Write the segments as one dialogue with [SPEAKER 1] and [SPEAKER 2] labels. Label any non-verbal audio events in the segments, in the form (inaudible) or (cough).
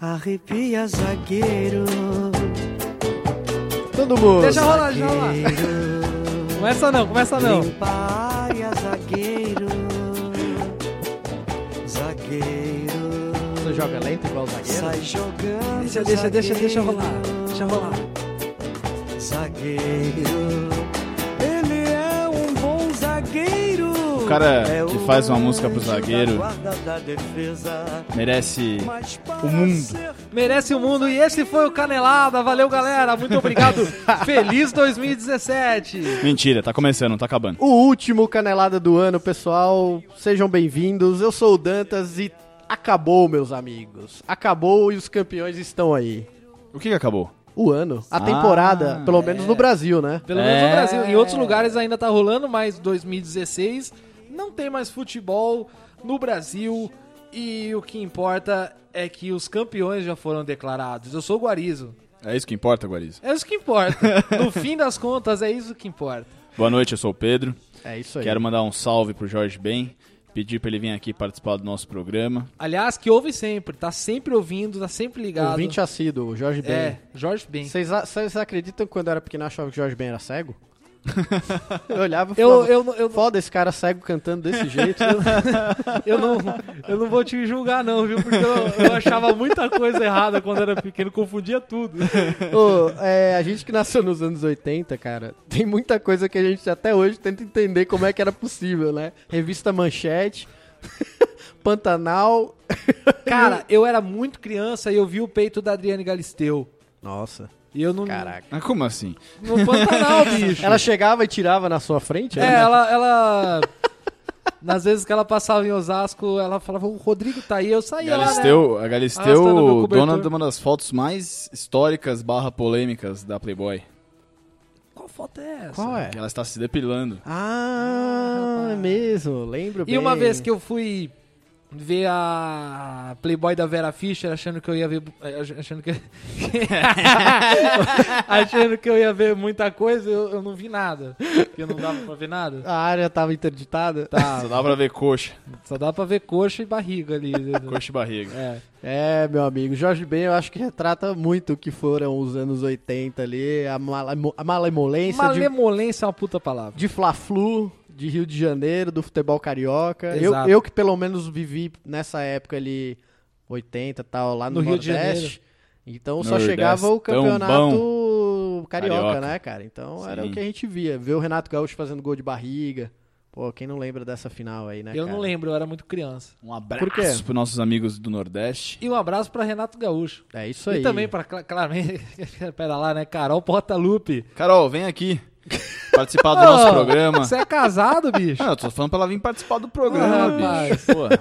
[SPEAKER 1] Arrepia zagueiro.
[SPEAKER 2] Todo mundo.
[SPEAKER 3] Deixa rolar, deixa rolar.
[SPEAKER 1] zagueiro.
[SPEAKER 3] Começa não, começa não.
[SPEAKER 1] Limpa a área, zagueiro. Zagueiro.
[SPEAKER 2] Você joga lento igual o zagueiro?
[SPEAKER 1] Sai jogando.
[SPEAKER 3] Deixa, deixa, deixa, deixa rolar. Deixa rolar.
[SPEAKER 1] zagueiro. Zagueiro. Ele é um bom zagueiro. É O
[SPEAKER 4] cara que faz uma música pro zagueiro.
[SPEAKER 1] Guarda da defesa.
[SPEAKER 4] Merece.
[SPEAKER 1] Mas para
[SPEAKER 4] mundo.
[SPEAKER 1] ser
[SPEAKER 3] Merece o mundo. E esse foi o Canelada. Valeu, galera. Muito
[SPEAKER 2] (laughs)
[SPEAKER 3] obrigado. Feliz 2017.
[SPEAKER 4] Mentira, tá começando, tá acabando.
[SPEAKER 2] O último canelada do ano, pessoal. Sejam bem-vindos. Eu sou o Dantas e acabou, meus amigos. Acabou e os campeões estão aí.
[SPEAKER 4] O que, que acabou?
[SPEAKER 2] O ano, a
[SPEAKER 4] Ah,
[SPEAKER 2] temporada, pelo menos no Brasil, né?
[SPEAKER 3] Pelo menos no
[SPEAKER 4] É.
[SPEAKER 3] Brasil. Em outros lugares ainda tá rolando, mas 2016 não tem mais futebol no Brasil. E o que importa é que os campeões já foram declarados. Eu sou o Guarizo.
[SPEAKER 4] É isso que importa, Guariz.
[SPEAKER 3] É isso que
[SPEAKER 2] (laughs)
[SPEAKER 3] importa. No fim das contas, é isso que importa.
[SPEAKER 4] Boa noite, eu sou o Pedro.
[SPEAKER 2] É isso aí.
[SPEAKER 4] Quero mandar um salve pro Jorge Ben. Pedir pra ele vir aqui participar do nosso programa.
[SPEAKER 3] Aliás, que ouve sempre, tá sempre ouvindo, tá sempre ligado.
[SPEAKER 2] um Ouvinte assíduo, o Jorge
[SPEAKER 3] é,
[SPEAKER 2] Ben.
[SPEAKER 3] Jorge Ben.
[SPEAKER 2] Vocês a- Vocês acreditam que quando eu era pequeno eu achava que o Jorge Ben era
[SPEAKER 4] (laughs)
[SPEAKER 2] cego? eu olhava e
[SPEAKER 3] Eu,
[SPEAKER 2] falava,
[SPEAKER 3] eu, eu, eu,
[SPEAKER 2] foda esse cara cego cantando
[SPEAKER 3] (laughs)
[SPEAKER 2] desse jeito.
[SPEAKER 3] eu não, eu não vou te julgar, não, viu? Porque eu, eu achava muita coisa errada quando era pequeno, confundia tudo.
[SPEAKER 2] Ô, é, a gente que nasceu nos anos 80, cara, tem muita coisa que a gente até hoje tenta entender como é que era possível, né? Revista Manchete, (laughs) Pantanal.
[SPEAKER 3] Cara, eu era muito criança e eu vi o peito da Adriane Galisteu.
[SPEAKER 2] Nossa,
[SPEAKER 3] E eu não.
[SPEAKER 2] caraca.
[SPEAKER 4] Mas como assim?
[SPEAKER 3] No Pantanal, bicho.
[SPEAKER 2] Hum. Ela chegava e tirava na sua frente?
[SPEAKER 3] É,
[SPEAKER 2] né?
[SPEAKER 3] ela. ela... Nas vezes que ela passava em Osasco, ela falava, o Rodrigo tá aí, eu saía lá, né?
[SPEAKER 4] Galisteu, a
[SPEAKER 3] Arrastando meu
[SPEAKER 4] Galisteu,
[SPEAKER 3] cobertor.
[SPEAKER 4] dona de uma das fotos mais históricas barra polêmicas da Playboy.
[SPEAKER 3] Qual foto é essa?
[SPEAKER 2] Qual é?
[SPEAKER 4] Que Ela está se depilando.
[SPEAKER 2] Ah, é mesmo, lembro bem.
[SPEAKER 3] E uma vez que eu fui ver a Playboy da Vera Fischer achando que eu ia ver eh, achando que (laughs) achando que eu ia ver muita coisa, eu, eu não vi nada. Porque não dava pra ver nada.
[SPEAKER 2] A área tava interditada.
[SPEAKER 3] Tá,
[SPEAKER 4] (laughs) Só dá pra
[SPEAKER 3] (laughs)
[SPEAKER 4] ver coxa,
[SPEAKER 3] só dá pra ver coxa e barriga ali. né?
[SPEAKER 2] (laughs)
[SPEAKER 4] coxa e barriga.
[SPEAKER 3] É.
[SPEAKER 2] É, meu amigo, Jorge Ben eu acho que retrata muito o que foram os anos 80 ali, a, malemo- a malemolência de
[SPEAKER 3] Malemolência é uma puta palavra.
[SPEAKER 2] de Fla-Flu, de Rio de Janeiro, do futebol carioca. Eu,
[SPEAKER 3] Exato.
[SPEAKER 2] eu que pelo menos vivi nessa época ali, 80 e tal, lá no,
[SPEAKER 3] No Rio de
[SPEAKER 2] Nordeste.
[SPEAKER 3] Janeiro.
[SPEAKER 2] Então só
[SPEAKER 4] Nordeste,
[SPEAKER 2] chegava o
[SPEAKER 4] tão bom.
[SPEAKER 2] campeonato carioca,
[SPEAKER 4] Carioca.
[SPEAKER 2] né, cara? Então era
[SPEAKER 4] Sim.
[SPEAKER 2] o que a gente via. Ver o Renato Gaúcho fazendo gol de barriga. Pô, quem não lembra dessa final aí, né,
[SPEAKER 3] Eu
[SPEAKER 2] cara?
[SPEAKER 3] não lembro, eu era muito criança.
[SPEAKER 4] Um
[SPEAKER 2] Por quê?
[SPEAKER 4] abraço pros nossos amigos do Nordeste.
[SPEAKER 3] E um abraço pra Renato Gaúcho.
[SPEAKER 2] É isso aí.
[SPEAKER 3] E também pra, cla- (laughs) claramente, pera lá, né? Carol Portalupe.
[SPEAKER 4] Carol, vem aqui participar do
[SPEAKER 3] (laughs)
[SPEAKER 4] nosso programa.
[SPEAKER 3] Você é casado, bicho?
[SPEAKER 2] (laughs)
[SPEAKER 4] Ah, eu tô falando pra ela vir participar do programa,
[SPEAKER 3] Ah, rapaz.
[SPEAKER 4] bicho. Pô, a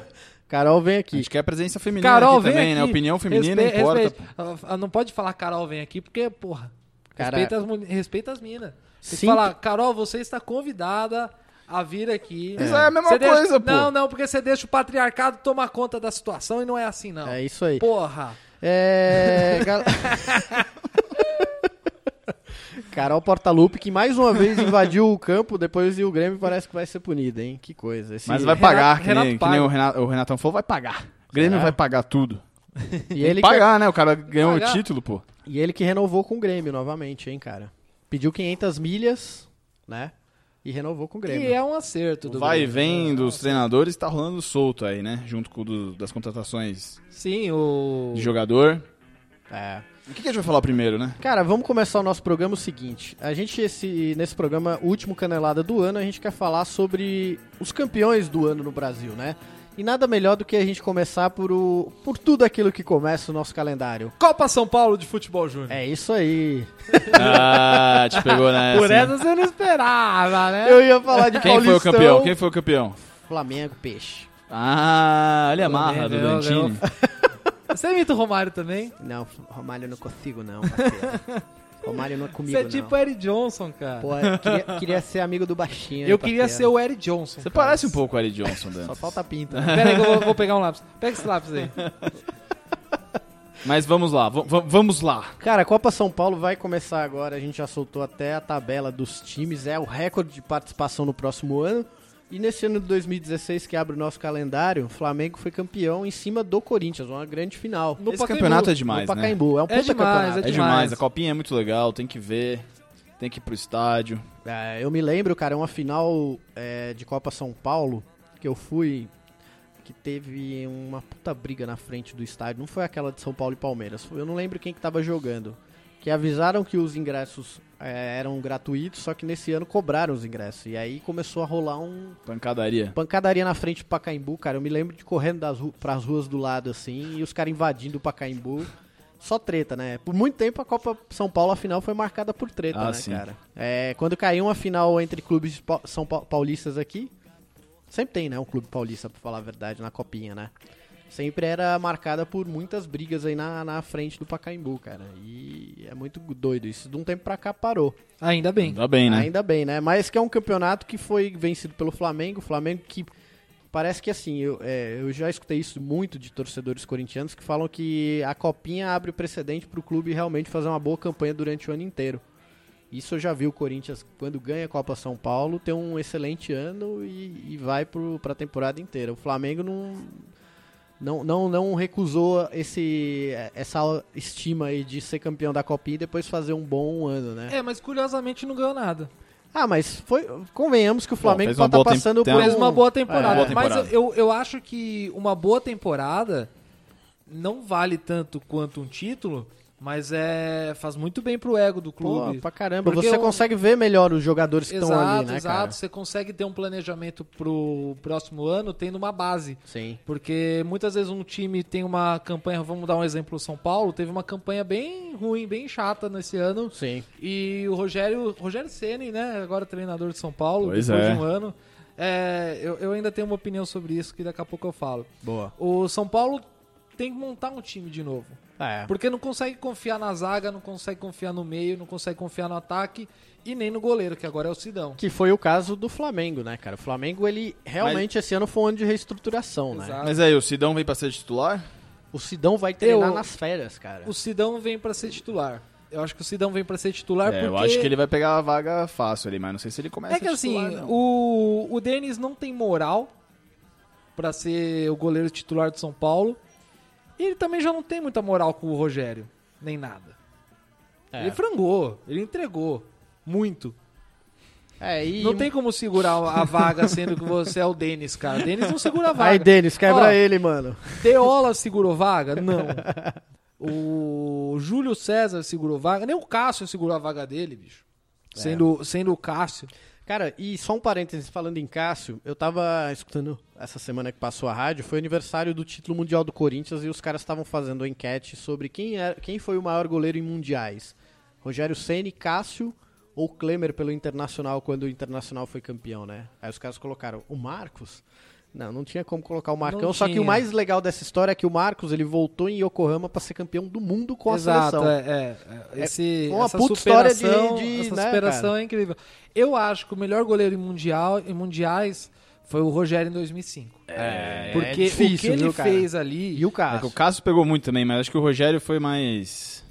[SPEAKER 2] Carol vem aqui.
[SPEAKER 4] gente quer é presença feminina
[SPEAKER 3] Carol
[SPEAKER 4] aqui
[SPEAKER 3] vem
[SPEAKER 4] também,
[SPEAKER 3] aqui.
[SPEAKER 4] né? Opinião feminina
[SPEAKER 3] Respe-
[SPEAKER 4] importa.
[SPEAKER 3] respeite. Ah, Não pode falar Carol vem aqui, porque, porra,
[SPEAKER 2] Cara-
[SPEAKER 3] respeita as, mul- respeita as minas. Tem que
[SPEAKER 2] Sim.
[SPEAKER 3] falar, Carol, você está convidada a vir aqui.
[SPEAKER 4] Isso é a mesma
[SPEAKER 3] Você deixa-
[SPEAKER 4] coisa, pô.
[SPEAKER 3] Não, não, porque você deixa o patriarcado tomar conta da situação e não é assim, não.
[SPEAKER 2] É isso aí.
[SPEAKER 3] Porra.
[SPEAKER 2] É. gal- (laughs) Carol Portalupe, que mais uma vez invadiu o campo depois e o Grêmio parece que vai ser punido, hein? Que coisa. Esse-
[SPEAKER 4] Mas vai
[SPEAKER 3] Renato-
[SPEAKER 4] pagar, que nem-
[SPEAKER 3] Renato
[SPEAKER 4] que nem,
[SPEAKER 3] paga.
[SPEAKER 4] o, Renato, o Renatão falou, vai pagar. O Grêmio
[SPEAKER 2] Será?
[SPEAKER 4] vai pagar tudo.
[SPEAKER 2] E, ele que...
[SPEAKER 4] pagar, né? O cara ganhou
[SPEAKER 3] Pagar.
[SPEAKER 4] o título, pô.
[SPEAKER 2] e ele que renovou com o Grêmio novamente, hein, cara? Pediu 500 milhas, né? E renovou com o Grêmio.
[SPEAKER 3] E é um acerto. Do
[SPEAKER 4] vai e
[SPEAKER 3] Grêmio.
[SPEAKER 4] vem dos treinadores, tá rolando solto aí, né? Junto com o do- das contratações
[SPEAKER 3] Sim, o...
[SPEAKER 4] de jogador.
[SPEAKER 2] É.
[SPEAKER 4] O que, que a gente vai falar primeiro, né?
[SPEAKER 2] Cara, vamos começar o nosso programa o seguinte. A gente, esse, nesse programa, o último Canelada do ano, a gente quer falar sobre os campeões do ano no Brasil, né? E nada melhor do que a gente começar por, o, por tudo aquilo que começa o nosso calendário.
[SPEAKER 3] Copa São Paulo de Futebol Júnior.
[SPEAKER 2] É isso aí.
[SPEAKER 4] Ah, te pegou nessa.
[SPEAKER 3] Por
[SPEAKER 4] né?
[SPEAKER 3] essa você não esperava, né?
[SPEAKER 2] Eu ia falar de
[SPEAKER 4] É. Quem
[SPEAKER 2] Paulistão.
[SPEAKER 4] foi o campeão? Quem foi o campeão?
[SPEAKER 2] Flamengo, peixe.
[SPEAKER 4] Ah, olha a marra do
[SPEAKER 3] Ganhou, ganhou.
[SPEAKER 4] Dantini.
[SPEAKER 3] Você imita o Romário também?
[SPEAKER 2] Não, Romário eu não consigo não,
[SPEAKER 4] (laughs)
[SPEAKER 2] parceiro. Romário não é comigo
[SPEAKER 3] você é tipo Eric Johnson, cara.
[SPEAKER 2] Pô, eu queria, queria ser amigo do baixinho. hein,
[SPEAKER 3] eu queria ser
[SPEAKER 2] parceiro.
[SPEAKER 3] o Eric Johnson.
[SPEAKER 4] Você parece um pouco o Eric Johnson, Dan.
[SPEAKER 2] Só falta pinta.
[SPEAKER 3] Pera aí que eu vou, vou pegar um lápis. Pega esse lápis aí.
[SPEAKER 4] Mas vamos lá, va- va- vamos lá.
[SPEAKER 2] Cara, a Copa São Paulo vai começar agora. A gente já soltou até a tabela dos times. É o recorde de participação no próximo ano. E nesse ano de 2016, que abre o nosso calendário, o Flamengo foi campeão em cima do Corinthians, uma grande final.
[SPEAKER 3] No
[SPEAKER 4] Esse
[SPEAKER 3] Pacaembu.
[SPEAKER 4] campeonato é
[SPEAKER 2] no
[SPEAKER 4] demais, né?
[SPEAKER 2] Pacaembu. É um
[SPEAKER 3] É
[SPEAKER 2] puta
[SPEAKER 3] demais,
[SPEAKER 2] campeonato.
[SPEAKER 4] É
[SPEAKER 3] É
[SPEAKER 4] demais.
[SPEAKER 3] demais.
[SPEAKER 4] A copinha é muito legal, tem que ver, tem que ir pro estádio.
[SPEAKER 2] É, eu me lembro, cara, uma final é, de Copa São Paulo que eu fui, que teve uma puta briga na frente do estádio. Não foi aquela de São Paulo e Palmeiras. foi- Eu não lembro quem que tava jogando. Que avisaram que os ingressos é, eram gratuitos, só que nesse ano cobraram os ingressos. E aí começou a rolar um
[SPEAKER 4] Pancadaria.
[SPEAKER 2] pancadaria na frente do Pacaembu, cara. Eu me lembro de correndo das ru pras ruas do lado, assim, e os caras invadindo o Pacaembu. Só treta, né? Por muito tempo a Copa São Paulo, a final, foi marcada por treta,
[SPEAKER 4] Ah,
[SPEAKER 2] né,
[SPEAKER 4] sim.
[SPEAKER 2] cara? É, quando caiu uma final entre clubes pa- São Pau- paulistas aqui, sempre tem, né, um clube paulista, pra falar a verdade, na copinha, né? Sempre era marcada por muitas brigas aí na, na frente do Pacaembu, cara. E é muito doido. Isso de um tempo pra cá parou.
[SPEAKER 3] Ah, Ainda bem.
[SPEAKER 4] Tá bem, né?
[SPEAKER 2] Ainda bem, né? Mas que é um campeonato que foi vencido pelo Flamengo. O Flamengo que parece que assim, eu, é, eu já escutei isso muito de torcedores corintianos que falam que a copinha abre o precedente pro clube realmente fazer uma boa campanha durante o ano inteiro. Isso eu já vi o Corinthians quando ganha a Copa São Paulo, tem um excelente ano e, e vai pro, pra temporada inteira. O Flamengo não, não, não, não recusou esse, essa estima aí de ser campeão da copinha e depois fazer um bom ano, né?
[SPEAKER 3] É, mas curiosamente não ganhou nada.
[SPEAKER 2] Ah, mas foi. Convenhamos que o Flamengo
[SPEAKER 4] fez
[SPEAKER 2] só
[SPEAKER 4] uma
[SPEAKER 2] tá
[SPEAKER 4] boa tem-
[SPEAKER 2] passando
[SPEAKER 4] tem
[SPEAKER 2] por.
[SPEAKER 3] Fez uma boa
[SPEAKER 4] uma
[SPEAKER 2] É,
[SPEAKER 3] temporada.
[SPEAKER 4] boa temporada.
[SPEAKER 3] Mas eu, eu acho que uma boa temporada não vale tanto quanto um título, mas é faz muito bem pro ego do
[SPEAKER 2] Pô,
[SPEAKER 3] clube.
[SPEAKER 2] pra caramba.
[SPEAKER 3] Porque
[SPEAKER 2] Você
[SPEAKER 3] o-
[SPEAKER 2] consegue ver melhor os jogadores que
[SPEAKER 3] Exato,
[SPEAKER 2] estão ali, né,
[SPEAKER 3] exato.
[SPEAKER 2] cara?
[SPEAKER 3] Você consegue ter um planejamento pro próximo ano tendo uma base.
[SPEAKER 2] Sim.
[SPEAKER 3] Porque muitas vezes um time tem uma campanha, vamos dar um exemplo, o São Paulo teve uma campanha bem ruim, bem chata nesse ano.
[SPEAKER 2] Sim.
[SPEAKER 3] E o Rogério, Rogério Ceni, né, agora treinador de São Paulo,
[SPEAKER 4] Pois
[SPEAKER 3] depois
[SPEAKER 4] é.
[SPEAKER 3] de um ano. É, eu, eu ainda tenho uma opinião sobre isso que daqui a pouco eu falo.
[SPEAKER 2] Boa.
[SPEAKER 3] O São Paulo tem que montar um time de novo.
[SPEAKER 2] É.
[SPEAKER 3] Porque não consegue confiar na zaga, não consegue confiar no meio, não consegue confiar no ataque e nem no goleiro, que agora é o Sidão.
[SPEAKER 2] Que foi o caso do Flamengo, né, cara? O Flamengo, ele realmente esse ano foi um ano de reestruturação, né?
[SPEAKER 3] Exato.
[SPEAKER 4] Mas aí, o Sidão vem pra ser titular?
[SPEAKER 2] O Sidão vai treinar
[SPEAKER 3] Eu-
[SPEAKER 2] nas férias, cara.
[SPEAKER 4] É.
[SPEAKER 3] O Sidão vem pra ser titular. Eu acho que o Sidão vem pra ser titular
[SPEAKER 4] É,
[SPEAKER 3] porque
[SPEAKER 4] eu acho que ele vai pegar a vaga fácil ali, mas não sei se ele começa
[SPEAKER 3] É que assim,
[SPEAKER 4] titular, não.
[SPEAKER 3] o, o Denis não tem moral pra ser o goleiro titular do São Paulo. E ele também já não tem muita moral com o Rogério, nem nada.
[SPEAKER 2] É.
[SPEAKER 3] Ele frangou, ele entregou muito.
[SPEAKER 2] É, e...
[SPEAKER 3] Não tem como segurar a vaga sendo que você é o Denis, cara. O Denis não segura a vaga.
[SPEAKER 2] Aí, Denis, quebra
[SPEAKER 3] Ó,
[SPEAKER 2] ele, mano.
[SPEAKER 3] Deola segurou vaga? Não. O Júlio César segurou vaga. Nem o Cássio segurou a vaga dele, bicho.
[SPEAKER 2] É.
[SPEAKER 3] Sendo, sendo o Cássio.
[SPEAKER 2] Cara, e só um parênteses, falando em Cássio, eu tava escutando essa semana que passou a rádio, foi aniversário do título mundial do Corinthians e os caras estavam fazendo uma enquete sobre quem, era, quem foi o maior goleiro em mundiais. Rogério Ceni, Cássio ou Klemer pelo Internacional, quando o Internacional foi campeão, né? Aí os caras colocaram o Marcos... Não, não tinha como colocar o Marcão,
[SPEAKER 3] Não
[SPEAKER 2] só que o
[SPEAKER 3] tinha.
[SPEAKER 2] mais legal dessa história é que o Marcos, ele voltou em Yokohama pra ser campeão do mundo com a
[SPEAKER 3] Exato,
[SPEAKER 2] seleção.
[SPEAKER 3] é, é, é. Esse,
[SPEAKER 2] uma
[SPEAKER 3] essa
[SPEAKER 2] puta história de-
[SPEAKER 3] superação-
[SPEAKER 2] de,
[SPEAKER 3] essa
[SPEAKER 2] né,
[SPEAKER 3] superação
[SPEAKER 2] cara?
[SPEAKER 3] é incrível. Eu acho que o melhor goleiro em, mundial, em mundiais foi o Rogério em 2005.
[SPEAKER 4] É,
[SPEAKER 3] Porque o que
[SPEAKER 2] difícil,
[SPEAKER 3] ele
[SPEAKER 2] viu, cara?
[SPEAKER 3] fez ali...
[SPEAKER 2] E o
[SPEAKER 4] é que
[SPEAKER 2] Cássio?
[SPEAKER 4] o Cássio pegou muito também, mas acho que o Rogério foi mais...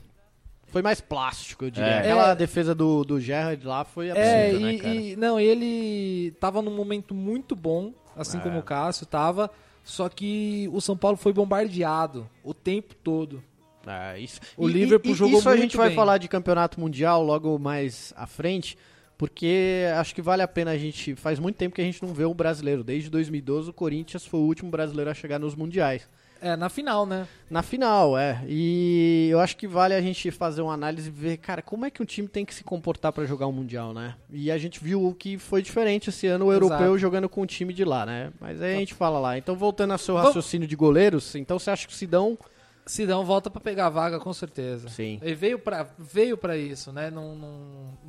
[SPEAKER 2] Foi mais plástico, eu diria.
[SPEAKER 4] É.
[SPEAKER 2] Aquela
[SPEAKER 3] É.
[SPEAKER 2] defesa do, do Gerrard lá foi absurda,
[SPEAKER 3] É,
[SPEAKER 2] né,
[SPEAKER 3] e,
[SPEAKER 2] cara?
[SPEAKER 3] e- não, ele tava num momento muito bom,
[SPEAKER 2] É.
[SPEAKER 3] assim como o Cássio tava, só que o São Paulo foi bombardeado o tempo todo.
[SPEAKER 2] Ah, isso.
[SPEAKER 3] O Liverpool jogou
[SPEAKER 2] Isso a gente
[SPEAKER 3] muito
[SPEAKER 2] vai
[SPEAKER 3] bem.
[SPEAKER 2] falar de campeonato mundial logo mais à frente, porque acho que vale a pena a gente... Faz muito tempo que a gente não vê um brasileiro. Desde 2012, o Corinthians foi o último brasileiro a chegar nos mundiais.
[SPEAKER 3] É, na final, né?
[SPEAKER 2] Na final, é. E eu acho que vale a gente fazer uma análise e ver, cara, como é que um time tem que se comportar pra jogar um mundial, né? E a gente viu que foi diferente esse ano o
[SPEAKER 3] Exato.
[SPEAKER 2] europeu jogando com o time de lá, né? Mas aí a gente fala lá. Então, voltando ao seu
[SPEAKER 3] Vamos-
[SPEAKER 2] raciocínio de goleiros, então você acha que o Sidão.
[SPEAKER 3] Sidão volta pra pegar a vaga, com certeza.
[SPEAKER 2] Sim.
[SPEAKER 3] Ele veio pra, veio pra isso, né? Não, não,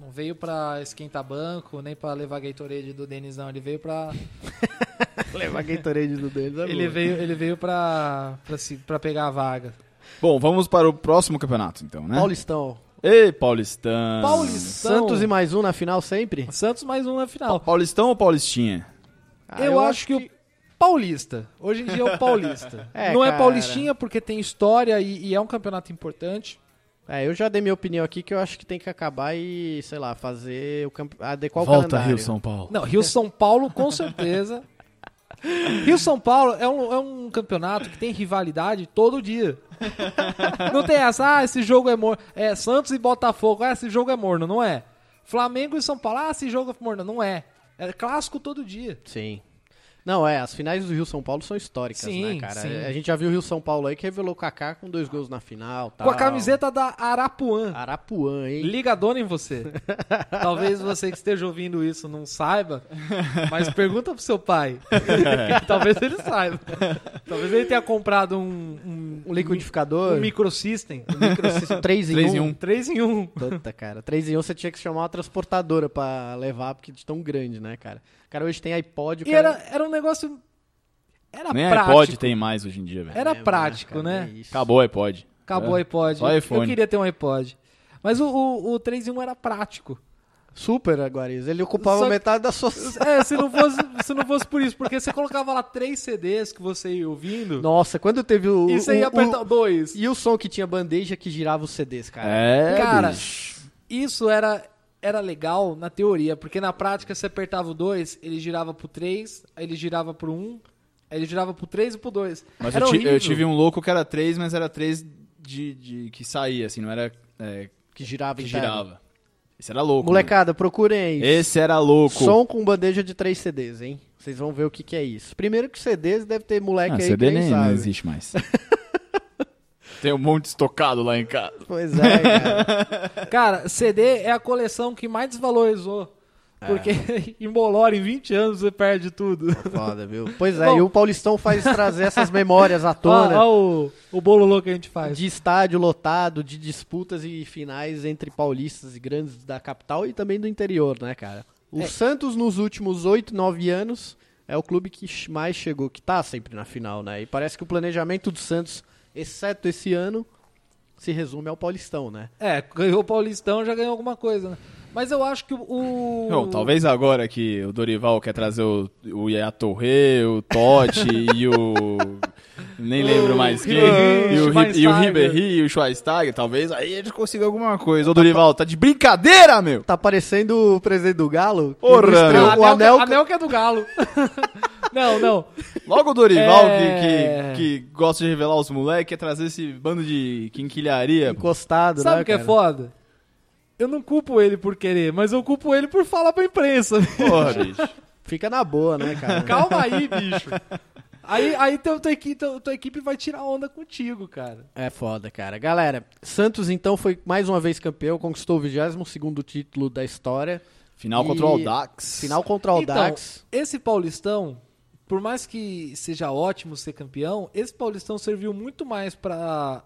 [SPEAKER 3] não veio pra esquentar banco, nem pra levar Gatorade do Denis, não. Ele veio pra.
[SPEAKER 2] Levar Gatorade do deles (laughs) é
[SPEAKER 3] ele veio, ele veio pra, pra, se, pra pegar a vaga.
[SPEAKER 4] Bom, vamos para o próximo campeonato, então, né?
[SPEAKER 2] Paulistão.
[SPEAKER 4] Ei, Paulistão!
[SPEAKER 3] Paulistão.
[SPEAKER 2] Ah. Santos e mais um na final sempre?
[SPEAKER 3] Santos mais um na final.
[SPEAKER 4] Paulistão ou Paulistinha?
[SPEAKER 2] Ah,
[SPEAKER 3] eu, acho que, o Paulista. Hoje em (laughs) dia é o Paulista.
[SPEAKER 2] É,
[SPEAKER 3] não é
[SPEAKER 2] cara.
[SPEAKER 3] Paulistinha porque tem história e, e é um campeonato importante.
[SPEAKER 2] É, eu já dei minha opinião aqui que eu acho que tem que acabar e, sei lá, fazer o campe... adequar o
[SPEAKER 4] Volta,
[SPEAKER 2] calendário.
[SPEAKER 4] Rio São Paulo.
[SPEAKER 3] Não, Rio São Paulo, com certeza. Rio São Paulo é um, é um campeonato que tem rivalidade todo dia. Não tem essa, ah, esse jogo é morno. É Santos e Botafogo, ah, esse jogo é morno, não é. Flamengo e São Paulo, ah, esse jogo é morno, não é. É clássico todo dia.
[SPEAKER 2] Sim. Não, é, as finais do Rio São Paulo são históricas,
[SPEAKER 3] Sim,
[SPEAKER 2] né, cara?
[SPEAKER 3] sim.
[SPEAKER 2] A gente já viu o Rio São Paulo aí que revelou o Kaká com dois gols na final, tal.
[SPEAKER 3] Com a camiseta da Arapuã.
[SPEAKER 2] Arapuã, hein?
[SPEAKER 3] Liga a dona em você. Talvez você que esteja ouvindo isso não saiba, mas pergunta pro seu pai. Talvez ele saiba. Talvez ele tenha comprado um, um
[SPEAKER 2] Um liquidificador.
[SPEAKER 3] Um microsystem.
[SPEAKER 2] micro... 3 em 1.
[SPEAKER 4] Três em
[SPEAKER 2] 1.
[SPEAKER 4] um.
[SPEAKER 3] (laughs) Três em um.
[SPEAKER 2] Puta, cara. 3 em 1 você tinha que chamar uma transportadora pra levar, porque de tão grande, né, cara? O cara hoje tem iPod. o
[SPEAKER 3] E
[SPEAKER 2] cara...
[SPEAKER 3] era, era um negócio. Era
[SPEAKER 4] Nem
[SPEAKER 3] É prático.
[SPEAKER 4] iPod tem mais hoje em dia, velho.
[SPEAKER 3] Era
[SPEAKER 2] É,
[SPEAKER 3] prático,
[SPEAKER 2] cara,
[SPEAKER 3] né?
[SPEAKER 2] é isso.
[SPEAKER 4] Acabou o iPod.
[SPEAKER 3] Acabou o
[SPEAKER 4] É.
[SPEAKER 3] iPod.
[SPEAKER 4] Só
[SPEAKER 3] Eu- Eu
[SPEAKER 4] iPhone.
[SPEAKER 3] queria ter um iPod. Mas o, o, o 3 em 1 era prático.
[SPEAKER 2] Super, Aguariz. Ele ocupava
[SPEAKER 3] Só que-
[SPEAKER 2] metade
[SPEAKER 3] (laughs)
[SPEAKER 2] da sua...
[SPEAKER 3] É, se não fosse, se não fosse por isso, porque você colocava lá três CDs que você ia ouvindo.
[SPEAKER 2] Nossa, quando teve o...
[SPEAKER 3] E você ia
[SPEAKER 2] o- o-
[SPEAKER 3] apertar o 2.
[SPEAKER 2] E o som que tinha bandeja que girava os CDs, cara.
[SPEAKER 4] É,
[SPEAKER 3] Cara,
[SPEAKER 4] bicho.
[SPEAKER 3] isso era, era legal na teoria, porque na prática você apertava o 2, ele girava pro 3, aí ele girava pro 1, um, aí ele girava pro 3 e pro 2.
[SPEAKER 4] Mas
[SPEAKER 3] era
[SPEAKER 4] eu, ti- eu
[SPEAKER 3] horrível.
[SPEAKER 4] tive um louco que era três, mas era três de, de- que saía, assim, não era é,
[SPEAKER 2] Que girava
[SPEAKER 4] que
[SPEAKER 2] e
[SPEAKER 4] girava. Esse era louco.
[SPEAKER 2] Molecada, procurem aí. um
[SPEAKER 4] mano. Esse era louco.
[SPEAKER 2] Som com bandeja de três CDs, hein? Vocês vão ver o que, que é isso. Primeiro que CDs deve ter moleque
[SPEAKER 4] ah,
[SPEAKER 2] aí
[SPEAKER 4] CD
[SPEAKER 2] que nem
[SPEAKER 4] nem, não
[SPEAKER 2] sabe. (laughs)
[SPEAKER 4] existe mais. Tem um monte estocado lá em casa.
[SPEAKER 2] Pois é, cara.
[SPEAKER 3] Cara, CD é a coleção que mais desvalorizou. Porque (laughs) em Bolora, em 20 anos, você perde tudo.
[SPEAKER 2] Foda, viu? Pois é,
[SPEAKER 3] Bom-
[SPEAKER 2] e o Paulistão faz trazer essas memórias à
[SPEAKER 3] Olha
[SPEAKER 2] tona
[SPEAKER 3] o, o bolo louco que a gente faz.
[SPEAKER 2] de estádio lotado, de disputas e finais entre paulistas e grandes da capital e também do interior, né, cara? O
[SPEAKER 3] É.
[SPEAKER 2] Santos, nos últimos 8, 9 anos, é o clube que ch- mais chegou, que tá sempre na final, né? E parece que o planejamento do Santos, exceto esse ano, se resume ao Paulistão, né?
[SPEAKER 3] É, ganhou o Paulistão, já ganhou alguma coisa, né? Mas eu acho que o.
[SPEAKER 4] Não, talvez agora que o Dorival quer trazer o, o Yaya Torre,
[SPEAKER 2] (laughs)
[SPEAKER 4] o Totti e o. Nem lembro mais quem.
[SPEAKER 3] Ribéry,
[SPEAKER 4] E o, Ri- e o
[SPEAKER 3] Schweinsteiger.
[SPEAKER 4] Ribéry e o Schweinsteiger, talvez aí ele consiga alguma coisa. Ô Dorival, tá de brincadeira, meu!
[SPEAKER 2] Tá parecendo o presidente do Galo?
[SPEAKER 4] Porra,
[SPEAKER 2] Ele estreou-
[SPEAKER 4] né?
[SPEAKER 2] o anel,
[SPEAKER 3] que- anel que Ah, é do Galo. (laughs) não, não.
[SPEAKER 4] Logo o Dorival,
[SPEAKER 3] É.
[SPEAKER 4] que, que, que gosta de revelar os moleques, quer trazer esse bando de quinquilharia. pô.
[SPEAKER 2] encostado,
[SPEAKER 3] Sabe
[SPEAKER 2] né,
[SPEAKER 3] o que é
[SPEAKER 2] cara?
[SPEAKER 3] foda? Eu não culpo ele por querer, mas eu culpo ele por falar pra imprensa. (laughs)
[SPEAKER 2] (laughs)
[SPEAKER 4] Porra, bicho.
[SPEAKER 2] Fica na boa, né, cara?
[SPEAKER 3] Calma aí, bicho. Aí, aí teu, tua, equipe, teu- tua equipe vai tirar onda contigo, cara.
[SPEAKER 2] É foda, cara. Galera, Santos então foi mais uma vez campeão, conquistou o 22º título da história.
[SPEAKER 4] Final
[SPEAKER 2] E-
[SPEAKER 4] contra o Aldax.
[SPEAKER 2] Final contra o
[SPEAKER 3] Então,
[SPEAKER 2] Aldax.
[SPEAKER 3] Esse Paulistão, por mais que seja ótimo ser campeão, esse Paulistão serviu muito mais pra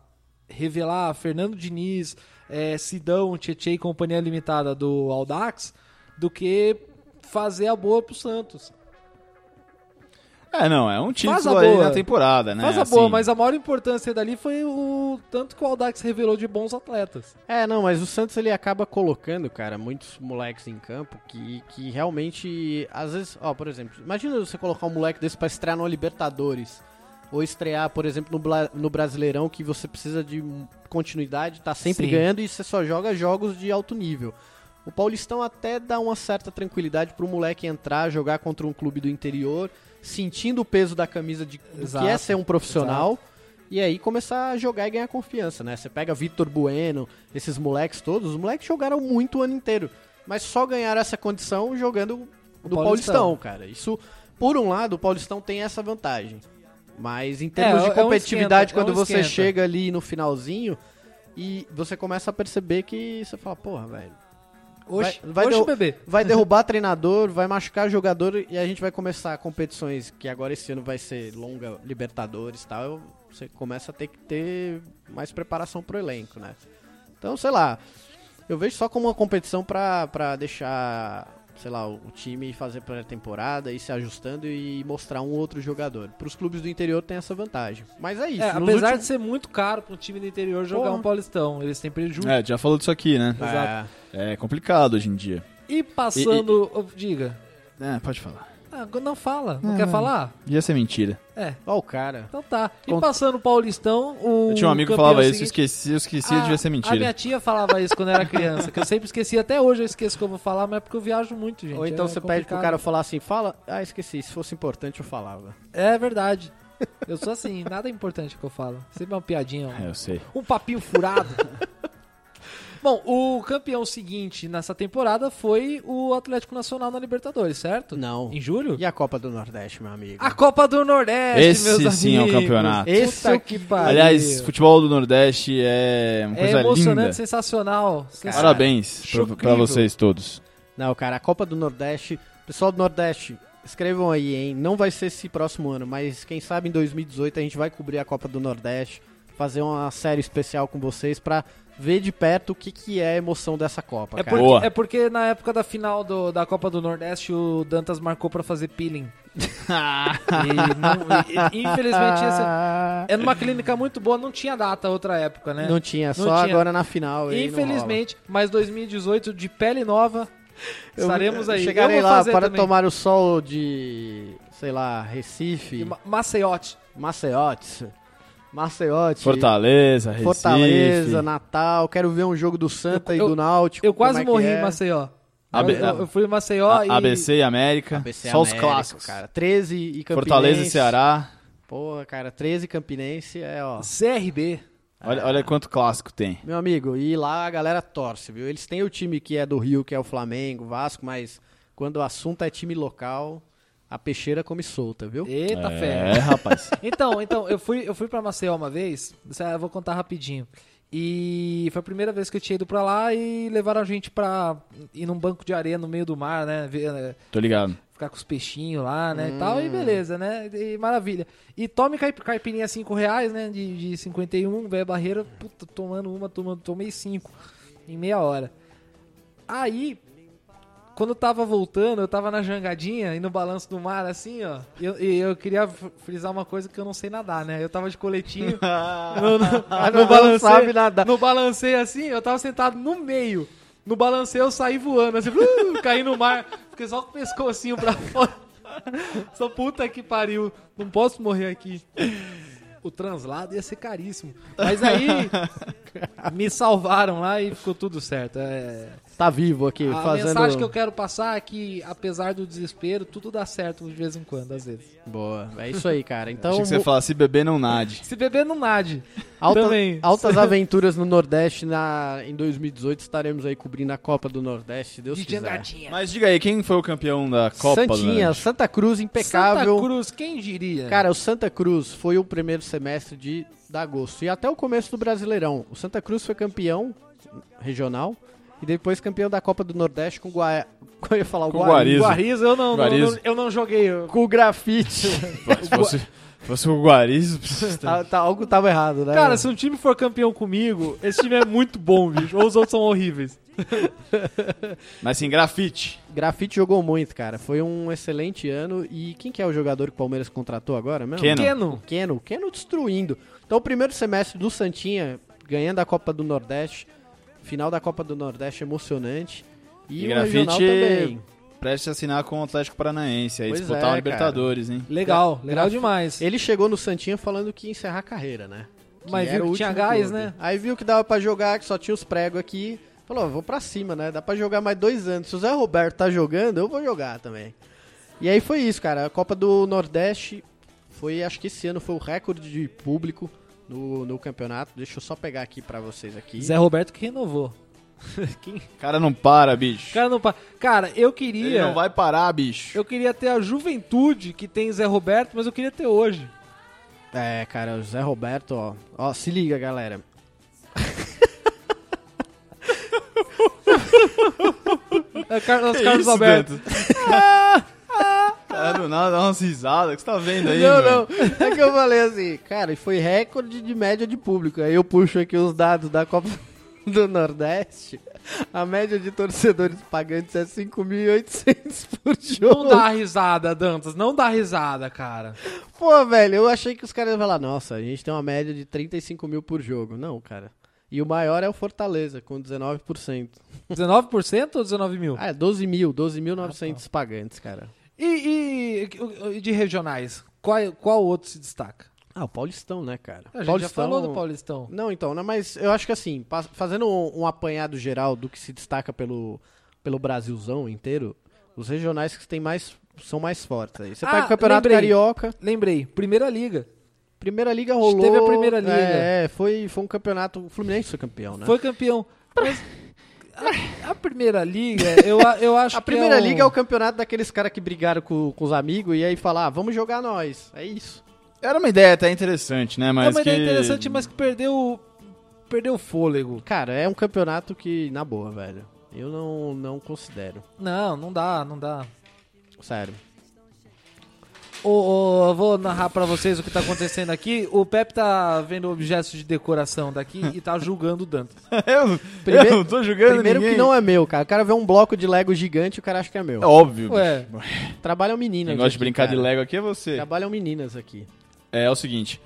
[SPEAKER 3] revelar Fernando Diniz, eh, Sidão, Tietchan e Companhia Limitada do Aldax do que fazer a boa pro Santos.
[SPEAKER 4] É, não, é um
[SPEAKER 3] Faz a
[SPEAKER 4] título aí
[SPEAKER 3] boa.
[SPEAKER 4] na temporada, né?
[SPEAKER 3] Mas a boa,
[SPEAKER 4] Assim,
[SPEAKER 3] mas a maior importância dali foi o tanto que o Aldax revelou de bons atletas.
[SPEAKER 2] É, não, mas o Santos ele acaba colocando, cara, muitos moleques em campo que, que realmente, às vezes, ó, por exemplo, imagina você colocar um moleque desse pra estrear no Libertadores. Ou estrear, por exemplo, no, Bla- no Brasileirão, que você precisa de hum, continuidade, tá sempre
[SPEAKER 3] Sim.
[SPEAKER 2] ganhando e você só joga jogos de alto nível. O Paulistão até dá uma certa tranquilidade pro moleque entrar, jogar contra um clube do interior, sentindo o peso da camisa de do
[SPEAKER 3] Exato,
[SPEAKER 2] que é ser um profissional. E aí começar a jogar e ganhar confiança, né? Você pega Vitor Bueno, esses moleques todos, os moleques jogaram muito o ano inteiro, mas só ganharam essa condição jogando do
[SPEAKER 3] Paulistão.
[SPEAKER 2] Paulistão, cara. Isso, por um lado, o Paulistão tem essa vantagem. Mas em termos
[SPEAKER 3] é
[SPEAKER 2] de
[SPEAKER 3] um
[SPEAKER 2] competitividade,
[SPEAKER 3] esquenta, é um
[SPEAKER 2] quando você
[SPEAKER 3] esquenta.
[SPEAKER 2] chega ali no finalzinho e você começa a perceber que você fala, porra, velho,
[SPEAKER 3] Oxe,
[SPEAKER 2] Vai- vai
[SPEAKER 3] oxe,
[SPEAKER 2] deu-
[SPEAKER 3] bebê.
[SPEAKER 2] vai derrubar treinador, vai machucar jogador e a gente vai começar competições que agora esse ano vai ser longa, Libertadores e tal. Você começa a ter que ter mais preparação pro elenco, né? Então, sei lá, eu vejo só como uma competição pra, pra deixar, sei lá, o time fazer pré-temporada e se ajustando e mostrar um outro jogador. Pros clubes do interior tem essa vantagem. Mas é isso.
[SPEAKER 3] É,
[SPEAKER 2] nos
[SPEAKER 3] apesar de
[SPEAKER 2] últimos-
[SPEAKER 3] ser muito caro para um time do interior jogar
[SPEAKER 2] Porra.
[SPEAKER 3] um Paulistão, eles têm prejuízo.
[SPEAKER 4] É, já falou disso aqui, né?
[SPEAKER 3] de-
[SPEAKER 2] É,
[SPEAKER 4] É complicado hoje em dia.
[SPEAKER 3] E passando, diga,
[SPEAKER 4] É, pode falar.
[SPEAKER 3] Ah, não fala. Não
[SPEAKER 2] é.
[SPEAKER 3] quer falar?
[SPEAKER 4] Ia ser mentira.
[SPEAKER 3] É.
[SPEAKER 2] Ó o cara.
[SPEAKER 3] Então tá. E
[SPEAKER 4] Cont-
[SPEAKER 3] passando o Paulistão, o.
[SPEAKER 4] Eu tinha um amigo que
[SPEAKER 3] campeão
[SPEAKER 4] falava isso, eu
[SPEAKER 3] seguinte- Ah,
[SPEAKER 4] esqueci, eu esqueci, devia ser
[SPEAKER 3] A minha
[SPEAKER 4] é mentira.
[SPEAKER 3] tia falava isso quando era criança, que eu sempre esqueci, até hoje eu esqueço que eu vou falar, mas é porque eu viajo muito, gente.
[SPEAKER 2] Ou então
[SPEAKER 3] é
[SPEAKER 2] você pede pro
[SPEAKER 3] complicado.
[SPEAKER 2] cara falar assim, fala. Ah, esqueci, se fosse importante eu falava.
[SPEAKER 3] É verdade. Eu sou assim, nada é importante que eu falo. Sempre é uma piadinha, um-
[SPEAKER 4] É, eu sei.
[SPEAKER 3] um papinho
[SPEAKER 4] (laughs)
[SPEAKER 3] furado. Bom, o campeão seguinte nessa temporada foi o Atlético Nacional na Libertadores, certo?
[SPEAKER 2] Não.
[SPEAKER 3] Em julho?
[SPEAKER 2] E a Copa do Nordeste, meu amigo?
[SPEAKER 3] A Copa do Nordeste,
[SPEAKER 4] Esse
[SPEAKER 3] meus amigos.
[SPEAKER 4] sim é um campeonato.
[SPEAKER 2] Esse é o
[SPEAKER 3] que pariu.
[SPEAKER 4] Aliás, futebol do Nordeste é uma
[SPEAKER 3] é
[SPEAKER 4] coisa
[SPEAKER 3] emocionante,
[SPEAKER 4] linda.
[SPEAKER 3] sensacional.
[SPEAKER 4] Parabéns pra-
[SPEAKER 3] chocrível.
[SPEAKER 4] pra vocês todos.
[SPEAKER 2] Não, cara, a Copa do Nordeste. Pessoal do Nordeste, escrevam aí, hein? Não vai ser esse próximo ano, mas quem sabe em 2018 a gente vai cobrir a Copa do Nordeste, fazer uma série especial com vocês pra ver de perto o que, que é a emoção dessa Copa,
[SPEAKER 3] É
[SPEAKER 2] cara.
[SPEAKER 4] Boa.
[SPEAKER 3] porque, é porque na época da final do- da Copa do Nordeste, o Dantas marcou pra fazer
[SPEAKER 2] (laughs)
[SPEAKER 3] peeling. E não- e- e, infelizmente, essa- é numa clínica muito boa, não tinha data outra época, né?
[SPEAKER 2] Ah, Não tinha,
[SPEAKER 3] Não
[SPEAKER 2] só
[SPEAKER 3] tinha.
[SPEAKER 2] agora na final. aí não rola.
[SPEAKER 3] Infelizmente, mas 2018 de pele nova,
[SPEAKER 2] Eu-
[SPEAKER 3] estaremos aí.
[SPEAKER 2] Chegarei
[SPEAKER 3] Eu vou
[SPEAKER 2] lá
[SPEAKER 3] fazer
[SPEAKER 2] para
[SPEAKER 3] também.
[SPEAKER 2] tomar o sol de, sei lá, Recife,
[SPEAKER 3] E Ma- Maceiote.
[SPEAKER 2] Maceiotes, Maceiotes,
[SPEAKER 4] Fortaleza, Recife.
[SPEAKER 2] Fortaleza, Natal. Quero ver um jogo do Santa
[SPEAKER 3] Eu-
[SPEAKER 2] e do Náutico.
[SPEAKER 3] Eu quase
[SPEAKER 2] como é que
[SPEAKER 3] morri
[SPEAKER 2] é.
[SPEAKER 3] em Maceió.
[SPEAKER 4] AB-
[SPEAKER 3] eu, eu- eu fui em Maceió
[SPEAKER 4] A-
[SPEAKER 3] e
[SPEAKER 4] ABC e América.
[SPEAKER 2] ABC
[SPEAKER 4] só os
[SPEAKER 2] América,
[SPEAKER 4] clássicos.
[SPEAKER 2] cara. 13 e Campinense.
[SPEAKER 4] Fortaleza e Ceará.
[SPEAKER 2] Porra, cara, 13 e Campinense é, ó.
[SPEAKER 3] CRB.
[SPEAKER 2] Ah.
[SPEAKER 4] Olha, olha quanto clássico tem.
[SPEAKER 2] Meu amigo, e lá a galera torce, viu? Eles têm o time que é do Rio, que é o Flamengo, Vasco, mas quando o assunto é time local, a peixeira come solta, viu?
[SPEAKER 3] Eita fé.
[SPEAKER 4] É, rapaz.
[SPEAKER 3] Então, então, eu fui, eu fui pra Maceió uma vez, isso aí eu vou contar rapidinho. E foi a primeira vez que eu tinha ido pra lá e levaram a gente pra ir num banco de areia no meio do mar, né? Ver, né,
[SPEAKER 4] Tô ligado.
[SPEAKER 3] ficar com os peixinhos lá, né? E tal, e beleza, né? E maravilha. E tome caip- caipirinha 5 reais, né? De, de 51, velho barreira, puta, tomando uma, tomando, tomei 5 em meia hora. Aí, quando eu tava voltando, eu tava na jangadinha e no balanço do mar, assim, ó. E eu, e eu queria fr- frisar uma coisa que eu não sei nadar, né? Eu tava de coletinho. no,
[SPEAKER 2] (laughs)
[SPEAKER 3] no,
[SPEAKER 2] Ah,
[SPEAKER 3] no
[SPEAKER 2] não
[SPEAKER 3] balancei,
[SPEAKER 2] sabe nadar.
[SPEAKER 3] No balancei, assim, eu tava sentado no meio. No balancei, eu saí voando, assim, uh, (laughs) caí no mar. Fiquei só com o pescocinho pra (laughs) fora. Só puta que pariu. Não posso morrer aqui. O translado ia ser caríssimo. Mas (laughs) aí me salvaram lá e ficou tudo certo. É,
[SPEAKER 2] Tá vivo aqui,
[SPEAKER 3] a
[SPEAKER 2] fazendo...
[SPEAKER 3] mensagem que eu quero passar é que, apesar do desespero, tudo dá certo de vez em quando, às vezes.
[SPEAKER 2] Boa, é isso aí, cara. Então,
[SPEAKER 4] Achei que você ia falar se beber não nade.
[SPEAKER 3] Se beber, não nade.
[SPEAKER 2] alta-
[SPEAKER 3] também.
[SPEAKER 2] altas aventuras no Nordeste na, em 2018. Estaremos aí cobrindo a Copa do Nordeste, se Deus
[SPEAKER 3] De
[SPEAKER 2] quiser.
[SPEAKER 3] jangadinha.
[SPEAKER 4] Mas diga aí, quem foi o campeão da Copa do
[SPEAKER 2] Santinha,
[SPEAKER 4] Nordeste?
[SPEAKER 2] Santa Cruz, impecável.
[SPEAKER 3] Santa Cruz, quem diria?
[SPEAKER 2] Cara, o Santa Cruz foi o primeiro semestre de de agosto e até o começo do Brasileirão. O Santa Cruz foi campeão regional e depois campeão da Copa do Nordeste com o Guaia... (laughs) Eu ia falar o
[SPEAKER 4] Com o
[SPEAKER 2] Guaí-
[SPEAKER 4] Guariz.
[SPEAKER 2] Guaí-
[SPEAKER 3] Guarizo, eu não, não-
[SPEAKER 4] Guarizo.
[SPEAKER 3] não- eu não joguei. eu-
[SPEAKER 2] Com o
[SPEAKER 4] (laughs)
[SPEAKER 2] grafite.
[SPEAKER 4] Se fosse, se fosse o Guariz...
[SPEAKER 2] Tá- tá- algo tava errado, né?
[SPEAKER 3] Cara, se um time for campeão comigo, esse time é muito bom, bicho. Ou os outros são horríveis.
[SPEAKER 4] (laughs) Mas sim, grafite.
[SPEAKER 2] Grafite jogou muito, cara. Foi um excelente ano. E quem que é o jogador que o Palmeiras contratou agora mesmo?
[SPEAKER 4] Keno.
[SPEAKER 2] O
[SPEAKER 3] Keno.
[SPEAKER 2] Keno, o Keno destruindo. Então, o primeiro semestre do Santinha, ganhando a Copa do Nordeste. Final da Copa do Nordeste é emocionante. E,
[SPEAKER 4] E
[SPEAKER 2] o
[SPEAKER 4] grafite-
[SPEAKER 2] regional também.
[SPEAKER 4] Preste a assinar com o Atlético Paranaense. Aí
[SPEAKER 2] Pois
[SPEAKER 4] disputar
[SPEAKER 2] é,
[SPEAKER 4] o Libertadores, hein?
[SPEAKER 3] Legal,
[SPEAKER 2] Gra-
[SPEAKER 3] legal
[SPEAKER 2] graf-
[SPEAKER 3] demais.
[SPEAKER 2] Ele chegou no Santinha falando que ia encerrar a carreira, né?
[SPEAKER 3] Mas
[SPEAKER 2] era
[SPEAKER 3] viu
[SPEAKER 2] o
[SPEAKER 3] que tinha
[SPEAKER 2] último
[SPEAKER 3] gás,
[SPEAKER 2] clube.
[SPEAKER 3] né?
[SPEAKER 2] Aí viu que dava pra jogar, que só tinha os pregos aqui. Falou, "Ó, vou pra cima, né? Dá pra jogar mais dois anos. Se o Zé Roberto tá jogando, eu vou jogar também. E aí foi isso, cara. A Copa do Nordeste foi, acho que esse ano foi o recorde de público no, no campeonato. Deixa eu só pegar aqui pra vocês aqui.
[SPEAKER 3] Zé Roberto que renovou.
[SPEAKER 4] O cara não para, bicho.
[SPEAKER 3] Cara, não pa- Cara, eu
[SPEAKER 4] Ele
[SPEAKER 3] queria.
[SPEAKER 4] não vai parar, bicho.
[SPEAKER 3] Eu queria ter a juventude que tem Zé Roberto, mas eu queria ter hoje.
[SPEAKER 2] É, cara, o Zé Roberto, ó. Ó, se liga, galera.
[SPEAKER 3] É
[SPEAKER 4] (laughs)
[SPEAKER 3] Carlos,
[SPEAKER 4] Que
[SPEAKER 3] Carlos
[SPEAKER 4] isso,
[SPEAKER 3] Alberto.
[SPEAKER 4] Dantas? (laughs) Cara, do nada, dá umas risadas. O que você tá vendo aí,
[SPEAKER 2] Não,
[SPEAKER 4] mano?
[SPEAKER 2] não. É que eu falei assim, cara, e foi recorde de média de público. Aí eu puxo aqui os dados da Copa (laughs) do Nordeste. A média de torcedores pagantes é 5.800 por
[SPEAKER 3] Não
[SPEAKER 2] jogo.
[SPEAKER 3] dá risada, Dantas. Não dá risada, cara.
[SPEAKER 2] Pô, velho, eu achei que os caras iam falar, nossa, a gente tem uma média de 35 mil por jogo. Não, cara. E o maior é o Fortaleza, com 19%.
[SPEAKER 3] 19% ou 19 mil?
[SPEAKER 2] tá. Ah, é 12 mil, 12.900 pagantes, cara.
[SPEAKER 3] E, e E, e de regionais, qual, qual outro se destaca?
[SPEAKER 2] Ah, o Paulistão, né, cara?
[SPEAKER 3] A gente
[SPEAKER 2] Paulistão...
[SPEAKER 3] já falou do Paulistão.
[SPEAKER 2] Não, então, né, mas eu acho que assim, pa- fazendo um, um apanhado geral do que se destaca pelo, pelo Brasilzão inteiro, os regionais que tem mais são mais fortes aí. Você
[SPEAKER 3] Ah,
[SPEAKER 2] pega o Campeonato
[SPEAKER 3] lembrei.
[SPEAKER 2] Carioca,
[SPEAKER 3] Lembrei, Primeira Liga.
[SPEAKER 2] Primeira Liga rolou.
[SPEAKER 3] Teve a Primeira Liga.
[SPEAKER 2] É, é, foi, foi um campeonato. O Fluminense foi campeão, né?
[SPEAKER 3] Foi campeão. Mas a, a Primeira Liga, eu, a- eu acho
[SPEAKER 2] A
[SPEAKER 3] que
[SPEAKER 2] Primeira
[SPEAKER 3] é um-
[SPEAKER 2] Liga é o campeonato daqueles caras que brigaram com, com os amigos e aí falar, ah, vamos jogar nós. É isso.
[SPEAKER 4] Era uma ideia até interessante, né?
[SPEAKER 3] É
[SPEAKER 4] Mas
[SPEAKER 3] uma
[SPEAKER 4] que...
[SPEAKER 3] ideia interessante, mas que perdeu, perdeu o fôlego.
[SPEAKER 2] Cara, é um campeonato que, na boa, velho. Eu não, não considero.
[SPEAKER 3] Não, não dá, não dá.
[SPEAKER 2] Sério.
[SPEAKER 3] Ô, ô, eu vou narrar pra vocês o que tá acontecendo aqui. O Pepe tá vendo objetos de decoração daqui e tá julgando o Dantas.
[SPEAKER 4] eu,
[SPEAKER 2] Primeiro-
[SPEAKER 4] eu não tô julgando
[SPEAKER 2] Primeiro
[SPEAKER 4] ninguém.
[SPEAKER 2] que não é meu, cara. O cara vê um bloco de Lego gigante e o cara acha que é meu.
[SPEAKER 4] É óbvio.
[SPEAKER 3] Ué,
[SPEAKER 4] bicho.
[SPEAKER 2] Trabalham meninas.
[SPEAKER 4] Quem gosta de
[SPEAKER 2] aqui,
[SPEAKER 4] brincar
[SPEAKER 2] cara. Tá
[SPEAKER 4] de Lego aqui é você.
[SPEAKER 2] Trabalham meninas aqui.
[SPEAKER 4] É, é o seguinte.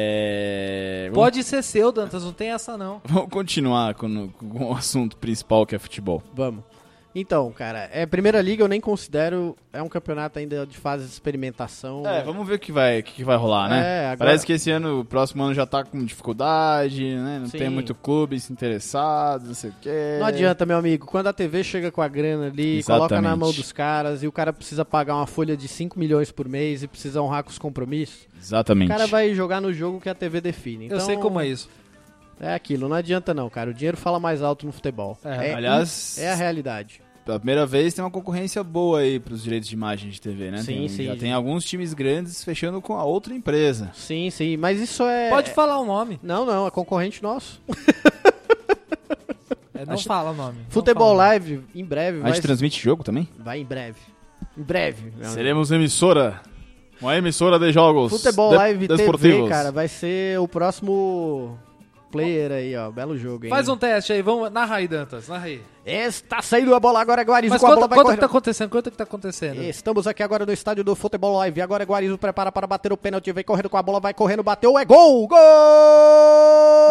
[SPEAKER 4] É... Vamos,
[SPEAKER 3] Pode ser seu, Dantas, não tem essa não.
[SPEAKER 4] (laughs) vamos continuar com, com o assunto principal que é futebol.
[SPEAKER 2] Vamos. Então, cara, é Primeira Liga eu nem considero. É um campeonato ainda de fase de experimentação. né?
[SPEAKER 4] É, vamos ver o que vai, o que vai rolar, né?
[SPEAKER 2] É, agora-
[SPEAKER 4] Parece que esse ano, o próximo ano já tá com dificuldade, né? Não
[SPEAKER 2] Sim.
[SPEAKER 4] tem muito clube se interessado, não sei o quê.
[SPEAKER 2] Não adianta, meu amigo. Quando a TV chega com a grana ali, coloca na
[SPEAKER 4] Exatamente.
[SPEAKER 2] mão dos caras e o cara precisa pagar uma folha de 5 milhões por mês e precisa honrar com os compromissos, o
[SPEAKER 4] Exatamente.
[SPEAKER 2] cara vai jogar no jogo que a TV define. Então,
[SPEAKER 3] eu sei como é isso.
[SPEAKER 2] É aquilo, não adianta não, cara. O dinheiro fala mais alto no futebol.
[SPEAKER 3] É,
[SPEAKER 4] Aliás,
[SPEAKER 2] É a realidade.
[SPEAKER 4] pela primeira vez tem uma concorrência boa aí pros direitos de imagem de TV, né?
[SPEAKER 2] Sim,
[SPEAKER 4] tem,
[SPEAKER 2] sim.
[SPEAKER 4] Já tem alguns times grandes fechando com a outra empresa.
[SPEAKER 2] Sim, sim, mas isso é.
[SPEAKER 3] Pode falar o nome.
[SPEAKER 2] Não, não, é concorrente nosso.
[SPEAKER 3] É, não fala o nome. não
[SPEAKER 2] Futebol
[SPEAKER 3] fala o nome.
[SPEAKER 2] Live, em breve,
[SPEAKER 4] A
[SPEAKER 2] vai,
[SPEAKER 4] gente transmite jogo também?
[SPEAKER 2] vai em breve. Em breve. meu amigo.
[SPEAKER 4] Seremos emissora. Uma emissora de jogos.
[SPEAKER 2] Futebol
[SPEAKER 4] de-
[SPEAKER 2] Live TV,
[SPEAKER 4] desportivos.
[SPEAKER 2] cara, vai ser o próximo player aí, ó. Belo jogo, hein?
[SPEAKER 3] Faz um teste aí, vamos. Narra aí, Dantas, narra aí.
[SPEAKER 2] Está saindo a bola agora, Guarizo.
[SPEAKER 3] Mas
[SPEAKER 2] com a bola
[SPEAKER 3] quanto,
[SPEAKER 2] vai
[SPEAKER 3] quanto que tá
[SPEAKER 2] correndo.
[SPEAKER 3] acontecendo? Quanto que tá acontecendo?
[SPEAKER 2] Estamos aqui agora no estádio do Futebol Live. Agora Guarizo prepara para bater o pênalti. Vem correndo com a bola, vai correndo, bateu. É gol!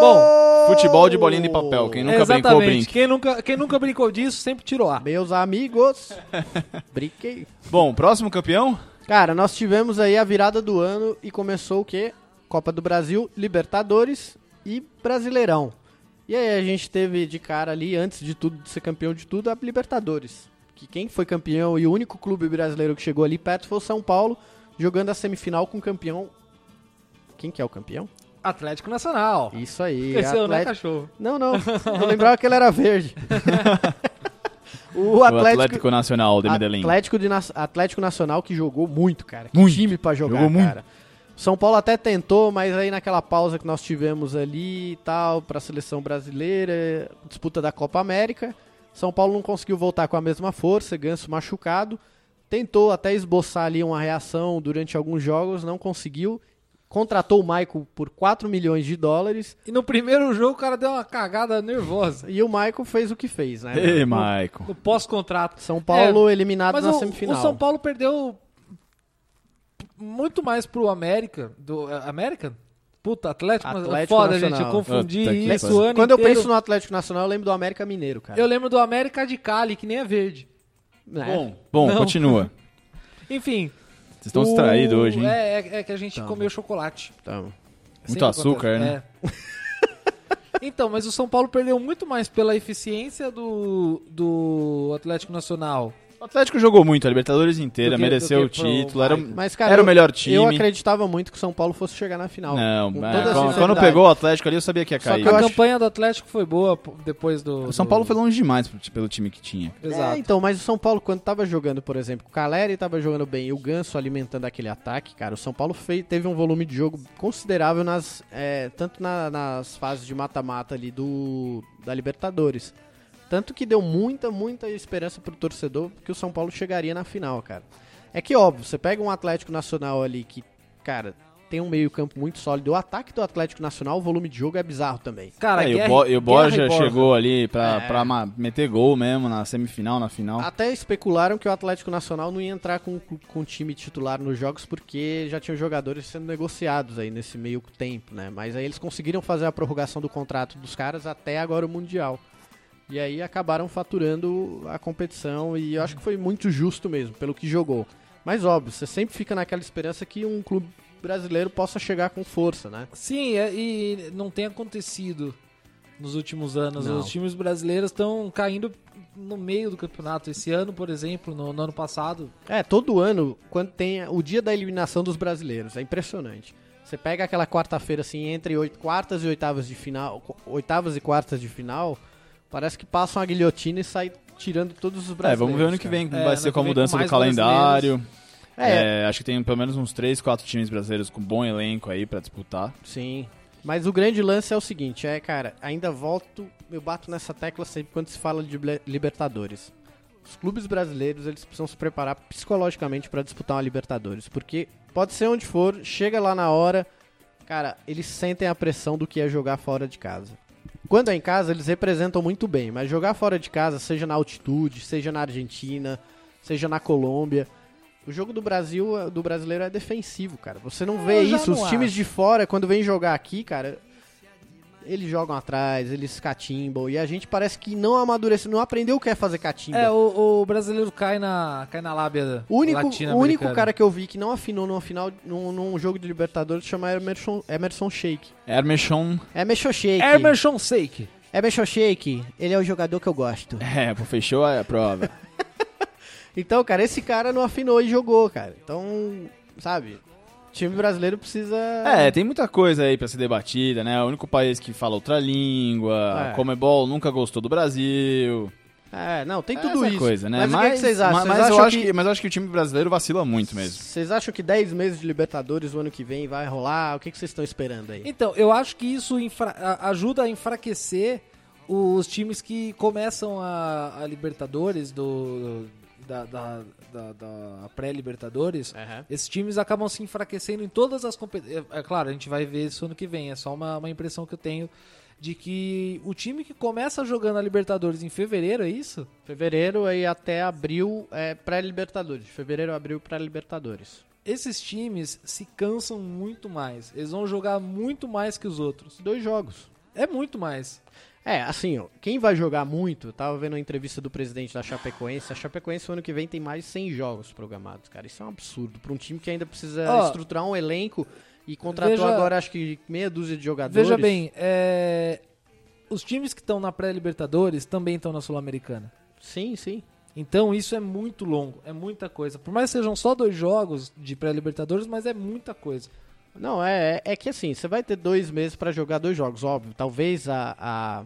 [SPEAKER 2] Gol!
[SPEAKER 3] Bom,
[SPEAKER 4] Futebol de bolinha de papel. Quem nunca
[SPEAKER 3] Exatamente.
[SPEAKER 4] brincou, brinque.
[SPEAKER 3] Quem nunca, quem nunca brincou disso, sempre tirou A. (laughs)
[SPEAKER 2] Meus amigos, brinquei.
[SPEAKER 4] Bom, próximo campeão?
[SPEAKER 2] Cara, nós tivemos aí a virada do ano e começou o quê? Copa do Brasil, Libertadores e Brasileirão. E aí a gente teve de cara ali, antes de tudo, de ser campeão de tudo, a Libertadores. Que quem foi campeão e o único clube brasileiro que chegou ali perto foi o São Paulo, jogando a semifinal com o campeão. Quem que é o campeão?
[SPEAKER 3] Atlético Nacional.
[SPEAKER 2] Isso aí.
[SPEAKER 3] Cresceu, né,
[SPEAKER 2] Atlético-
[SPEAKER 3] cachorro?
[SPEAKER 2] Não, não. Eu lembrava que ele era verde. o
[SPEAKER 4] O
[SPEAKER 2] Atlético.
[SPEAKER 4] Atlético, Nacional de Medellín.
[SPEAKER 2] Atlético, de Na- Atlético Nacional que jogou muito, cara. Que
[SPEAKER 4] Muito.
[SPEAKER 2] time pra jogar,
[SPEAKER 4] Jogou muito.
[SPEAKER 2] cara. São Paulo até tentou, mas aí naquela pausa que nós tivemos ali e tal, pra seleção brasileira, disputa da Copa América, São Paulo não conseguiu voltar com a mesma força, Ganso machucado, tentou até esboçar ali uma reação durante alguns jogos, não conseguiu, contratou o Michael por 4 milhões de dólares
[SPEAKER 3] E no primeiro jogo o cara deu uma cagada nervosa.
[SPEAKER 2] e o Michael fez o que fez, né?
[SPEAKER 4] (laughs) Ei,
[SPEAKER 2] O
[SPEAKER 4] Maicon.
[SPEAKER 3] No pós-contrato.
[SPEAKER 2] São Paulo
[SPEAKER 3] É,
[SPEAKER 2] eliminado
[SPEAKER 3] Mas
[SPEAKER 2] na
[SPEAKER 3] o,
[SPEAKER 2] semifinal.
[SPEAKER 3] o São Paulo perdeu muito mais pro América. Do, é, América? Puta, Atlético, mas-
[SPEAKER 2] Atlético
[SPEAKER 3] foda,
[SPEAKER 2] Nacional.
[SPEAKER 3] gente. Eu confundi
[SPEAKER 4] Puta que
[SPEAKER 3] isso
[SPEAKER 4] pariu.
[SPEAKER 3] o ano
[SPEAKER 2] Quando eu
[SPEAKER 3] inteiro.
[SPEAKER 2] penso no Atlético Nacional, eu lembro do América Mineiro, cara.
[SPEAKER 3] Eu lembro do América de Cali, que nem é verde.
[SPEAKER 2] Né?
[SPEAKER 4] Bom, bom
[SPEAKER 3] Não.
[SPEAKER 4] continua.
[SPEAKER 3] Enfim.
[SPEAKER 4] Vocês estão distraídos
[SPEAKER 3] o-
[SPEAKER 4] hoje, hein?
[SPEAKER 3] É, é- é que a gente comeu chocolate.
[SPEAKER 2] Então,
[SPEAKER 4] Muito açúcar, né?
[SPEAKER 3] É. (laughs) então, mas o São Paulo perdeu muito mais pela eficiência do, do Atlético Nacional.
[SPEAKER 4] O Atlético jogou muito, a Libertadores inteira,
[SPEAKER 3] Do que-
[SPEAKER 4] mereceu
[SPEAKER 3] do
[SPEAKER 4] o
[SPEAKER 3] que pro
[SPEAKER 4] título, era, um-
[SPEAKER 3] Maicon.
[SPEAKER 2] mas, cara,
[SPEAKER 4] era o
[SPEAKER 2] eu-
[SPEAKER 4] melhor time.
[SPEAKER 2] Eu acreditava muito que o São Paulo fosse chegar na final.
[SPEAKER 4] Não,
[SPEAKER 2] Com
[SPEAKER 4] mas
[SPEAKER 2] toda a
[SPEAKER 4] quando,
[SPEAKER 2] sinceridade.
[SPEAKER 4] quando pegou o Atlético ali, eu sabia que ia
[SPEAKER 2] Só que
[SPEAKER 4] cair.
[SPEAKER 2] eu
[SPEAKER 3] a
[SPEAKER 2] acho-
[SPEAKER 3] campanha do Atlético foi boa p- depois do.
[SPEAKER 4] O São
[SPEAKER 3] do-
[SPEAKER 4] Paulo foi longe demais pro- pelo time que tinha.
[SPEAKER 3] Exato.
[SPEAKER 2] É, então, mas o São Paulo, quando tava jogando, por exemplo, o Caleri tava jogando bem e o Ganso alimentando aquele ataque, cara, o São Paulo fez, teve um volume de jogo considerável nas, é, tanto na- nas fases de mata-mata ali do da Libertadores. Tanto que deu muita, muita esperança pro torcedor que o São Paulo chegaria na final, cara. É que óbvio, você pega um Atlético Nacional ali que, cara, tem um meio-campo muito sólido. O ataque do Atlético Nacional, o volume de jogo é bizarro também.
[SPEAKER 3] Cara,
[SPEAKER 4] É, e
[SPEAKER 3] guerra,
[SPEAKER 4] o, Bo- e o Borja
[SPEAKER 3] Guerra e Borja.
[SPEAKER 4] chegou ali pra,
[SPEAKER 2] É.
[SPEAKER 4] pra ma- meter gol mesmo na semifinal, na final.
[SPEAKER 2] Até especularam que o Atlético Nacional não ia entrar com, com o time titular nos jogos porque já tinham jogadores sendo negociados aí nesse meio tempo, né? Mas aí eles conseguiram fazer a prorrogação do contrato dos caras até agora o Mundial. E aí acabaram faturando a competição e eu acho que foi muito justo mesmo, pelo que jogou. Mas óbvio, você sempre fica naquela esperança que um clube brasileiro possa chegar com força, né?
[SPEAKER 3] Sim, é- e não tem acontecido nos últimos anos.
[SPEAKER 2] Não.
[SPEAKER 3] Os times brasileiros estão caindo no meio do campeonato. Esse ano, por exemplo, no, no ano passado.
[SPEAKER 2] É, todo ano, quando tem o dia da eliminação dos brasileiros, é impressionante. Você pega aquela quarta-feira, assim, entre oito, quartas e oitavas de final, qu- oitavas e quartas de final, parece que passam a guilhotina e sai tirando todos os
[SPEAKER 4] É,
[SPEAKER 2] brasileiros.
[SPEAKER 4] vamos ver ano que
[SPEAKER 2] cara.
[SPEAKER 4] vem como
[SPEAKER 3] É,
[SPEAKER 4] vai
[SPEAKER 3] ano
[SPEAKER 4] ser
[SPEAKER 3] que
[SPEAKER 4] com a
[SPEAKER 3] vem
[SPEAKER 4] mudança
[SPEAKER 3] com
[SPEAKER 4] do
[SPEAKER 3] mais
[SPEAKER 4] calendário.
[SPEAKER 2] É,
[SPEAKER 4] É, acho que tem pelo menos uns 3, 4 times brasileiros com bom elenco aí pra disputar.
[SPEAKER 2] sim. Mas o grande lance é o seguinte, é, cara, ainda volto, eu bato nessa tecla sempre quando se fala de ble- Libertadores. Os clubes brasileiros, eles precisam se preparar psicologicamente pra disputar uma Libertadores, porque pode ser onde for, chega lá na hora, cara, eles sentem a pressão do que é jogar fora de casa. Quando é em casa, eles representam muito bem, mas jogar fora de casa, seja na altitude, seja na Argentina, seja na Colômbia, o jogo do Brasil, eh, do brasileiro é defensivo, cara. Você não vê
[SPEAKER 3] É, Eu já
[SPEAKER 2] isso.
[SPEAKER 3] não
[SPEAKER 2] Os times
[SPEAKER 3] acho.
[SPEAKER 2] de fora, quando vêm jogar aqui, cara, eles jogam atrás, eles catimbam, e a gente parece que não amadureceu, não aprendeu o que é fazer catimba.
[SPEAKER 3] É, o, o brasileiro cai na, cai na lábia
[SPEAKER 2] O único,
[SPEAKER 3] latino-americana.
[SPEAKER 2] o único cara que eu vi que não afinou numa final, num, num jogo de Libertadores chama Emerson, Emerson Shake.
[SPEAKER 4] Hermechon.
[SPEAKER 2] Emerson Shake.
[SPEAKER 3] Emerson Seik.
[SPEAKER 2] Emerson Shake, ele é o jogador que eu gosto.
[SPEAKER 4] É, pô, fechou a prova.
[SPEAKER 2] Então, cara, esse cara não afinou e jogou, cara. Então, sabe, o time brasileiro precisa...
[SPEAKER 4] (laughs) É, tem muita coisa aí pra ser debatida, né? O único país que fala outra língua,
[SPEAKER 2] É.
[SPEAKER 4] a Comebol nunca gostou do Brasil.
[SPEAKER 2] É, não, tem tudo
[SPEAKER 4] Essa
[SPEAKER 2] isso.
[SPEAKER 4] coisa, né?
[SPEAKER 2] Mas, o que, é que vocês acham?
[SPEAKER 4] Mas,
[SPEAKER 2] vocês
[SPEAKER 4] mas eu
[SPEAKER 2] acham
[SPEAKER 4] acho que... mas eu acho que o time brasileiro vacila muito mesmo.
[SPEAKER 2] Vocês acham que 10 meses de Libertadores o ano que vem vai rolar? O que, que vocês estão esperando aí?
[SPEAKER 3] Então, eu acho que isso infra- a- ajuda a enfraquecer os times que começam a, a Libertadores, do, da, da- da- da pré-Libertadores.
[SPEAKER 2] É.
[SPEAKER 3] Esses times acabam se enfraquecendo em todas as competições. É, é claro, a gente vai ver isso ano que vem, é só uma, uma impressão que eu tenho de que o time que começa jogando a Libertadores em fevereiro, é isso?
[SPEAKER 2] Fevereiro aí até abril é pré-Libertadores. Fevereiro, abril pré-Libertadores.
[SPEAKER 3] Esses times se cansam muito mais. Eles vão jogar muito mais que os outros.
[SPEAKER 2] Dois jogos.
[SPEAKER 3] É muito mais.
[SPEAKER 2] É, assim, ó, quem vai jogar muito, eu tava vendo a entrevista do presidente da Chapecoense. A Chapecoense o ano que vem tem mais de 100 jogos programados, cara. Isso é um absurdo. Pra um time que ainda precisa
[SPEAKER 3] Ó,
[SPEAKER 2] estruturar um elenco e contratou
[SPEAKER 3] veja-
[SPEAKER 2] agora acho que meia dúzia de jogadores.
[SPEAKER 3] Veja bem, é, os times que estão na pré-Libertadores também estão na Sul-Americana.
[SPEAKER 2] Sim, sim.
[SPEAKER 3] Então isso é muito longo, é muita coisa. Por mais que sejam só dois jogos de pré-Libertadores, mas é muita coisa.
[SPEAKER 2] Não, é, é que assim, você vai ter dois meses pra jogar dois jogos, óbvio. Talvez a, a-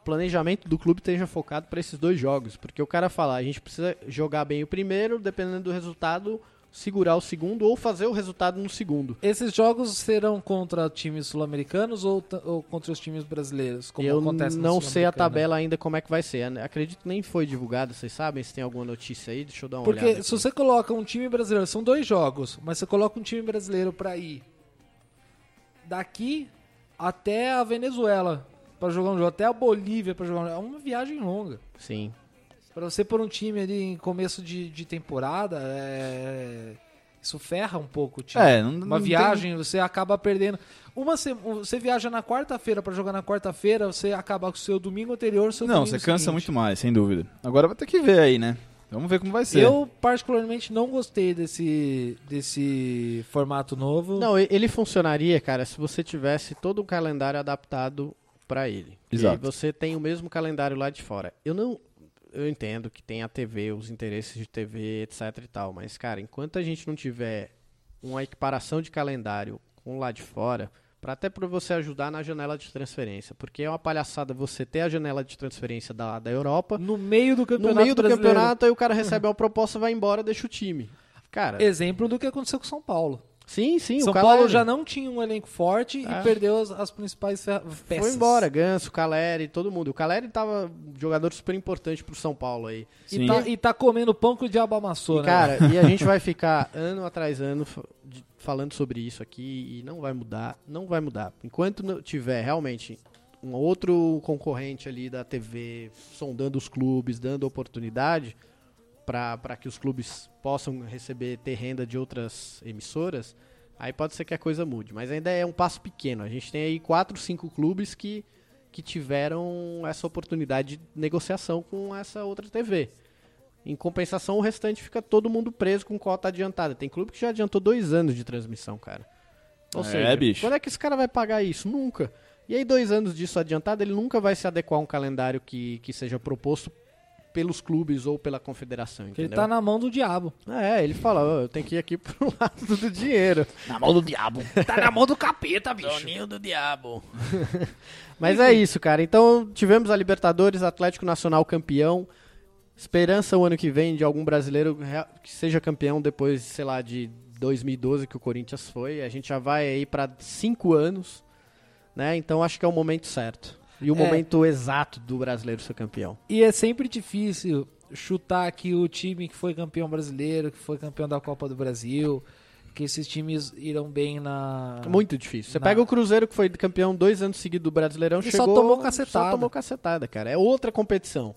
[SPEAKER 2] o planejamento do clube esteja focado pra esses dois jogos, porque o cara fala, a gente precisa jogar bem o primeiro, dependendo do resultado, segurar o segundo ou fazer o resultado no segundo.
[SPEAKER 3] Esses jogos serão contra times sul-americanos ou, ta- ou contra os times brasileiros, como
[SPEAKER 2] Eu
[SPEAKER 3] acontece na
[SPEAKER 2] não sei a
[SPEAKER 3] Sul-Americana?
[SPEAKER 2] tabela ainda como é que vai ser. né? Acredito que nem foi divulgado, vocês sabem se tem alguma notícia aí, deixa eu dar uma
[SPEAKER 3] Porque
[SPEAKER 2] olhada.
[SPEAKER 3] se
[SPEAKER 2] aqui.
[SPEAKER 3] você coloca um time brasileiro, são dois jogos, mas você coloca um time brasileiro pra ir daqui até a Venezuela pra jogar um jogo, até a Bolívia pra jogar um jogo, é uma viagem longa.
[SPEAKER 2] Sim.
[SPEAKER 3] Pra você pôr um time ali em começo de, de temporada, é... isso ferra um pouco o time.
[SPEAKER 4] É, não- não
[SPEAKER 3] uma
[SPEAKER 4] tem-
[SPEAKER 3] viagem, você acaba perdendo. Uma se... Você viaja na quarta-feira pra jogar na quarta-feira, você acaba com o seu domingo anterior, seu
[SPEAKER 4] Não,
[SPEAKER 3] domingo
[SPEAKER 4] você cansa
[SPEAKER 3] seguinte.
[SPEAKER 4] muito mais, sem dúvida. Agora vai ter que ver aí, né? Vamos ver como vai
[SPEAKER 2] é.
[SPEAKER 4] ser.
[SPEAKER 3] Eu particularmente não gostei desse, desse formato novo.
[SPEAKER 2] Não, e- ele funcionaria, cara, se você tivesse todo o calendário adaptado pra ele.
[SPEAKER 4] Exato.
[SPEAKER 2] E você tem o mesmo calendário lá de fora. Eu não eu entendo que tem a TV, os interesses de TV, etc e tal, mas cara, enquanto a gente não tiver uma equiparação de calendário com lá de fora, pra até para você ajudar na janela de transferência, porque é uma palhaçada você ter a janela de transferência da, da Europa,
[SPEAKER 3] No meio do
[SPEAKER 2] no
[SPEAKER 3] campeonato
[SPEAKER 2] meio do
[SPEAKER 3] brasileiro.
[SPEAKER 2] campeonato aí o cara recebe uma proposta, vai embora, deixa o time. Cara,
[SPEAKER 3] Exemplo do que aconteceu com São Paulo.
[SPEAKER 2] sim, É. sim,
[SPEAKER 3] São
[SPEAKER 2] o cara é-
[SPEAKER 3] Paulo já não tinha um elenco forte
[SPEAKER 2] Ah.
[SPEAKER 3] e perdeu as, as principais fe- peças.
[SPEAKER 2] Foi embora, Ganso, Caleri, todo mundo. O Caleri tava um jogador super importante pro São Paulo aí.
[SPEAKER 3] E
[SPEAKER 4] Sim.
[SPEAKER 3] tá, e tá comendo pão que o diabo amassou,
[SPEAKER 2] E,
[SPEAKER 3] né?
[SPEAKER 2] cara, e a
[SPEAKER 3] (laughs)
[SPEAKER 2] gente vai ficar ano atrás ano fa- de- falando sobre isso aqui e não vai mudar, não vai mudar. Enquanto não tiver realmente um outro concorrente ali da TV sondando os clubes, dando oportunidade para que os clubes possam receber, ter renda de outras emissoras, aí pode ser que a coisa mude. Mas ainda é um passo pequeno. A gente tem aí quatro, cinco clubes que, que tiveram essa oportunidade de negociação com essa outra TV. Em compensação, o restante fica todo mundo preso com cota adiantada. Tem clube que já adiantou dois anos de transmissão, cara. Ou
[SPEAKER 4] É,
[SPEAKER 2] seja,
[SPEAKER 4] bicho.
[SPEAKER 2] quando é que esse cara vai pagar isso? Nunca. E aí, dois anos disso adiantado, ele nunca vai se adequar a um calendário que, que seja proposto pelos clubes ou pela confederação,
[SPEAKER 3] Porque ele
[SPEAKER 2] entendeu?
[SPEAKER 3] tá na mão do diabo.
[SPEAKER 2] É, ele fala, "Ô, eu tenho que ir aqui (laughs) pro lado do dinheiro.
[SPEAKER 4] Na mão do diabo.
[SPEAKER 3] Tá na mão do capeta, bicho.
[SPEAKER 1] do diabo.
[SPEAKER 2] (laughs) Mas é isso, cara. Então, tivemos a Libertadores, Atlético Nacional campeão. Esperança o ano que vem de algum brasileiro rea- que seja campeão depois, sei lá, de 2012 que o Corinthians foi. A gente já vai aí pra cinco anos, né? Então acho que é o momento certo. E o
[SPEAKER 3] É.
[SPEAKER 2] momento exato do brasileiro ser campeão.
[SPEAKER 3] E é sempre difícil chutar que o time que foi campeão brasileiro, que foi campeão da Copa do Brasil, que esses times irão bem na.
[SPEAKER 2] É Muito difícil. Você
[SPEAKER 3] Ah. Não.
[SPEAKER 2] pega o Cruzeiro que foi campeão dois anos seguidos do Brasileirão,
[SPEAKER 3] E só
[SPEAKER 2] chegou,
[SPEAKER 3] tomou cacetada.
[SPEAKER 2] Só tomou cacetada, cara. É outra competição.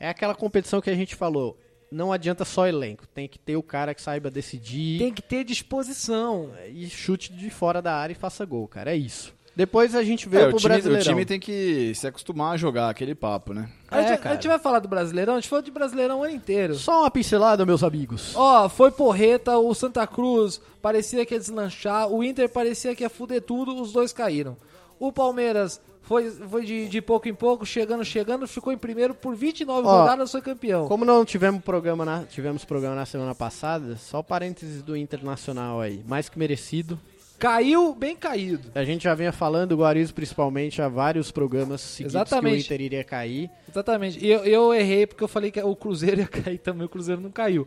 [SPEAKER 2] É aquela competição que a gente falou. Não adianta só elenco, tem que ter o cara que saiba decidir
[SPEAKER 3] Tem que ter disposição.
[SPEAKER 2] e chute de fora da área e faça gol, cara. É isso. Depois a gente veio
[SPEAKER 4] É, o,
[SPEAKER 2] pro
[SPEAKER 4] time, o
[SPEAKER 2] Brasileirão.
[SPEAKER 4] time tem que se acostumar a jogar aquele papo, né?
[SPEAKER 3] A gente,
[SPEAKER 2] É,
[SPEAKER 3] a
[SPEAKER 2] cara.
[SPEAKER 3] gente vai falar do Brasileirão? A gente falou de Brasileirão o ano inteiro.
[SPEAKER 2] Só uma pincelada, meus amigos.
[SPEAKER 3] Ó, foi porreta, o Santa Cruz parecia que ia deslanchar, o Inter parecia que ia fuder tudo, os dois caíram. O Palmeiras foi, foi de, de pouco em pouco, chegando, chegando, ficou em primeiro por 29
[SPEAKER 2] Ó,
[SPEAKER 3] rodadas, foi campeão.
[SPEAKER 2] Como não tivemos programa na, tivemos programa na semana passada, só parênteses do Internacional aí. Mais que merecido.
[SPEAKER 3] Caiu, bem caído.
[SPEAKER 2] A gente já vinha falando, o Guarizo principalmente, há vários programas seguidos
[SPEAKER 3] Exatamente.
[SPEAKER 2] que o Inter iria cair.
[SPEAKER 3] Exatamente. E eu, eu errei porque eu falei que o Cruzeiro (laughs) ia cair também, o Cruzeiro não caiu.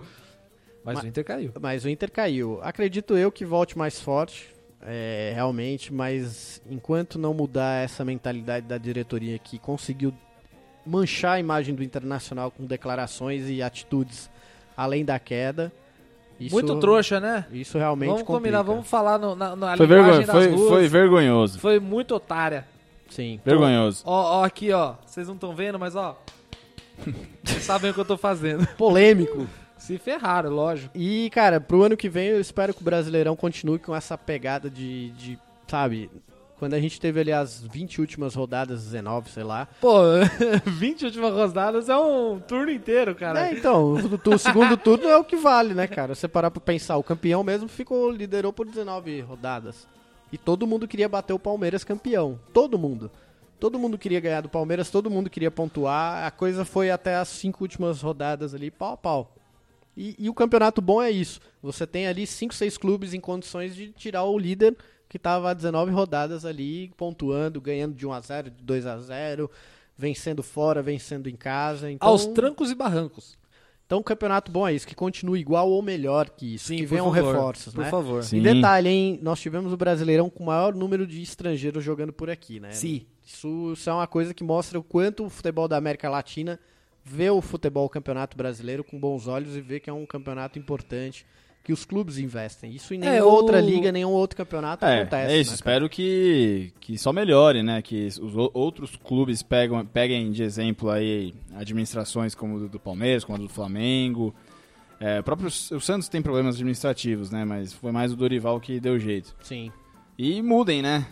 [SPEAKER 3] Mas,
[SPEAKER 2] Mas-
[SPEAKER 3] o Inter caiu.
[SPEAKER 2] Mas o Inter caiu. Acredito eu que volte mais forte, é, realmente, mas enquanto não mudar essa mentalidade da diretoria que conseguiu manchar a imagem do Internacional com declarações e atitudes além da queda. Isso,
[SPEAKER 3] Muito trouxa, né?
[SPEAKER 2] Isso realmente
[SPEAKER 3] Vamos combinar,
[SPEAKER 2] complica.
[SPEAKER 3] vamos falar no, na, na
[SPEAKER 4] Foi,
[SPEAKER 3] linguagem
[SPEAKER 4] vergonho,
[SPEAKER 3] das
[SPEAKER 4] foi,
[SPEAKER 3] ruas.
[SPEAKER 4] foi vergonhoso.
[SPEAKER 3] Foi muito otária.
[SPEAKER 2] Sim.
[SPEAKER 4] Vergonhoso.
[SPEAKER 3] Ó, ó, aqui, ó. Vocês não estão vendo, mas ó. Vocês sabem o que eu tô fazendo.
[SPEAKER 2] Polêmico.
[SPEAKER 3] Se ferraram, lógico.
[SPEAKER 2] E, cara, pro ano que vem eu espero que o Brasileirão continue com essa pegada de, de, sabe, quando a gente teve ali as 20 últimas rodadas, 19, sei lá.
[SPEAKER 3] Pô, (laughs) 20 últimas rodadas é um turno inteiro, cara.
[SPEAKER 2] É, então, o, o segundo turno é o que vale, né, cara? Você parar pra pensar, o campeão mesmo ficou, liderou por 19 rodadas. E todo mundo queria bater o Palmeiras campeão. Todo mundo. Todo mundo queria ganhar do Palmeiras, todo mundo queria pontuar. A coisa foi até as cinco últimas rodadas ali, pau a pau. E, e o campeonato bom é isso. Você tem ali cinco, seis clubes em condições de tirar o líder que tava há 19 rodadas ali, pontuando, ganhando de 1 a 0 de 2 a 0 vencendo fora, vencendo em casa. Então...
[SPEAKER 3] Aos trancos e barrancos.
[SPEAKER 2] Então, o campeonato bom é isso, que continue igual ou melhor que isso, que
[SPEAKER 3] por
[SPEAKER 2] venham
[SPEAKER 3] favor,
[SPEAKER 2] reforços,
[SPEAKER 3] Por
[SPEAKER 2] né?
[SPEAKER 3] favor.
[SPEAKER 4] Sim.
[SPEAKER 2] E detalhe, hein, nós tivemos o Brasileirão com o maior número de estrangeiros jogando por aqui, né?
[SPEAKER 3] É. Sim.
[SPEAKER 2] Isso, isso é uma coisa que mostra o quanto o futebol da América Latina vê o futebol o campeonato brasileiro com bons olhos e vê que é um campeonato importante, que os clubes investem. Isso em nenhuma
[SPEAKER 3] É, o-
[SPEAKER 2] outra liga, nenhum outro campeonato
[SPEAKER 4] É,
[SPEAKER 2] acontece.
[SPEAKER 4] é isso.
[SPEAKER 2] né, cara?
[SPEAKER 4] espero que, que só melhore, né? Que os o- outros clubes pegam, peguem de exemplo aí administrações como do, do Palmeiras, como a do Flamengo. É, o próprio S- o Santos tem problemas administrativos, né? Mas foi mais o Dorival que deu jeito.
[SPEAKER 2] Sim.
[SPEAKER 4] E mudem, né?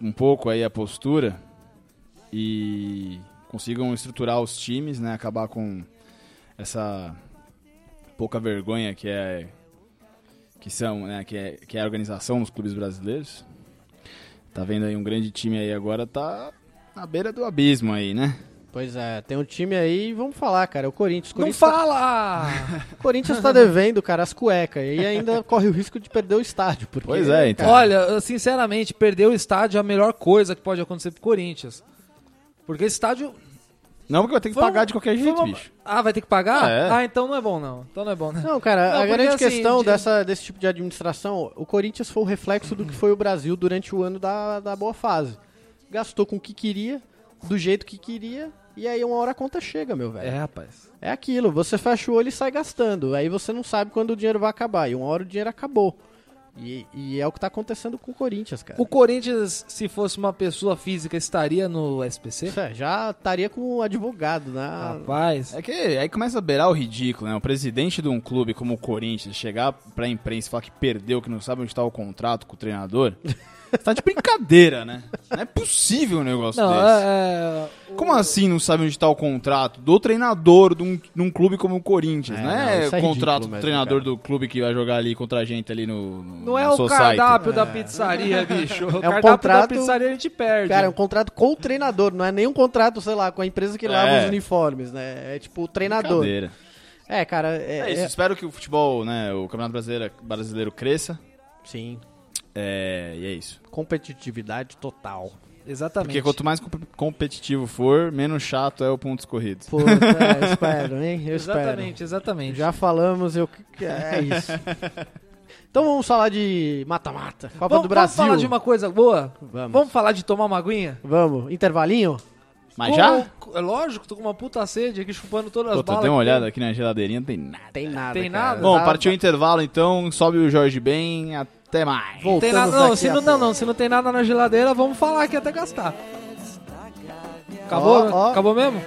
[SPEAKER 4] Um pouco aí a postura e consigam estruturar os times, né? Acabar com essa pouca vergonha que é que são, né, que é, que é a organização dos clubes brasileiros. Tá vendo aí um grande time aí agora tá na beira do abismo aí, né?
[SPEAKER 2] Pois é, tem um time aí, vamos falar, cara, o Corinthians. O
[SPEAKER 3] Não
[SPEAKER 2] Corinthians tá-
[SPEAKER 3] fala!
[SPEAKER 2] Corinthians
[SPEAKER 3] (laughs)
[SPEAKER 2] tá devendo, cara, as cuecas. E ainda (laughs) corre o risco de perder o estádio. Porque,
[SPEAKER 4] Pois é, então.
[SPEAKER 2] cara,
[SPEAKER 3] Olha, eu, sinceramente, perder o estádio é a melhor coisa que pode acontecer pro Corinthians. Porque esse estádio.
[SPEAKER 4] Não porque vai ter que
[SPEAKER 3] foi
[SPEAKER 4] pagar
[SPEAKER 3] um-
[SPEAKER 4] de qualquer
[SPEAKER 3] foi
[SPEAKER 4] jeito,
[SPEAKER 3] uma-
[SPEAKER 4] bicho.
[SPEAKER 3] Ah, vai ter que pagar?
[SPEAKER 4] Ah, é.
[SPEAKER 3] Ah, então não é bom, não. Então não é bom, né?
[SPEAKER 2] Não, cara,
[SPEAKER 3] Não,
[SPEAKER 2] a
[SPEAKER 3] porque,
[SPEAKER 2] grande
[SPEAKER 3] assim,
[SPEAKER 2] questão
[SPEAKER 3] de-
[SPEAKER 2] dessa, desse tipo de administração, o Corinthians foi o reflexo do que foi o Brasil durante o ano da, da boa fase. Gastou com o que queria, do jeito que queria, e aí uma hora a conta chega, meu velho.
[SPEAKER 3] É, rapaz.
[SPEAKER 2] É aquilo, você fecha o olho e sai gastando. Aí você não sabe quando o dinheiro vai acabar. E uma hora o dinheiro acabou. E, e é o que tá acontecendo com o Corinthians, cara.
[SPEAKER 3] O Corinthians, se fosse uma pessoa física, estaria no SPC?
[SPEAKER 2] É, Já estaria com um advogado na.
[SPEAKER 3] Rapaz.
[SPEAKER 4] É que aí começa a beirar o ridículo, né? O presidente de um clube como o Corinthians chegar pra imprensa e falar que perdeu, que não sabe onde tá o contrato com o (laughs) treinador. tá de brincadeira, né? Não é possível um negócio
[SPEAKER 3] Não,
[SPEAKER 4] desse.
[SPEAKER 3] é, é,
[SPEAKER 4] Como assim não sabe onde está o contrato? Do treinador de um, de um clube como o Corinthians,
[SPEAKER 2] É,
[SPEAKER 4] não
[SPEAKER 2] não,
[SPEAKER 4] é
[SPEAKER 2] isso é
[SPEAKER 4] contrato
[SPEAKER 2] ridículo
[SPEAKER 4] do
[SPEAKER 2] mesmo,
[SPEAKER 4] treinador
[SPEAKER 2] cara.
[SPEAKER 4] do clube que vai jogar ali contra a gente ali no. no
[SPEAKER 3] Não é
[SPEAKER 4] no
[SPEAKER 3] o
[SPEAKER 4] society.
[SPEAKER 3] cardápio da pizzaria,
[SPEAKER 2] (laughs)
[SPEAKER 3] bicho. O
[SPEAKER 2] É. um
[SPEAKER 3] cardápio
[SPEAKER 2] contrato-
[SPEAKER 3] da pizzaria a gente perde.
[SPEAKER 2] Cara, é um contrato com o treinador, não é nenhum contrato, sei lá, com a empresa que lava
[SPEAKER 4] É.
[SPEAKER 2] os uniformes, né? É tipo o treinador.
[SPEAKER 4] Brincadeira.
[SPEAKER 2] É, cara, é,
[SPEAKER 4] É isso,
[SPEAKER 2] é-
[SPEAKER 4] espero que o futebol, né, o Campeonato Brasileiro, brasileiro cresça.
[SPEAKER 2] Sim,
[SPEAKER 4] É, e é isso.
[SPEAKER 2] competitividade total.
[SPEAKER 3] Exatamente.
[SPEAKER 4] Porque quanto mais comp- competitivo for, menos chato é o ponto escorrido.
[SPEAKER 2] Pô, é,
[SPEAKER 3] (laughs)
[SPEAKER 2] eu espero, hein? Eu espero.
[SPEAKER 3] Exatamente, exatamente.
[SPEAKER 2] Já falamos, eu. É isso. Então vamos falar de mata-mata. Copa
[SPEAKER 3] vamos,
[SPEAKER 2] do Brasil.
[SPEAKER 3] vamos falar de uma coisa boa?
[SPEAKER 2] Vamos.
[SPEAKER 3] Vamos falar de tomar uma aguinha?
[SPEAKER 2] Vamos. Intervalinho?
[SPEAKER 4] Mas Ah, já?
[SPEAKER 3] Como- É lógico, tô com uma puta sede aqui chupando todas as
[SPEAKER 4] Puta,
[SPEAKER 3] balas.
[SPEAKER 4] dei uma
[SPEAKER 3] que tem.
[SPEAKER 4] olhada aqui na geladeirinha, não tem nada.
[SPEAKER 2] Tem nada.
[SPEAKER 3] Tem
[SPEAKER 2] cara.
[SPEAKER 3] nada?
[SPEAKER 4] Bom,
[SPEAKER 2] Tá-
[SPEAKER 4] partiu o intervalo então, sobe o Jorge Ben, até mais.
[SPEAKER 3] Não Tem
[SPEAKER 2] Voltamos
[SPEAKER 3] nada, não,
[SPEAKER 2] daqui
[SPEAKER 3] se
[SPEAKER 2] a
[SPEAKER 3] não, não,
[SPEAKER 2] pouco.
[SPEAKER 3] não, se não tem nada na geladeira, vamos falar aqui até gastar. Acabou?
[SPEAKER 2] Ó, ó.
[SPEAKER 3] Acabou mesmo?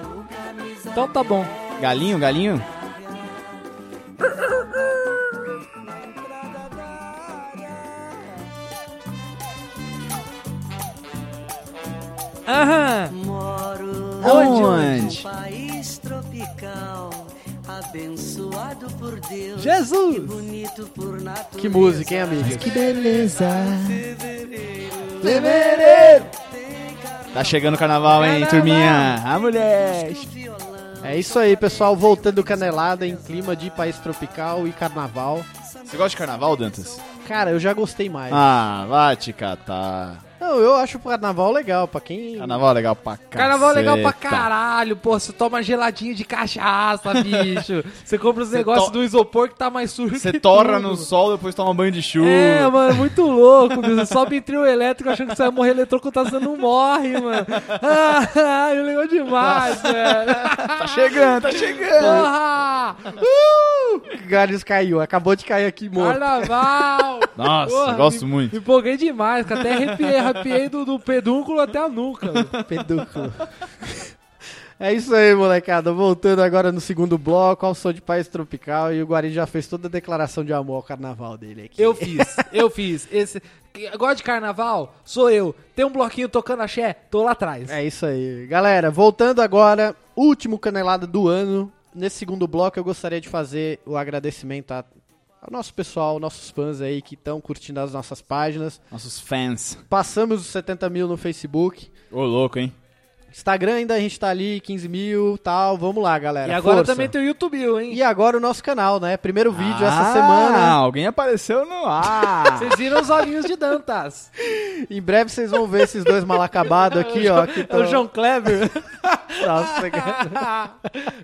[SPEAKER 3] Então tá bom.
[SPEAKER 4] Galinho, galinho?
[SPEAKER 3] Aham.
[SPEAKER 5] Moro
[SPEAKER 4] Aonde?
[SPEAKER 5] num país tropical, abençoado por Deus.
[SPEAKER 3] Jesus!
[SPEAKER 5] Que bonito por natureza.
[SPEAKER 2] Que música, hein, amigo?
[SPEAKER 4] Tá chegando o carnaval, hein, turminha? A mulher!
[SPEAKER 5] Um violão.
[SPEAKER 2] É isso aí, pessoal. Voltando Canelada em clima de país tropical e carnaval.
[SPEAKER 4] Você gosta de carnaval, Dantas?
[SPEAKER 2] Cara, eu já gostei mais.
[SPEAKER 4] Ah, vai te catar.
[SPEAKER 2] Não, eu acho o carnaval legal, pra quem.
[SPEAKER 4] Carnaval é legal pra caralho.
[SPEAKER 3] Carnaval é legal pra caralho, pô. Você toma geladinho de
[SPEAKER 4] (laughs)
[SPEAKER 3] cachaça, bicho. Você compra os negócios
[SPEAKER 4] to-
[SPEAKER 3] do isopor que tá mais sujo.
[SPEAKER 4] Você
[SPEAKER 3] que
[SPEAKER 4] torra
[SPEAKER 3] tudo.
[SPEAKER 4] no sol, depois toma banho de chuva.
[SPEAKER 3] É, mano, muito louco, bicho. Você sobe em trio elétrico achando que você vai morrer eletrocutado, você não morre, mano. (laughs) Ah, é legal
[SPEAKER 4] (laughs)
[SPEAKER 3] demais, velho.
[SPEAKER 4] Tá chegando, tá chegando.
[SPEAKER 3] Porra!
[SPEAKER 2] O Galhos Uh! caiu, acabou de cair aqui, morto.
[SPEAKER 3] Carnaval!
[SPEAKER 4] Nossa,
[SPEAKER 3] Porra,
[SPEAKER 4] gosto
[SPEAKER 3] me-
[SPEAKER 4] muito.
[SPEAKER 3] Me empolguei demais, cara. até arrepiei, arrepiei do, do pedúnculo até a nuca.
[SPEAKER 2] Pedúculo. (laughs) É isso aí, molecada. Voltando agora no segundo bloco, ao som de País Tropical. E o Guarani já fez toda a declaração de amor ao carnaval dele aqui.
[SPEAKER 3] Eu fiz, eu fiz. Esse, que gosta de carnaval? Sou eu. Tem um bloquinho tocando axé? Tô lá atrás.
[SPEAKER 2] É isso aí. Galera, voltando agora, último canelada do ano. Nesse segundo bloco, eu gostaria de fazer o agradecimento a- ao nosso pessoal, nossos fãs aí que estão curtindo as nossas páginas.
[SPEAKER 4] Nossos fans.
[SPEAKER 2] Passamos os 70 mil no Facebook.
[SPEAKER 4] Ô, louco, hein?
[SPEAKER 2] Instagram ainda a gente tá ali, 15 mil tal. Vamos lá, galera.
[SPEAKER 3] e agora
[SPEAKER 2] Força.
[SPEAKER 3] também tem o YouTube, hein?
[SPEAKER 2] E agora o nosso canal, né? Primeiro vídeo essa
[SPEAKER 4] Ah,
[SPEAKER 2] semana.
[SPEAKER 4] alguém apareceu no ar.
[SPEAKER 3] Vocês viram os olhinhos de (laughs) Dantas.
[SPEAKER 2] Em breve vocês vão ver esses dois mal acabados aqui, ó. Que
[SPEAKER 3] É (laughs) o
[SPEAKER 2] tão-
[SPEAKER 3] João (laughs) Kleber.
[SPEAKER 2] Nossa, (laughs) cara.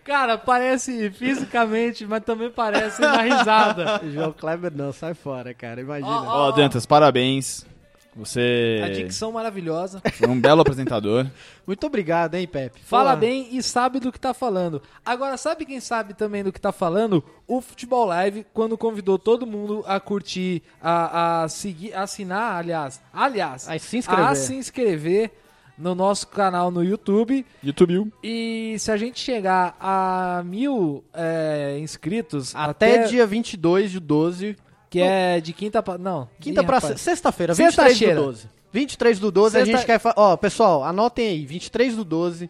[SPEAKER 3] cara, parece fisicamente, mas também parece na risada.
[SPEAKER 2] João Kleber não, sai fora, cara. Imagina.
[SPEAKER 4] (laughs) Ó, Dantas, parabéns. Você
[SPEAKER 3] A dicção maravilhosa.
[SPEAKER 4] foi um
[SPEAKER 2] (laughs)
[SPEAKER 4] belo apresentador.
[SPEAKER 2] Muito obrigado, hein, Pepe.
[SPEAKER 3] Fala
[SPEAKER 2] Porra.
[SPEAKER 3] bem e sabe do que tá falando. Agora, sabe quem sabe também do que tá falando? O Futebol Live, quando convidou todo mundo a curtir, a, a seguir, a assinar, aliás, aliás,
[SPEAKER 2] A se inscrever.
[SPEAKER 3] a se inscrever Ah, no nosso canal no YouTube.
[SPEAKER 2] um.
[SPEAKER 4] YouTube.
[SPEAKER 3] E se a gente chegar a mil é, inscritos,
[SPEAKER 2] Até, dia 22 de 12.
[SPEAKER 3] que é de quinta pra. Não,
[SPEAKER 2] Quinta
[SPEAKER 3] ih,
[SPEAKER 2] pra
[SPEAKER 3] rapaz.
[SPEAKER 2] sexta-feira, 23
[SPEAKER 3] Sexta-feira.
[SPEAKER 2] do 12. 23 do 12 a
[SPEAKER 3] Sexta-
[SPEAKER 2] gente quer... fa- Ó, pessoal, anotem aí. 23 do 12,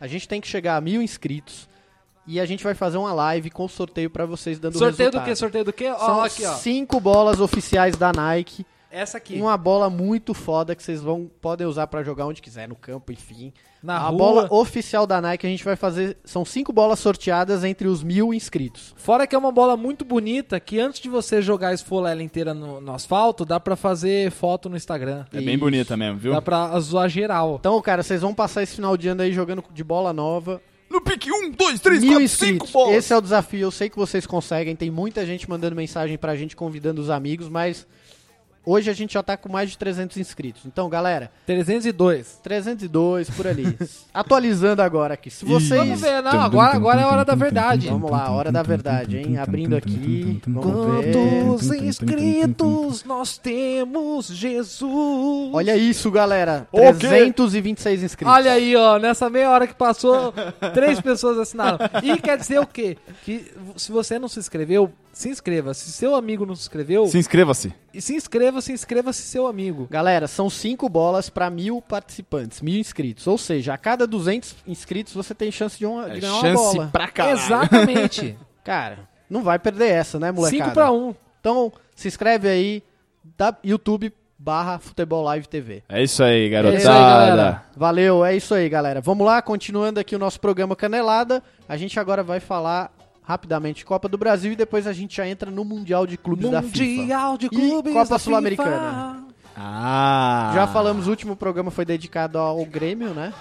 [SPEAKER 2] a gente tem que chegar a mil inscritos. E a gente vai fazer uma live com sorteio pra vocês dando
[SPEAKER 3] Sorteio do
[SPEAKER 2] resultado.
[SPEAKER 3] que? Sorteio do que?
[SPEAKER 2] São
[SPEAKER 3] Ó, aqui, ó.
[SPEAKER 2] cinco bolas oficiais da Nike.
[SPEAKER 3] Essa aqui.
[SPEAKER 2] Uma bola muito foda que vocês vão podem usar pra jogar onde quiser, no campo, enfim.
[SPEAKER 3] Na
[SPEAKER 2] a
[SPEAKER 3] rua.
[SPEAKER 2] bola oficial da Nike a gente vai fazer. São cinco bolas sorteadas entre os mil inscritos.
[SPEAKER 3] Fora que é uma bola muito bonita que antes de você jogar e esfolar ela inteira no, no asfalto, dá pra fazer foto no Instagram.
[SPEAKER 4] É bem
[SPEAKER 2] Isso.
[SPEAKER 4] bonita mesmo, viu?
[SPEAKER 2] Tá.
[SPEAKER 3] Dá pra zoar geral.
[SPEAKER 2] Então, cara, vocês vão passar esse final de ano aí jogando de bola nova.
[SPEAKER 4] No pique 1, 2, 3,
[SPEAKER 2] mil
[SPEAKER 4] 4, 5
[SPEAKER 2] inscritos.
[SPEAKER 4] bolas.
[SPEAKER 2] Esse é o desafio. Eu sei que vocês conseguem. Tem muita gente mandando mensagem pra gente, convidando os amigos, mas hoje a gente já tá com mais de 300 inscritos. Então, galera,
[SPEAKER 3] 302.
[SPEAKER 2] 302 por ali. Atualizando agora aqui. Se vocês.
[SPEAKER 3] Vamos ver, não, agora, agora é a hora da verdade.
[SPEAKER 2] Vamos lá, hora da verdade, hein? Abrindo aqui. Vamos ver.
[SPEAKER 3] Quantos inscritos nós temos, Jesus?
[SPEAKER 2] Olha isso, galera.
[SPEAKER 4] O quê?
[SPEAKER 2] 326 inscritos.
[SPEAKER 3] Olha aí, ó, nessa meia hora que passou, três pessoas assinaram. E quer dizer o quê? Que se você não se inscreveu, se inscreva. Se seu amigo não se
[SPEAKER 2] é
[SPEAKER 3] inscreveu,
[SPEAKER 4] Se inscreva-se.
[SPEAKER 3] e se inscreva, se inscreva se seu amigo.
[SPEAKER 2] Galera, são cinco bolas pra mil participantes, mil inscritos. Ou seja, a cada 200 inscritos você tem chance de, uma, de
[SPEAKER 4] É
[SPEAKER 2] ganhar
[SPEAKER 4] chance
[SPEAKER 2] uma bola.
[SPEAKER 4] pra caralho.
[SPEAKER 3] Exatamente.
[SPEAKER 2] Cara, não vai perder essa, né, molecada?
[SPEAKER 3] 5 pra 1. Um.
[SPEAKER 2] Então, se inscreve aí, da YouTube barra Futebol Live TV.
[SPEAKER 4] É isso aí, garotada.
[SPEAKER 2] É isso aí, galera. Valeu, é isso aí, galera. Vamos lá, continuando aqui o nosso programa Canelada. A gente agora vai falar rapidamente de Copa do Brasil e depois a gente já entra no Mundial de Clubes da FIFA.
[SPEAKER 3] Mundial de
[SPEAKER 2] E
[SPEAKER 3] Clubes
[SPEAKER 2] Copa
[SPEAKER 3] da
[SPEAKER 2] Sul-Americana.
[SPEAKER 3] FIFA.
[SPEAKER 4] ah.
[SPEAKER 2] Já falamos, o último programa foi dedicado ao Grêmio, né?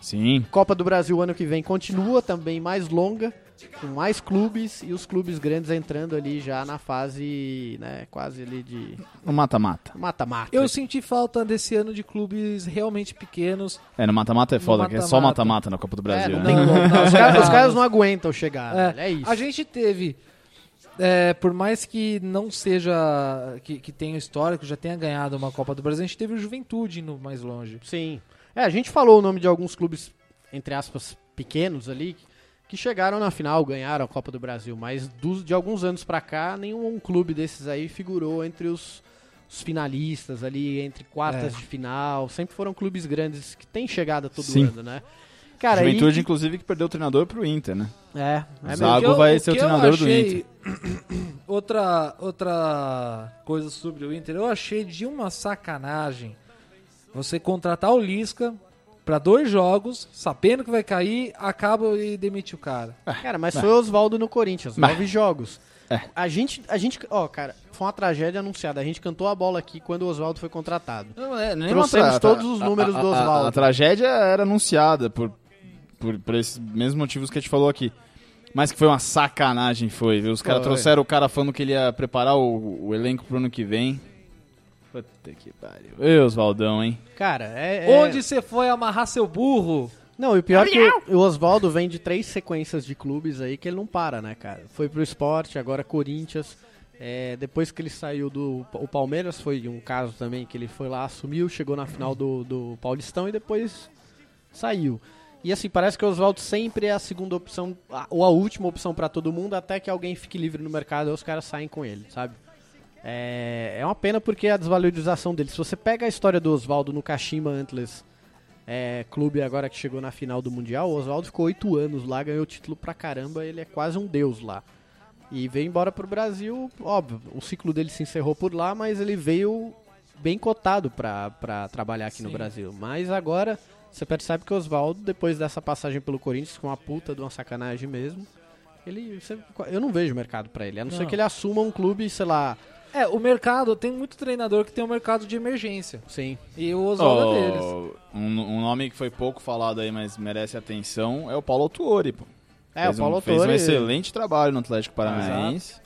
[SPEAKER 4] Sim.
[SPEAKER 2] Copa do Brasil ano que vem continua também mais longa, com mais clubes e os clubes grandes entrando ali já na fase, né, quase ali de
[SPEAKER 4] No mata-mata.
[SPEAKER 2] mata-mata. É,
[SPEAKER 3] Eu senti falta desse ano de clubes realmente pequenos.
[SPEAKER 4] É, no mata-mata é foda, que é só
[SPEAKER 3] mata-mata.
[SPEAKER 4] mata-mata na Copa do Brasil,
[SPEAKER 2] É, não
[SPEAKER 4] né?
[SPEAKER 2] tem
[SPEAKER 3] Não,
[SPEAKER 2] como.
[SPEAKER 3] não, (laughs)
[SPEAKER 2] os, caras,
[SPEAKER 3] não.
[SPEAKER 2] os caras não aguentam chegar,
[SPEAKER 3] É,
[SPEAKER 2] velho, é isso.
[SPEAKER 3] A gente teve, é, por mais que não seja. Que, que tenha história, que já tenha ganhado uma Copa do Brasil, a gente teve o Juventude indo mais longe.
[SPEAKER 2] Sim. É, a gente falou o nome de alguns clubes, entre aspas, pequenos ali, que chegaram na final, ganharam a Copa do Brasil, mas dos- de alguns anos pra cá, nenhum um clube desses aí figurou entre os, os finalistas ali, entre quartas
[SPEAKER 3] É.
[SPEAKER 2] de final. Sempre foram clubes grandes que têm chegada todo
[SPEAKER 4] Sim.
[SPEAKER 2] ano, né? Cara,
[SPEAKER 4] Juventude,
[SPEAKER 2] e-
[SPEAKER 4] inclusive, que perdeu o treinador pro Inter, né?
[SPEAKER 2] É, é
[SPEAKER 4] Zago.
[SPEAKER 2] mesmo.
[SPEAKER 4] Thiago vai ser o treinador do
[SPEAKER 3] do Inter. (coughs) outra, outra coisa sobre o Inter, eu achei de uma sacanagem você contratar o Lisca pra dois jogos, sabendo que vai cair, acaba e demite o cara.
[SPEAKER 2] Cara, mas foi o Oswaldo no Corinthians,
[SPEAKER 4] É. Mas- É.
[SPEAKER 2] nove jogos. A gente, a gente, ó, cara, foi uma tragédia anunciada. A gente cantou a bola aqui quando o Oswaldo foi contratado.
[SPEAKER 4] Não, é, nem
[SPEAKER 2] Trouxemos
[SPEAKER 4] uma
[SPEAKER 2] todos os números
[SPEAKER 4] a,
[SPEAKER 2] do
[SPEAKER 4] a- a-
[SPEAKER 2] Oswaldo.
[SPEAKER 4] A, tragédia era anunciada por, por, por esses mesmos motivos que a gente falou aqui. Mas que foi uma sacanagem, foi, viu? Os caras
[SPEAKER 2] Foi.
[SPEAKER 4] trouxeram o cara falando que ele ia preparar o, o elenco pro ano que vem. Puta que pariu. Ei, Oswaldão, hein?
[SPEAKER 2] Cara, é. é-
[SPEAKER 3] Onde você foi amarrar seu burro?
[SPEAKER 2] Não, e o pior é que o- o Oswaldo vem de três sequências de clubes aí que ele não para, né, cara? Foi pro esporte, agora Corinthians. é, depois que ele saiu do. O Palmeiras foi um caso também que ele foi lá, assumiu, chegou na final do, do Paulistão e depois saiu. E assim, parece que o Oswaldo sempre é a segunda opção, a- ou a última opção pra todo mundo, até que alguém fique livre no mercado e os caras saem com ele, sabe? É, é uma pena porque a desvalorização dele. Se você pega a história do Oswaldo no Kashima Antlers é, clube agora que chegou na final do Mundial, o Oswaldo ficou oito anos lá, ganhou título pra caramba, ele é quase um deus lá. E veio embora pro Brasil, óbvio, o ciclo dele se encerrou por lá, mas ele veio bem cotado pra, pra trabalhar aqui no
[SPEAKER 3] Sim.
[SPEAKER 2] Brasil. Mas agora você percebe que o Oswaldo, depois dessa passagem pelo Corinthians, com uma puta de uma sacanagem mesmo, ele. você- eu não vejo mercado pra ele, a não, ser
[SPEAKER 3] Não.
[SPEAKER 2] que ele assuma um clube, sei lá,
[SPEAKER 3] É, o mercado, tem muito treinador que tem um mercado de emergência.
[SPEAKER 2] sem.
[SPEAKER 3] E o Oswaldo é deles.
[SPEAKER 4] Oh, um, um nome que foi pouco falado aí, mas merece atenção, é o Paulo Autuori, pô.
[SPEAKER 2] É,
[SPEAKER 4] Fez
[SPEAKER 2] o Paulo
[SPEAKER 4] um, Fez um
[SPEAKER 2] Autuori-
[SPEAKER 4] excelente trabalho no Atlético Paranaense.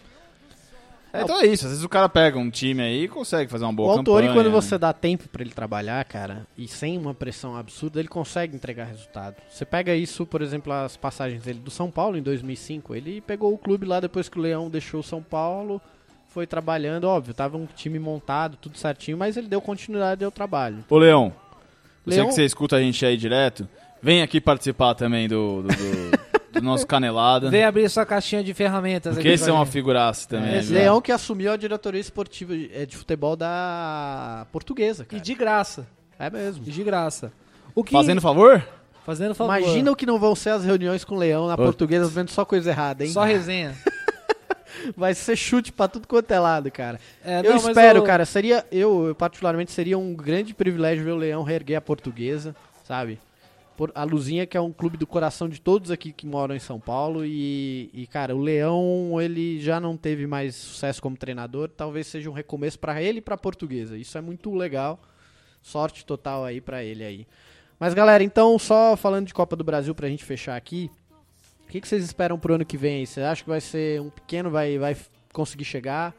[SPEAKER 4] É, então é isso, às vezes o cara pega um time aí e consegue fazer uma boa
[SPEAKER 2] o autor,
[SPEAKER 4] campanha.
[SPEAKER 2] e quando você
[SPEAKER 4] né?
[SPEAKER 2] dá tempo pra ele trabalhar, cara, e sem uma pressão absurda, ele consegue entregar resultado. Você pega isso, por exemplo, as passagens dele do São Paulo em 2005. Ele pegou o clube lá depois que o Leão deixou o São Paulo, foi trabalhando, óbvio, tava um time montado, tudo certinho, mas ele deu continuidade ao trabalho.
[SPEAKER 4] Ô, Leão, eu sei
[SPEAKER 2] Leão-
[SPEAKER 4] que você escuta a gente aí direto, vem aqui participar também do, do, do-
[SPEAKER 2] (laughs)
[SPEAKER 4] do nosso Canelada,
[SPEAKER 3] Vem abrir sua caixinha de ferramentas
[SPEAKER 4] Oh. porque
[SPEAKER 3] aqui.
[SPEAKER 4] esse é
[SPEAKER 3] pra
[SPEAKER 4] uma
[SPEAKER 3] gente.
[SPEAKER 4] figuraça também.
[SPEAKER 2] Esse
[SPEAKER 4] viu?
[SPEAKER 2] É, Leão que assumiu a diretoria esportiva de, é, de futebol da portuguesa,
[SPEAKER 3] E
[SPEAKER 2] cara.
[SPEAKER 3] de graça.
[SPEAKER 2] É mesmo.
[SPEAKER 3] E de graça. O que...
[SPEAKER 4] Fazendo favor?
[SPEAKER 3] Fazendo favor.
[SPEAKER 2] Imagina o que não vão ser as reuniões com o Leão na
[SPEAKER 4] Putz.
[SPEAKER 2] portuguesa vendo só coisa errada, hein?
[SPEAKER 3] Só
[SPEAKER 2] (laughs)
[SPEAKER 3] resenha.
[SPEAKER 2] Vai ser chute pra tudo quanto é lado, cara.
[SPEAKER 3] É,
[SPEAKER 2] eu
[SPEAKER 3] não, mas
[SPEAKER 2] espero,
[SPEAKER 3] eu-
[SPEAKER 2] cara. Seria, eu, eu particularmente, seria um grande privilégio ver o Leão reerguer a portuguesa, sabe? Por- a Luzinha, que é um clube do coração de todos aqui que moram em São Paulo. E, e, cara, o Leão, ele já não teve mais sucesso como treinador. Talvez seja um recomeço pra ele e pra portuguesa. Isso é muito legal. Sorte total aí pra ele aí. Mas, galera, então, só falando de Copa do Brasil pra gente fechar aqui. O que, que vocês esperam pro ano que vem? aí? Você acha que vai ser um pequeno, vai, vai conseguir chegar?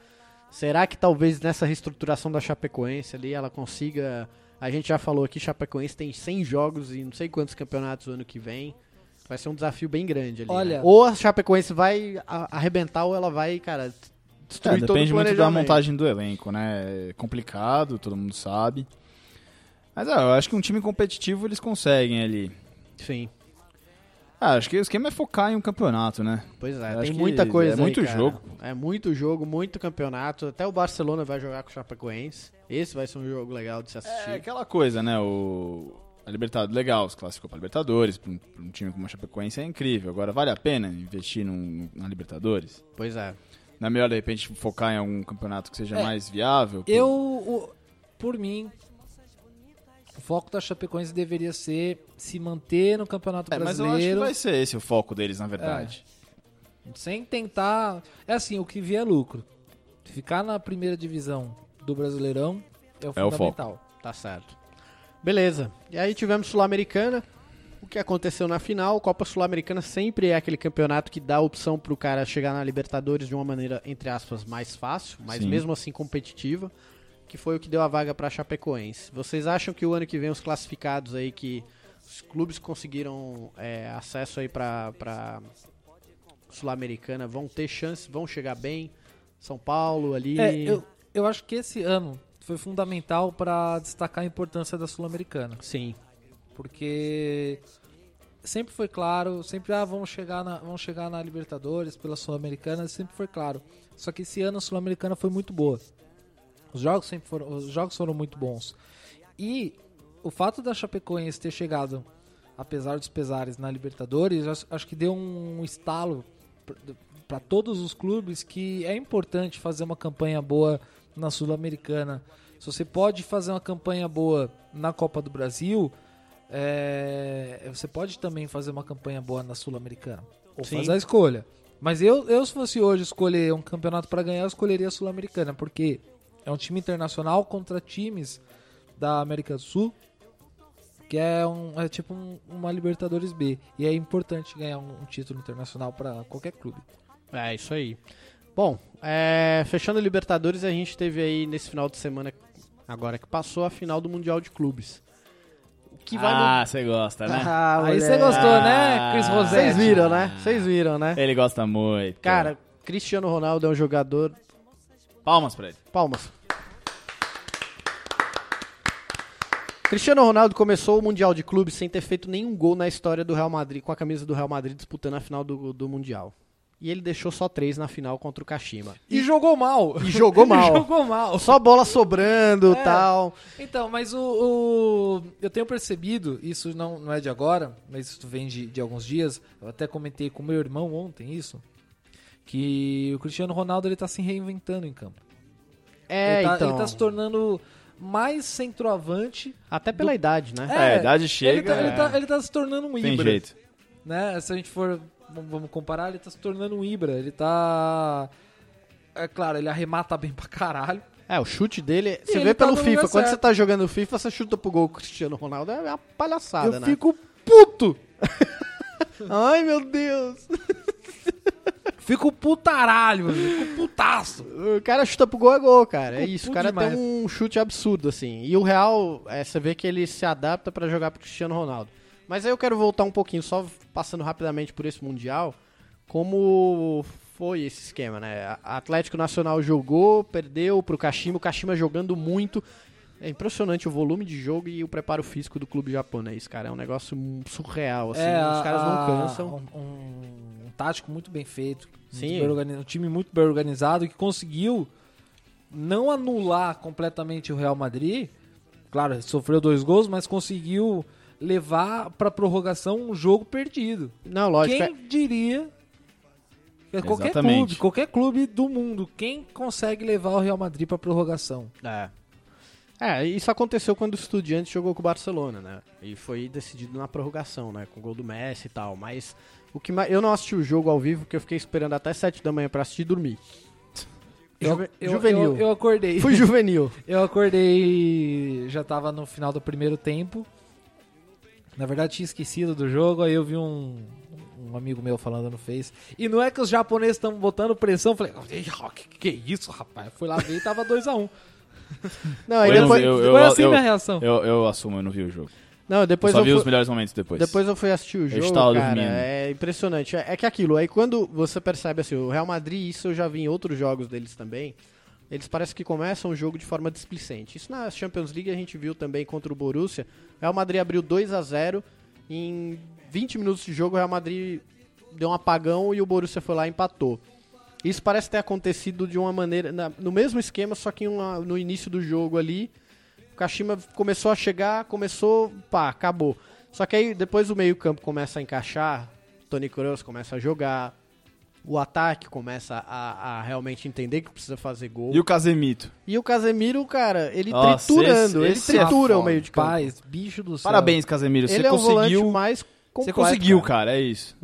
[SPEAKER 2] Será que talvez nessa reestruturação da Chapecoense ali ela consiga. A gente já falou aqui, Chapecoense tem 100 jogos e não sei quantos campeonatos no ano que vem. Vai ser um desafio bem grande ali. né?
[SPEAKER 3] Olha-
[SPEAKER 2] Ou a Chapecoense vai a- arrebentar ou ela vai, cara,
[SPEAKER 4] É,
[SPEAKER 2] destruir todo o
[SPEAKER 4] depende muito da
[SPEAKER 2] planejamento.
[SPEAKER 4] montagem do elenco, né? É complicado, todo mundo sabe. Mas ah, eu acho que um time competitivo eles conseguem ali.
[SPEAKER 2] Sim.
[SPEAKER 4] Ah, acho que o esquema é focar em um campeonato, né?
[SPEAKER 2] Pois é,
[SPEAKER 4] Eu acho
[SPEAKER 2] tem
[SPEAKER 4] que
[SPEAKER 2] muita coisa.
[SPEAKER 4] é
[SPEAKER 2] aí,
[SPEAKER 4] muito
[SPEAKER 2] cara.
[SPEAKER 4] jogo.
[SPEAKER 2] É muito jogo, muito campeonato. Até o Barcelona vai jogar com o Chapecoense. Esse vai ser um jogo legal de se assistir.
[SPEAKER 4] É aquela coisa, né? O a Libertadores, legal, se classificou pra Libertadores, pra um, pra um time como a Chapecoense é incrível. Agora, vale a pena investir num- na Libertadores?
[SPEAKER 2] Pois é.
[SPEAKER 4] Não é melhor, de repente, focar em algum campeonato que seja
[SPEAKER 3] É,
[SPEAKER 4] mais viável? Pô,
[SPEAKER 3] Eu, o- por mim, o foco da Chapecoense deveria ser se manter no Campeonato
[SPEAKER 4] É, mas eu acho que
[SPEAKER 3] Brasileiro, É.
[SPEAKER 4] vai ser esse o foco deles, na verdade.
[SPEAKER 2] É,
[SPEAKER 3] sem tentar... É assim, o que vier é lucro. Ficar na primeira divisão do Brasileirão é o
[SPEAKER 4] É o foco.
[SPEAKER 3] fundamental.
[SPEAKER 2] Tá certo. Beleza. E aí tivemos Sul-Americana. O que aconteceu na final? Copa Sul-Americana sempre é aquele campeonato que dá a opção pro cara chegar na Libertadores de uma maneira, entre aspas, mais fácil, mas
[SPEAKER 4] Sim.
[SPEAKER 2] mesmo assim competitiva, que foi o que deu a vaga pra Chapecoense. Vocês acham que o ano que vem os classificados aí que os clubes conseguiram é, acesso aí pra, pra Sul-Americana vão ter chance, vão chegar bem? São Paulo ali.
[SPEAKER 3] É, eu, eu acho que esse ano foi fundamental para destacar a importância da Sul-Americana.
[SPEAKER 2] Sim.
[SPEAKER 3] porque sempre foi claro, sempre ah, vamos chegar na, vamos chegar na Libertadores pela Sul-Americana, sempre foi claro. Só que esse ano a Sul-Americana foi muito boa. Os jogos sempre foram, os jogos foram muito bons. E o fato da Chapecoense ter chegado, apesar dos pesares, na Libertadores, acho- acho que deu um estalo para todos os clubes que é importante fazer uma campanha boa na Sul-Americana. Se você pode fazer uma campanha boa na Copa do Brasil, é, você pode também fazer uma campanha boa na Sul-Americana. Ou
[SPEAKER 2] Sim.
[SPEAKER 3] fazer a escolha. Mas eu, eu, se fosse hoje escolher um campeonato para ganhar, eu escolheria a Sul-Americana, porque é um time internacional contra times da América do Sul, que é, um, é tipo um- uma Libertadores B. E é importante ganhar um, um título internacional para qualquer clube.
[SPEAKER 2] É, isso aí. Bom, é, fechando a Libertadores, a gente teve aí nesse final de semana, agora que passou, a final do Mundial de Clubes. O que vai no...
[SPEAKER 4] você gosta, né?
[SPEAKER 2] Ah,
[SPEAKER 3] Aí você
[SPEAKER 2] moleque.
[SPEAKER 3] gostou, né, Chris
[SPEAKER 4] Ah.
[SPEAKER 3] Rosetti?
[SPEAKER 2] Vocês viram, né? Vocês viram, né?
[SPEAKER 4] Ele gosta muito.
[SPEAKER 2] Cara, Cristiano Ronaldo é um jogador...
[SPEAKER 4] palmas pra ele.
[SPEAKER 2] Palmas. Cristiano Ronaldo começou o Mundial de Clubes sem ter feito nenhum gol na história do Real Madrid, com a camisa do Real Madrid disputando a final do, do Mundial. E ele deixou só três na final contra o Kashima.
[SPEAKER 3] E jogou mal.
[SPEAKER 2] E (laughs) jogou mal.
[SPEAKER 3] jogou mal.
[SPEAKER 2] Só bola sobrando e
[SPEAKER 3] É.
[SPEAKER 2] tal.
[SPEAKER 3] Então, mas o, o- eu tenho percebido, isso não, não é de agora, mas isso vem de, de alguns dias. Eu até comentei com meu irmão ontem isso, que o Cristiano Ronaldo ele tá se reinventando em campo.
[SPEAKER 2] É,
[SPEAKER 3] ele, tá,
[SPEAKER 2] então.
[SPEAKER 3] ele tá se tornando mais centroavante.
[SPEAKER 2] Até pela idade, né?
[SPEAKER 4] É, a idade chega,
[SPEAKER 3] Ele tá, ele
[SPEAKER 4] é.
[SPEAKER 3] tá- ele tá se tornando um
[SPEAKER 4] Tem
[SPEAKER 3] Ibra.
[SPEAKER 4] jeito.
[SPEAKER 3] né? Se a gente for, v- vamos comparar, ele tá se tornando um Ibra. Ele tá... É claro, ele arremata bem pra caralho.
[SPEAKER 2] É, o chute dele. Você
[SPEAKER 3] ele
[SPEAKER 2] vê
[SPEAKER 3] tá
[SPEAKER 2] pelo
[SPEAKER 3] no
[SPEAKER 2] FIFA.
[SPEAKER 3] lugar
[SPEAKER 2] Quando
[SPEAKER 3] certo.
[SPEAKER 2] você tá jogando FIFA, você chuta pro gol o Cristiano Ronaldo. É uma palhaçada,
[SPEAKER 3] eu
[SPEAKER 2] né?
[SPEAKER 3] fico (laughs) puto!
[SPEAKER 2] Ai, meu Deus.
[SPEAKER 3] Fico putaralho, fico putaço.
[SPEAKER 2] O cara chuta pro gol é gol, cara. É
[SPEAKER 3] Ficou
[SPEAKER 2] isso. O
[SPEAKER 3] puto
[SPEAKER 2] cara
[SPEAKER 3] demais.
[SPEAKER 2] tem um chute absurdo, assim. E o Real, é, você vê que ele se adapta pra jogar pro Cristiano Ronaldo. Mas aí eu quero voltar um pouquinho, só passando rapidamente por esse Mundial. Como foi esse esquema, né? A- Atlético Nacional jogou, perdeu pro Kashima. O Kashima jogando muito. É impressionante o volume de jogo e o preparo físico do clube japonês, cara. É um negócio surreal, assim. Os caras não
[SPEAKER 3] É, a-
[SPEAKER 2] cansam.
[SPEAKER 3] Um, um- um tático muito bem feito.
[SPEAKER 2] Sim.
[SPEAKER 3] muito bem organi- um time muito bem organizado que conseguiu não anular completamente o Real Madrid. Claro, sofreu dois gols, mas conseguiu levar pra prorrogação um jogo perdido.
[SPEAKER 2] Não, lógico. é-
[SPEAKER 3] Quem diria? que é Qualquer
[SPEAKER 4] Exatamente.
[SPEAKER 3] clube, qualquer clube do mundo, quem consegue levar o Real Madrid pra prorrogação?
[SPEAKER 2] É. É, isso aconteceu quando o Estudiantes jogou com o Barcelona, né? E foi decidido na prorrogação, né? Com o gol do Messi e tal. Mas o que mais... eu não assisti o jogo ao vivo, porque eu fiquei esperando até 7 da manhã pra assistir e dormir. Juve- juvenil.
[SPEAKER 3] eu- eu acordei.
[SPEAKER 2] Fui
[SPEAKER 3] (laughs)
[SPEAKER 2] juvenil.
[SPEAKER 3] Eu acordei, já tava no final do primeiro tempo. Na verdade, tinha esquecido do jogo, aí eu vi um, um amigo meu falando no Face. E não é que os japoneses estão botando pressão. eu Falei, "Ei, Rock, que, que isso, rapaz? Eu fui lá ver e tava 2x1.
[SPEAKER 2] Não, aí
[SPEAKER 4] Eu não
[SPEAKER 2] depois,
[SPEAKER 4] vi, eu-
[SPEAKER 3] foi assim minha reação.
[SPEAKER 4] Eu, eu assumo, eu não vi o jogo.
[SPEAKER 2] não, depois
[SPEAKER 4] Só
[SPEAKER 2] eu
[SPEAKER 4] vi
[SPEAKER 2] fui-
[SPEAKER 4] os melhores momentos depois.
[SPEAKER 2] Depois eu fui assistir o jogo,
[SPEAKER 4] estava
[SPEAKER 2] cara,
[SPEAKER 4] dormindo.
[SPEAKER 2] é impressionante. É é que aquilo, aí quando você percebe assim, o Real Madrid, isso eu já vi em outros jogos deles também, eles parece que começam o jogo de forma displicente. Isso na Champions League a gente viu também contra o Borussia. O Real Madrid abriu 2 a 0 em 20 minutos de jogo, o Real Madrid deu um apagão e o Borussia foi lá e empatou. Isso parece ter acontecido de uma maneira, na- no mesmo esquema, só que em uma- no início do jogo ali, o Kashima começou a chegar, começou, pá, acabou. Só que aí depois o meio-campo começa a encaixar, Tony Kroos começa a jogar, o ataque começa a, a realmente entender que precisa fazer gol.
[SPEAKER 4] E o Casemito?
[SPEAKER 2] E o Casemiro, cara, ele
[SPEAKER 4] Nossa,
[SPEAKER 2] triturando,
[SPEAKER 4] esse-
[SPEAKER 2] ele
[SPEAKER 4] esse
[SPEAKER 2] tritura
[SPEAKER 4] é
[SPEAKER 2] o meio de campo.
[SPEAKER 3] Paz, bicho do céu.
[SPEAKER 4] Parabéns, Casemiro.
[SPEAKER 2] ele
[SPEAKER 4] você
[SPEAKER 2] é o volante
[SPEAKER 4] conseguiu.
[SPEAKER 2] mais
[SPEAKER 4] Você
[SPEAKER 2] completo,
[SPEAKER 4] conseguiu,
[SPEAKER 2] cara.
[SPEAKER 4] cara. É isso.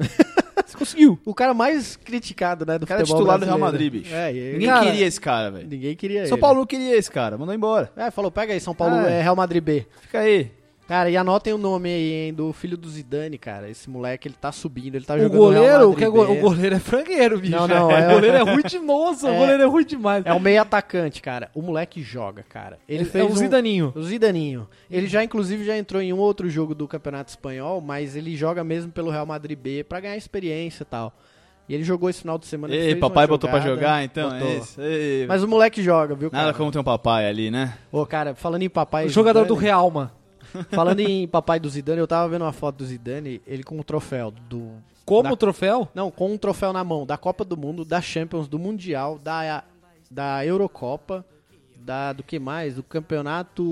[SPEAKER 4] você conseguiu.
[SPEAKER 2] O cara mais criticado, né, do
[SPEAKER 4] cara é
[SPEAKER 2] futebol
[SPEAKER 4] titular do Real
[SPEAKER 2] brasileiro.
[SPEAKER 4] Madrid, bicho.
[SPEAKER 2] É, e-
[SPEAKER 4] Ninguém
[SPEAKER 2] cara,
[SPEAKER 4] queria esse cara, velho.
[SPEAKER 2] ninguém queria
[SPEAKER 4] São
[SPEAKER 2] ele.
[SPEAKER 4] Paulo queria esse cara. Mandou embora.
[SPEAKER 2] É, falou, pega aí, São Paulo,
[SPEAKER 4] Ah, é.
[SPEAKER 2] é. Real Madrid B.
[SPEAKER 4] Fica aí.
[SPEAKER 2] Cara, e anotem o nome aí, hein, do filho do Zidane, cara. Esse moleque, ele tá subindo, ele tá
[SPEAKER 3] O
[SPEAKER 2] jogando no
[SPEAKER 3] goleiro,
[SPEAKER 2] Real
[SPEAKER 3] o, que é
[SPEAKER 2] Madrid
[SPEAKER 3] go-
[SPEAKER 2] B.
[SPEAKER 3] o goleiro é frangueiro, bicho.
[SPEAKER 2] Não, não, é-
[SPEAKER 3] (laughs) o goleiro é ruim demais, o
[SPEAKER 2] É.
[SPEAKER 3] goleiro é ruim demais.
[SPEAKER 2] É o meio atacante, cara. O moleque joga, cara. Ele fez
[SPEAKER 3] é um zidaninho.
[SPEAKER 2] O Zidaninho. Ele já, inclusive, já entrou em um outro jogo do Campeonato Espanhol, mas ele joga mesmo pelo Real Madrid B pra ganhar experiência e tal. E ele jogou esse final de semana. ele
[SPEAKER 4] Ei,
[SPEAKER 2] fez
[SPEAKER 4] papai
[SPEAKER 2] uma
[SPEAKER 4] botou pra
[SPEAKER 2] jogada,
[SPEAKER 4] jogar, então. É
[SPEAKER 2] botou.
[SPEAKER 4] isso. Ei,
[SPEAKER 2] Mas o moleque joga, viu, cara?
[SPEAKER 4] Nada como ter um papai ali, né?
[SPEAKER 2] Ô, cara, falando em papai...
[SPEAKER 3] O jogador do
[SPEAKER 2] Zidane,
[SPEAKER 3] Real, mano.
[SPEAKER 2] Falando em papai do Zidane, eu tava vendo uma foto do Zidane, ele com um troféu do...
[SPEAKER 3] Como
[SPEAKER 2] Da-
[SPEAKER 3] o troféu?
[SPEAKER 2] Não, com um troféu na mão, da Copa do Mundo, da Champions, do Mundial, da, da Eurocopa, da, do que mais? Do campeonato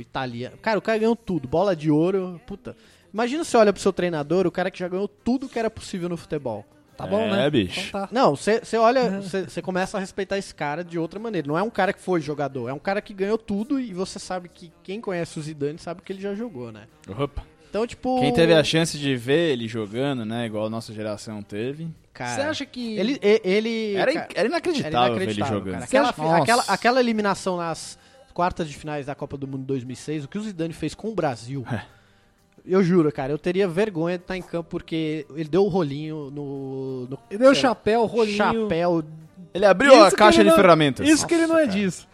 [SPEAKER 2] italiano. Cara, o cara ganhou tudo, bola de ouro, puta. Imagina você olha pro seu treinador, o cara que já ganhou tudo que era possível no futebol.
[SPEAKER 3] Tá bom,
[SPEAKER 4] É,
[SPEAKER 3] né?
[SPEAKER 4] bicho.
[SPEAKER 3] Então tá.
[SPEAKER 2] Não, você você olha, você você começa a respeitar esse cara de outra maneira. Não é um cara que foi jogador, é um cara que ganhou tudo e você sabe que quem conhece o Zidane sabe que ele já jogou, né?
[SPEAKER 4] Opa.
[SPEAKER 2] Então, tipo...
[SPEAKER 4] Quem teve a chance de ver ele jogando, né? Igual a nossa geração teve.
[SPEAKER 2] cara,
[SPEAKER 3] Você acha que...
[SPEAKER 2] Ele, e- ele...
[SPEAKER 4] Era,
[SPEAKER 2] cara-
[SPEAKER 4] era inacreditável ver ele
[SPEAKER 2] inacreditável,
[SPEAKER 4] jogando.
[SPEAKER 2] cara. Aquela,
[SPEAKER 3] Você acha-
[SPEAKER 2] aquela,
[SPEAKER 3] Nossa.
[SPEAKER 2] aquela eliminação nas quartas de finais da Copa do Mundo 2006, o que o Zidane fez com o Brasil,
[SPEAKER 4] É.
[SPEAKER 2] eu juro, cara, eu teria vergonha de estar em campo porque ele deu o rolinho no, no
[SPEAKER 3] Ele deu
[SPEAKER 2] sei lá,
[SPEAKER 3] chapéu, rolinho...
[SPEAKER 2] chapéu.
[SPEAKER 4] Ele abriu
[SPEAKER 3] Isso
[SPEAKER 4] a
[SPEAKER 3] que
[SPEAKER 4] caixa
[SPEAKER 3] ele
[SPEAKER 4] de
[SPEAKER 3] não-
[SPEAKER 4] ferramentas.
[SPEAKER 3] Isso que ele não é disso.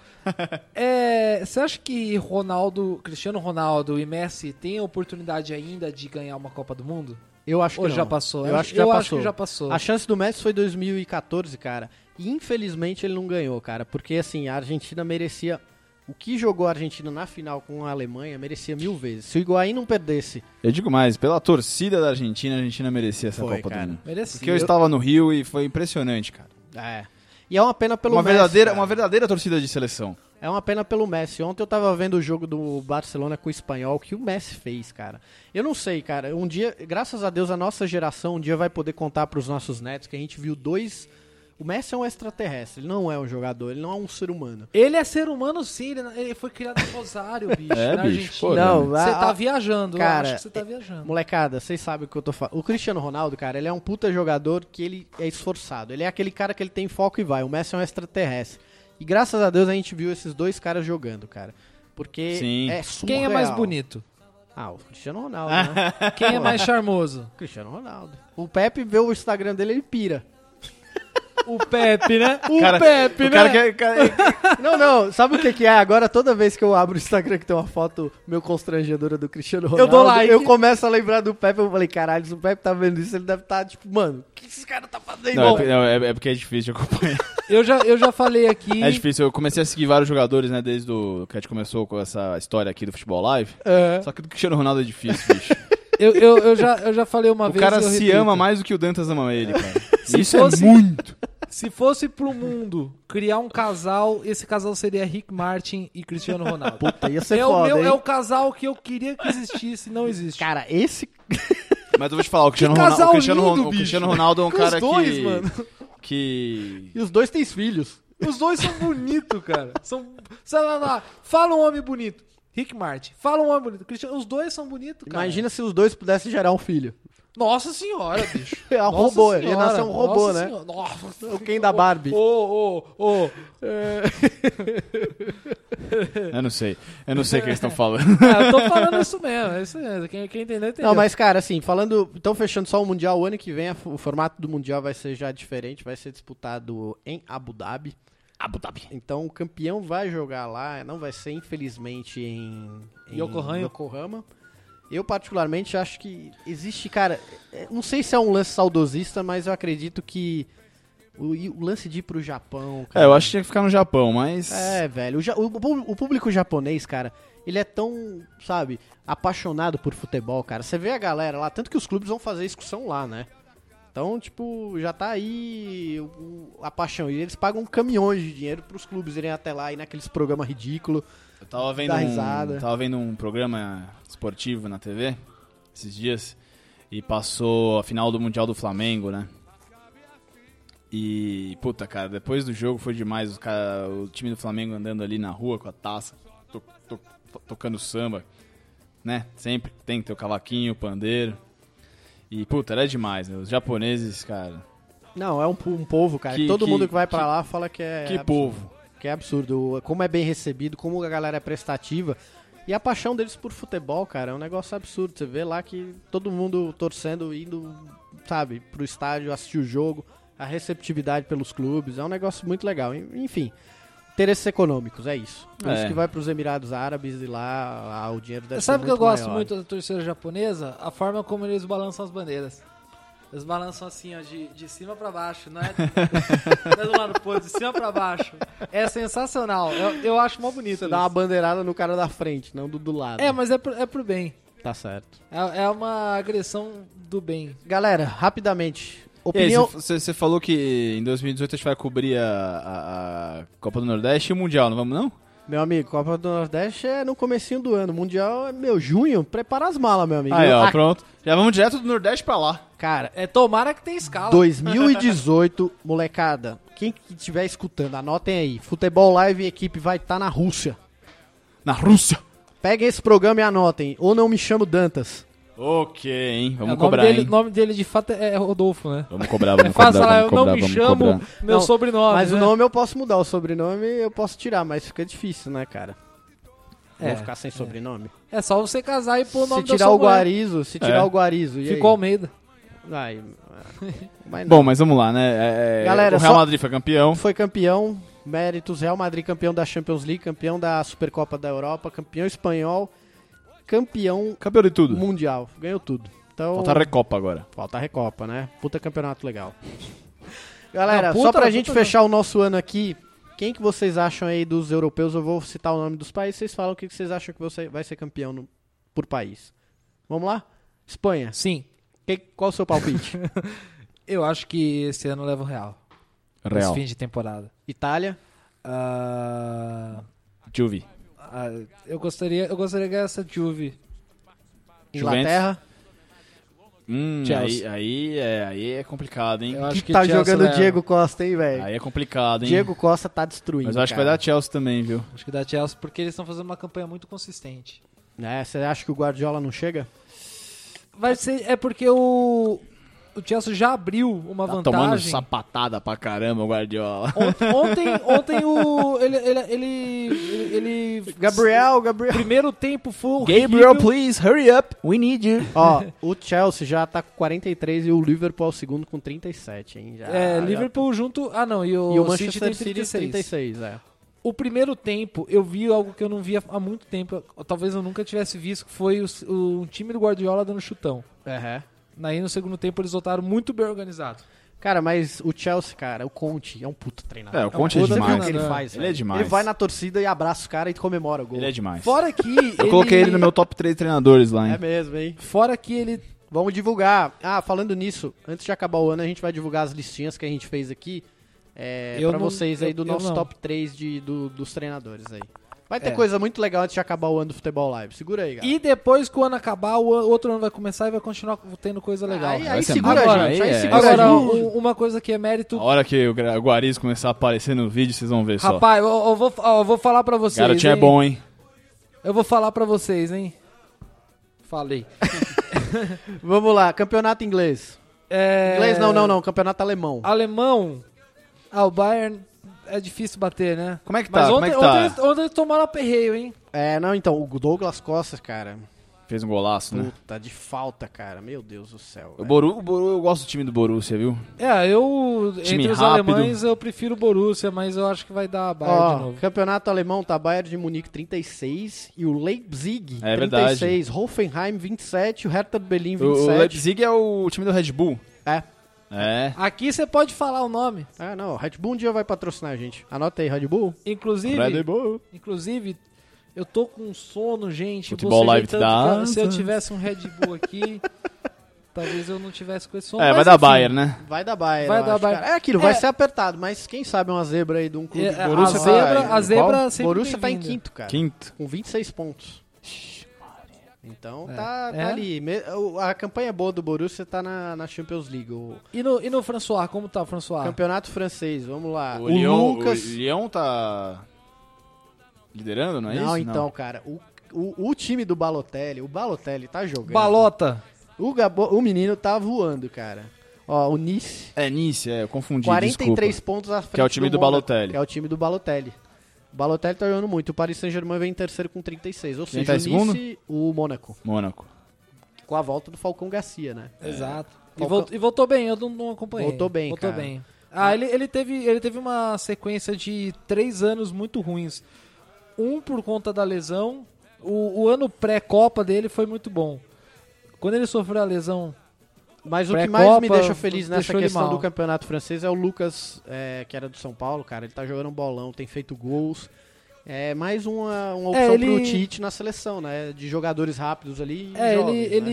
[SPEAKER 3] É, você acha que Ronaldo, Cristiano Ronaldo e Messi têm a oportunidade ainda de ganhar uma Copa do Mundo?
[SPEAKER 2] Eu acho
[SPEAKER 3] Ou
[SPEAKER 2] que não.
[SPEAKER 3] já passou?
[SPEAKER 2] Eu acho que já passou.
[SPEAKER 3] que já passou.
[SPEAKER 2] A chance do Messi foi 2014, cara. E infelizmente ele não ganhou, cara, porque assim, a Argentina merecia o que jogou a Argentina na final com a Alemanha merecia mil vezes. Se o Higuaín não perdesse,
[SPEAKER 4] Eu digo mais, pela torcida da Argentina, a Argentina merecia essa
[SPEAKER 2] Foi,
[SPEAKER 4] Copa
[SPEAKER 2] cara.
[SPEAKER 4] do Mundo.
[SPEAKER 3] Merecia.
[SPEAKER 4] Porque eu estava no Rio e foi impressionante, cara.
[SPEAKER 2] é. E é uma pena pelo
[SPEAKER 4] Uma
[SPEAKER 2] Messi,
[SPEAKER 4] verdadeira,
[SPEAKER 2] cara.
[SPEAKER 4] uma verdadeira torcida de seleção.
[SPEAKER 2] É uma pena pelo Messi. Ontem eu tava vendo o jogo do Barcelona com o Espanhol, que o Messi fez, cara. Eu não sei, cara. Um dia, graças a Deus, a nossa geração um dia vai poder contar pros nossos netos que a gente viu dois. O Messi é um extraterrestre, ele não é um jogador, ele não é um ser humano.
[SPEAKER 3] Ele é ser humano sim, ele, ele foi criado em Rosário, bicho,
[SPEAKER 4] (laughs) É,
[SPEAKER 3] na
[SPEAKER 4] bicho,
[SPEAKER 3] Argentina.
[SPEAKER 4] pô,
[SPEAKER 2] Não,
[SPEAKER 3] você
[SPEAKER 2] a-
[SPEAKER 3] tá
[SPEAKER 2] a-
[SPEAKER 3] viajando, eu
[SPEAKER 2] cara, é
[SPEAKER 3] acho que você tá viajando.
[SPEAKER 2] Molecada, vocês sabem o que eu tô falando. O Cristiano Ronaldo, cara, ele é um puta jogador que ele é esforçado. Ele é aquele cara que ele tem foco e vai. O Messi é um extraterrestre. E graças a Deus a gente viu esses dois caras jogando, cara. Porque
[SPEAKER 4] Sim.
[SPEAKER 2] é surreal.
[SPEAKER 3] Quem é mais bonito?
[SPEAKER 2] Ah, o Cristiano Ronaldo, né? (laughs)
[SPEAKER 3] Quem é mais charmoso?
[SPEAKER 2] Cristiano Ronaldo. O Pepe vê o Instagram dele, ele pira.
[SPEAKER 3] O Pepe,
[SPEAKER 4] (laughs)
[SPEAKER 3] né? O
[SPEAKER 4] Cara,
[SPEAKER 3] Pepe, né?
[SPEAKER 4] o cara
[SPEAKER 2] é-
[SPEAKER 4] que- é- (laughs) cara-
[SPEAKER 2] Não, não, sabe o que, que é? Agora, toda vez que eu abro o Instagram que tem uma foto meu constrangedora do Cristiano Ronaldo,
[SPEAKER 3] dou like.
[SPEAKER 2] eu começo a lembrar do Pepe. Eu falei, caralho, se o Pepe tá vendo isso, ele deve estar, tá, tipo, mano, o que esse cara tá fazendo?
[SPEAKER 4] Não,
[SPEAKER 2] Bom,
[SPEAKER 4] é, não, é- é porque é difícil de acompanhar.
[SPEAKER 3] Eu já, eu já falei aqui.
[SPEAKER 4] É difícil. Eu comecei a seguir vários jogadores, né, desde o que a gente começou com essa história aqui do Futebol Live.
[SPEAKER 3] É.
[SPEAKER 4] Só que do Cristiano Ronaldo é difícil, bicho.
[SPEAKER 3] eu, eu, eu já, eu já falei uma
[SPEAKER 4] o
[SPEAKER 3] vez.
[SPEAKER 4] cara
[SPEAKER 3] e eu
[SPEAKER 4] se
[SPEAKER 3] repito.
[SPEAKER 4] ama mais do que o Dantas
[SPEAKER 3] (laughs)
[SPEAKER 4] ama ele, cara. Isso
[SPEAKER 3] fosse-
[SPEAKER 4] é muito.
[SPEAKER 3] Se fosse pro mundo criar um casal, esse casal seria Rick Martin e Cristiano Ronaldo.
[SPEAKER 2] Puta, ia ser
[SPEAKER 3] é,
[SPEAKER 2] foda,
[SPEAKER 3] o meu,
[SPEAKER 2] hein?
[SPEAKER 3] é o casal que eu queria que existisse, não existe.
[SPEAKER 2] Cara, esse...
[SPEAKER 4] Mas eu vou te falar, o Cristiano,
[SPEAKER 3] casal
[SPEAKER 4] Ronaldo, o Cristiano,
[SPEAKER 3] lindo,
[SPEAKER 4] Ronaldo, o
[SPEAKER 3] bicho.
[SPEAKER 4] Cristiano Ronaldo é um
[SPEAKER 3] Com
[SPEAKER 4] cara
[SPEAKER 3] os dois,
[SPEAKER 4] que.
[SPEAKER 3] mano.
[SPEAKER 4] Que.
[SPEAKER 2] E os dois têm filhos.
[SPEAKER 3] Os dois são bonitos, cara. São, sei lá, lá, fala um homem bonito. Rick Martin, fala um homem bonito. Cristiano, os dois são bonitos, cara.
[SPEAKER 2] Imagina se os dois pudessem gerar um filho.
[SPEAKER 3] Nossa senhora, bicho.
[SPEAKER 2] É um
[SPEAKER 3] Nossa
[SPEAKER 2] robô, ele ia
[SPEAKER 3] senhora,
[SPEAKER 2] nascer um robô,
[SPEAKER 3] nossa
[SPEAKER 2] né?
[SPEAKER 3] senhora, Nossa.
[SPEAKER 2] O Ken da Barbie.
[SPEAKER 3] Ô, ô, ô.
[SPEAKER 2] É.
[SPEAKER 4] Eu não sei. Eu não sei o que
[SPEAKER 3] (laughs)
[SPEAKER 4] eles estão falando.
[SPEAKER 3] É, Eu tô falando isso mesmo, é isso mesmo. Quem, quem entendeu, entendeu.
[SPEAKER 2] Não, mas cara, assim, falando. Então, fechando só o Mundial, o ano que vem a f- o formato do Mundial vai ser já diferente, vai ser disputado em Abu Dhabi.
[SPEAKER 4] Abu Dhabi.
[SPEAKER 2] Então o campeão vai jogar lá, não vai ser, infelizmente, em, em
[SPEAKER 3] Yokohama.
[SPEAKER 2] Yokohama. Eu, particularmente, acho que existe, cara. é, Não sei se é um lance saudosista, mas eu acredito que O, e o lance de ir pro Japão, cara.
[SPEAKER 4] É, eu acho que tinha que ficar no Japão, mas.
[SPEAKER 2] É, velho. O, ja- o pu- o público japonês, cara, ele é tão, sabe, apaixonado por futebol, cara. Você vê a galera lá, tanto que os clubes vão fazer excursão lá, né? Então, tipo, já tá aí o- o- a paixão. E eles pagam caminhões de dinheiro pros clubes irem até lá e naqueles programas ridículos.
[SPEAKER 4] Eu tava vendo,
[SPEAKER 2] Dá
[SPEAKER 4] um,
[SPEAKER 2] risada.
[SPEAKER 4] tava vendo um programa esportivo na TV esses dias e passou a final do Mundial do Flamengo, né? E, puta, cara, depois do jogo foi demais. Os cara, o time do Flamengo andando ali na rua com a taça, to- to- to- tocando samba, né? Sempre tem que ter o cavaquinho, o pandeiro. E, puta, era demais, né? Os japoneses, cara.
[SPEAKER 2] Não, é um, po- um povo, cara.
[SPEAKER 4] Que-
[SPEAKER 2] Todo
[SPEAKER 4] que-
[SPEAKER 2] mundo que vai pra
[SPEAKER 4] que-
[SPEAKER 2] lá fala que é.
[SPEAKER 4] que
[SPEAKER 2] absurdo.
[SPEAKER 4] povo.
[SPEAKER 2] Que é absurdo. Como é bem recebido, como a galera é prestativa. E a paixão deles por futebol, cara, é um negócio absurdo. Você vê lá que todo mundo torcendo, indo, sabe, pro estádio assistir o jogo, a receptividade pelos clubes, é um negócio muito legal. En- Enfim, interesses econômicos, é isso. Por
[SPEAKER 4] É.
[SPEAKER 2] isso que vai pros Emirados Árabes e lá ah, o dinheiro deve
[SPEAKER 3] Sabe o
[SPEAKER 2] ser
[SPEAKER 3] que eu
[SPEAKER 2] muito
[SPEAKER 3] gosto
[SPEAKER 2] maior.
[SPEAKER 3] muito da torcida japonesa? A forma como eles balançam as bandeiras. Eles balançam assim, ó, de, de cima pra baixo, (laughs) não é, não é do lado pô, de cima pra baixo. É sensacional. Eu, eu acho mó bonito.
[SPEAKER 2] Você dá uma
[SPEAKER 3] isso.
[SPEAKER 2] bandeirada no cara da frente, não do, do lado.
[SPEAKER 3] É, mas é pro, é pro bem.
[SPEAKER 2] Tá certo.
[SPEAKER 3] É, é uma agressão do bem.
[SPEAKER 2] Galera, rapidamente.
[SPEAKER 4] E aí,
[SPEAKER 2] Opinião.
[SPEAKER 4] você- Você falou que em 2018 a gente vai cobrir a, a- a Copa do Nordeste e o Mundial, não vamos não?
[SPEAKER 2] Meu amigo, Copa do Nordeste é no comecinho do ano. Mundial é meu junho. Prepara as malas, meu amigo.
[SPEAKER 4] Aí, ó,
[SPEAKER 2] Ah,
[SPEAKER 4] pronto. Já vamos direto do Nordeste pra lá.
[SPEAKER 2] Cara,
[SPEAKER 3] É tomara que tenha escala. (laughs) É,
[SPEAKER 2] 2018, (laughs) molecada. Quem que estiver escutando, anotem aí. Futebol Live equipe vai estar na Rússia.
[SPEAKER 4] Na Rússia.
[SPEAKER 2] Peguem esse programa e anotem. Ou não me chamo Dantas.
[SPEAKER 4] Ok, hein?
[SPEAKER 3] É,
[SPEAKER 4] Vamos
[SPEAKER 3] o nome
[SPEAKER 4] cobrar,
[SPEAKER 3] dele-
[SPEAKER 4] hein?
[SPEAKER 3] O nome dele de fato é é Rodolfo, né?
[SPEAKER 4] Vamos cobrar, vamos
[SPEAKER 3] (laughs)
[SPEAKER 4] cobrar,
[SPEAKER 3] Faça lá, eu
[SPEAKER 4] vamos cobrar,
[SPEAKER 3] não me
[SPEAKER 4] vamos
[SPEAKER 3] chamo
[SPEAKER 4] cobrar.
[SPEAKER 3] meu
[SPEAKER 2] Não,
[SPEAKER 3] sobrenome.
[SPEAKER 2] mas
[SPEAKER 3] né?
[SPEAKER 2] o nome eu posso mudar. O sobrenome eu posso tirar, mas fica difícil, né, cara?
[SPEAKER 3] É,
[SPEAKER 2] Vou ficar sem sobrenome.
[SPEAKER 3] É só você casar e pôr o
[SPEAKER 2] Se
[SPEAKER 3] nome da
[SPEAKER 2] tirar
[SPEAKER 3] sua
[SPEAKER 2] o
[SPEAKER 3] mulher.
[SPEAKER 2] Guarizo, se tirar
[SPEAKER 4] É.
[SPEAKER 2] o Guarizo. E
[SPEAKER 3] Ficou
[SPEAKER 2] aí?
[SPEAKER 3] Almeida.
[SPEAKER 2] Ai, (laughs) mas não.
[SPEAKER 4] Bom, mas vamos lá, né? É, é,
[SPEAKER 2] Galera,
[SPEAKER 4] o Real
[SPEAKER 2] só-
[SPEAKER 4] Madrid foi campeão.
[SPEAKER 2] Então foi campeão, méritos Real Madrid campeão da Champions League, campeão da Supercopa da Europa, campeão espanhol, campeão
[SPEAKER 4] Campeão de tudo.
[SPEAKER 2] mundial, ganhou tudo. Então
[SPEAKER 4] Falta a Recopa agora.
[SPEAKER 2] falta a Recopa, né? Puta campeonato legal. (laughs) Galera,
[SPEAKER 3] Não, puta,
[SPEAKER 2] só pra
[SPEAKER 3] não,
[SPEAKER 2] gente
[SPEAKER 3] puta não.
[SPEAKER 2] fechar o nosso ano aqui, quem que vocês acham aí dos europeus? Eu vou citar o nome dos países, vocês falam o que que vocês acham que você vai ser campeão no- por país. Vamos lá? Espanha.
[SPEAKER 3] Sim.
[SPEAKER 2] Que- qual o
[SPEAKER 3] (laughs)
[SPEAKER 2] seu palpite?
[SPEAKER 3] Eu acho que esse ano leva o Real.
[SPEAKER 4] Real.
[SPEAKER 3] Esse fim de temporada.
[SPEAKER 2] Itália.
[SPEAKER 3] Ah,
[SPEAKER 4] Juve.
[SPEAKER 3] ah, eu gostaria, eu gostaria que essa Juve.
[SPEAKER 4] Juventus.
[SPEAKER 2] Inglaterra.
[SPEAKER 4] Hum, aí,
[SPEAKER 3] Chelsea.
[SPEAKER 4] aí, é, aí é complicado, hein?
[SPEAKER 3] Eu acho
[SPEAKER 2] Que,
[SPEAKER 3] que,
[SPEAKER 2] tá
[SPEAKER 3] Chelsea
[SPEAKER 2] jogando o
[SPEAKER 3] leva.
[SPEAKER 2] Diego Costa, hein, velho?
[SPEAKER 4] Aí é complicado, hein?
[SPEAKER 2] Diego Costa tá destruindo.
[SPEAKER 4] mas eu acho que
[SPEAKER 2] cara.
[SPEAKER 4] vai dar Chelsea também, viu?
[SPEAKER 3] Acho que dá Chelsea porque eles estão fazendo uma campanha muito consistente.
[SPEAKER 2] É, você acha que o Guardiola não chega?
[SPEAKER 3] Vai ser é porque o o Chelsea já abriu uma
[SPEAKER 4] Tá tomando
[SPEAKER 3] vantagem.
[SPEAKER 4] sapatada pra caramba o Guardiola.
[SPEAKER 3] Ont- Ontem, ontem o ele ele ele, ele- ele-
[SPEAKER 2] Gabriel, Gabriel.
[SPEAKER 3] primeiro tempo foi horrível.
[SPEAKER 4] Gabriel, please, hurry up. We need you.
[SPEAKER 2] Ó, o Chelsea já tá com 43 e o Liverpool é o segundo com 37, hein? Já,
[SPEAKER 3] É,
[SPEAKER 2] já-
[SPEAKER 3] Liverpool junto. Ah, não, e o,
[SPEAKER 2] E o Manchester
[SPEAKER 3] City tem
[SPEAKER 2] City 36.
[SPEAKER 3] 36.
[SPEAKER 2] 36, é.
[SPEAKER 3] O primeiro tempo, eu vi algo que eu não via há muito tempo, eu- talvez eu nunca tivesse visto, que foi o, o um time do Guardiola dando chutão.
[SPEAKER 2] Aham.
[SPEAKER 3] Aí no segundo tempo eles voltaram muito bem organizados.
[SPEAKER 2] Cara, mas o Chelsea, cara, o Conte é um puto treinador.
[SPEAKER 4] É, o Conte é
[SPEAKER 2] Você viu
[SPEAKER 4] demais.
[SPEAKER 2] o que ele faz,
[SPEAKER 4] Ele é
[SPEAKER 2] velho?
[SPEAKER 4] demais.
[SPEAKER 2] Ele vai na torcida e abraça o cara e comemora o gol.
[SPEAKER 4] Ele é demais.
[SPEAKER 3] Fora que.
[SPEAKER 4] Eu coloquei ele no meu top 3 treinadores lá, hein?
[SPEAKER 2] É mesmo, hein?
[SPEAKER 3] Fora que ele.
[SPEAKER 2] Vamos divulgar. Ah, falando nisso, antes de acabar o ano, a gente vai divulgar as listinhas que a gente fez aqui é,
[SPEAKER 3] Eu
[SPEAKER 2] pra
[SPEAKER 3] não-
[SPEAKER 2] vocês aí
[SPEAKER 3] eu-
[SPEAKER 2] do
[SPEAKER 3] eu
[SPEAKER 2] nosso
[SPEAKER 3] não.
[SPEAKER 2] top 3 de, do- dos treinadores aí. Vai ter
[SPEAKER 3] É.
[SPEAKER 2] coisa muito legal antes de acabar o ano do Futebol Live. Segura aí, galera.
[SPEAKER 3] E depois que o ano acabar, o an- outro ano vai começar e vai continuar tendo coisa legal.
[SPEAKER 2] Aí,
[SPEAKER 4] Vai
[SPEAKER 2] aí
[SPEAKER 4] ser
[SPEAKER 2] segura
[SPEAKER 3] massa.
[SPEAKER 2] a gente,
[SPEAKER 4] Aí
[SPEAKER 2] aí,
[SPEAKER 4] é.
[SPEAKER 2] segura
[SPEAKER 3] Agora,
[SPEAKER 2] a gente.
[SPEAKER 3] um- uma coisa que é mérito.
[SPEAKER 4] A hora que o Gra- o Guariz começar a aparecer no vídeo, vocês vão ver só.
[SPEAKER 3] Rapaz, eu, eu vou, ó, eu vou falar pra vocês.
[SPEAKER 4] Garotinho é
[SPEAKER 3] hein?
[SPEAKER 4] bom, hein?
[SPEAKER 3] Eu vou falar pra vocês, hein? Falei.
[SPEAKER 2] Vamos lá, campeonato inglês.
[SPEAKER 3] É...
[SPEAKER 2] Inglês não, não, não, campeonato alemão.
[SPEAKER 3] Alemão. Ah, o Bayern é difícil bater, né?
[SPEAKER 4] Como é que
[SPEAKER 3] Mas
[SPEAKER 4] tá?
[SPEAKER 3] ontem,
[SPEAKER 4] Como é que tá?
[SPEAKER 3] ontem eles- ontem eles tomaram um aperreio, hein?
[SPEAKER 2] É, não, então, o Douglas Costa, cara.
[SPEAKER 4] Fez um golaço, né?
[SPEAKER 2] Puta, de falta, cara. Meu Deus do céu.
[SPEAKER 4] O
[SPEAKER 2] velho.
[SPEAKER 4] Boru, o Boru, eu gosto do time do Borussia, viu?
[SPEAKER 3] É, eu.
[SPEAKER 4] Time
[SPEAKER 3] entre os
[SPEAKER 4] rápido.
[SPEAKER 3] alemães eu prefiro o Borussia, mas eu acho que vai dar a Bayern de
[SPEAKER 2] Ó,
[SPEAKER 3] novo.
[SPEAKER 2] campeonato alemão tá Bayern de Munique 36 e o Leipzig
[SPEAKER 4] É
[SPEAKER 2] 36, Hoffenheim 27, o Hertha de Berlim
[SPEAKER 4] O, o
[SPEAKER 2] 27.
[SPEAKER 4] Leipzig é o time do Red Bull.
[SPEAKER 2] É.
[SPEAKER 4] É.
[SPEAKER 3] Aqui você pode falar o nome.
[SPEAKER 2] Ah, não. Red Bull um dia vai patrocinar a gente. Anota aí, Red Bull.
[SPEAKER 3] Inclusive,
[SPEAKER 4] Red Bull.
[SPEAKER 3] inclusive eu tô com um sono, gente.
[SPEAKER 4] Futebol
[SPEAKER 3] Bocejei
[SPEAKER 4] live
[SPEAKER 3] tanto
[SPEAKER 4] dá.
[SPEAKER 3] que Se eu tivesse um Red Bull aqui, (laughs) talvez eu não tivesse com esse sono.
[SPEAKER 4] É, vai
[SPEAKER 3] mas
[SPEAKER 4] dar
[SPEAKER 3] enfim.
[SPEAKER 4] Bayern, né?
[SPEAKER 2] Vai dar Bayern.
[SPEAKER 3] Vai
[SPEAKER 2] eu
[SPEAKER 3] dar
[SPEAKER 2] acho,
[SPEAKER 3] Bayern.
[SPEAKER 2] cara. É aquilo, vai
[SPEAKER 3] É.
[SPEAKER 2] ser apertado, mas quem sabe uma zebra aí de um clube.
[SPEAKER 3] É,
[SPEAKER 2] É,
[SPEAKER 3] a
[SPEAKER 4] Borussia tá
[SPEAKER 3] zebra,
[SPEAKER 4] em
[SPEAKER 3] a zebra
[SPEAKER 4] qual?
[SPEAKER 3] sempre
[SPEAKER 2] Borussia tá em
[SPEAKER 3] bem-vinda.
[SPEAKER 2] quinto, cara.
[SPEAKER 4] Quinto.
[SPEAKER 2] Com 26 pontos. Então tá,
[SPEAKER 3] É.
[SPEAKER 2] tá ali. Me- o- A campanha boa do Borussia tá na, na Champions League. O
[SPEAKER 3] E no, e no François, como tá o François?
[SPEAKER 2] campeonato francês, vamos lá. O,
[SPEAKER 4] Lyon-
[SPEAKER 2] Lucas.
[SPEAKER 4] o Lyon tá liderando, não é isso?
[SPEAKER 2] não, então, cara, o, o, o time do Balotelli, o Balotelli tá jogando.
[SPEAKER 3] Balota.
[SPEAKER 2] O, Gabo, o menino tá voando, cara. Ó, o Nice,
[SPEAKER 4] É Nice, é, eu confundi,
[SPEAKER 2] 43
[SPEAKER 4] desculpa.
[SPEAKER 2] pontos à frente
[SPEAKER 4] é o time do
[SPEAKER 2] Mônaco,
[SPEAKER 4] Balotelli.
[SPEAKER 2] Que é o time do Balotelli. O Balotelli tá jogando muito. O Paris Saint-Germain vem em terceiro com 36. Ou
[SPEAKER 4] Quem
[SPEAKER 2] seja,
[SPEAKER 4] tá em
[SPEAKER 2] o
[SPEAKER 4] segundo?
[SPEAKER 2] Nice, o Mônaco.
[SPEAKER 4] Mônaco.
[SPEAKER 2] Com a volta do Falcão Garcia, né?
[SPEAKER 3] Exato. E,
[SPEAKER 2] Falcão-
[SPEAKER 3] vol- e voltou bem, eu não, não acompanhei.
[SPEAKER 2] Voltou bem,
[SPEAKER 3] Voltou
[SPEAKER 2] cara.
[SPEAKER 3] bem. Ah, ele, ele, teve, ele teve uma sequência de três anos muito ruins. Um por conta da lesão. O, o ano pré-copa dele foi muito bom. Quando ele sofreu a lesão,
[SPEAKER 2] Mas o que
[SPEAKER 3] Pré-Copa,
[SPEAKER 2] mais me deixa feliz
[SPEAKER 3] deixou
[SPEAKER 2] nessa
[SPEAKER 3] ele
[SPEAKER 2] questão
[SPEAKER 3] mal.
[SPEAKER 2] do campeonato francês é o Lucas, é, que era do São Paulo, cara. Ele tá jogando um bolão, tem feito gols. É mais uma, uma opção
[SPEAKER 3] É, ele-
[SPEAKER 2] pro Tite na seleção, né? De jogadores rápidos ali. e
[SPEAKER 3] é,
[SPEAKER 2] jovens,
[SPEAKER 3] ele,
[SPEAKER 2] né?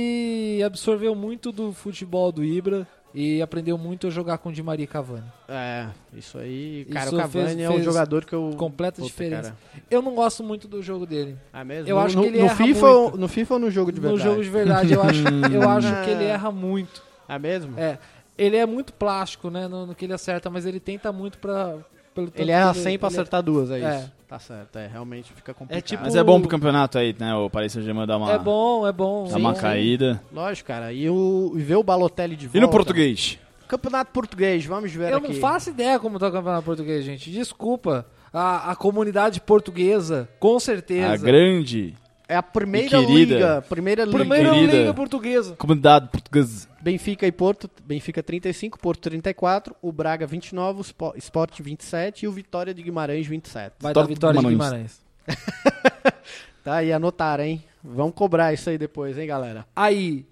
[SPEAKER 3] ele absorveu muito do futebol do Ibra e aprendeu muito a jogar com o Di Maria e Cavani.
[SPEAKER 2] É, isso aí. Cara,
[SPEAKER 3] Isso
[SPEAKER 2] o Cavani
[SPEAKER 3] fez-
[SPEAKER 2] é um
[SPEAKER 3] fez
[SPEAKER 2] jogador que eu.
[SPEAKER 3] Completa
[SPEAKER 2] Puta,
[SPEAKER 3] diferença.
[SPEAKER 2] cara.
[SPEAKER 3] Eu não gosto muito do jogo dele.
[SPEAKER 2] Ah, mesmo?
[SPEAKER 3] Eu
[SPEAKER 2] No-
[SPEAKER 3] acho
[SPEAKER 2] no,
[SPEAKER 3] que ele
[SPEAKER 2] no
[SPEAKER 3] erra
[SPEAKER 2] FIFA,
[SPEAKER 3] muito.
[SPEAKER 2] ou- No FIFA ou no jogo de
[SPEAKER 3] No
[SPEAKER 2] verdade?
[SPEAKER 3] jogo de verdade, eu acho,
[SPEAKER 2] (laughs)
[SPEAKER 3] eu acho que ele erra muito.
[SPEAKER 2] Ah, mesmo?
[SPEAKER 3] É, ele é muito plástico, né, no, no que ele acerta, mas ele tenta muito pra... Pelo tanto
[SPEAKER 2] Ele erra
[SPEAKER 3] que
[SPEAKER 2] 100 pra
[SPEAKER 3] ele-
[SPEAKER 2] acertar duas, é
[SPEAKER 3] É.
[SPEAKER 2] isso. Tá certo, é. Realmente fica complicado.
[SPEAKER 3] tipo-
[SPEAKER 4] Mas é bom pro campeonato aí, né? O Paris Saint-Germain dá uma,
[SPEAKER 3] É bom, é bom.
[SPEAKER 4] dá
[SPEAKER 3] é
[SPEAKER 4] uma
[SPEAKER 3] bom.
[SPEAKER 4] caída.
[SPEAKER 2] Lógico, cara. E, o, e ver o Balotelli de volta.
[SPEAKER 4] E no português?
[SPEAKER 2] Campeonato português, vamos ver
[SPEAKER 3] Eu
[SPEAKER 2] aqui.
[SPEAKER 3] não faço ideia como tá o campeonato português, gente. Desculpa. A, a comunidade portuguesa, com certeza.
[SPEAKER 4] A grande
[SPEAKER 2] É a primeira
[SPEAKER 4] E querida.
[SPEAKER 2] liga. Primeira liga.
[SPEAKER 3] Primeira
[SPEAKER 4] Querida.
[SPEAKER 3] liga portuguesa.
[SPEAKER 4] comunidade portuguesa.
[SPEAKER 2] Benfica e Porto. Benfica 35, Porto 34, o Braga 29, o Spo- Sport 27 e o Vitória de Guimarães 27.
[SPEAKER 3] Vai
[SPEAKER 4] Top
[SPEAKER 3] dar vitória de
[SPEAKER 4] Guimarães.
[SPEAKER 3] Guimarães.
[SPEAKER 2] Tá aí, anotaram, hein? Vamos cobrar isso aí depois, hein, galera?
[SPEAKER 3] Aí, se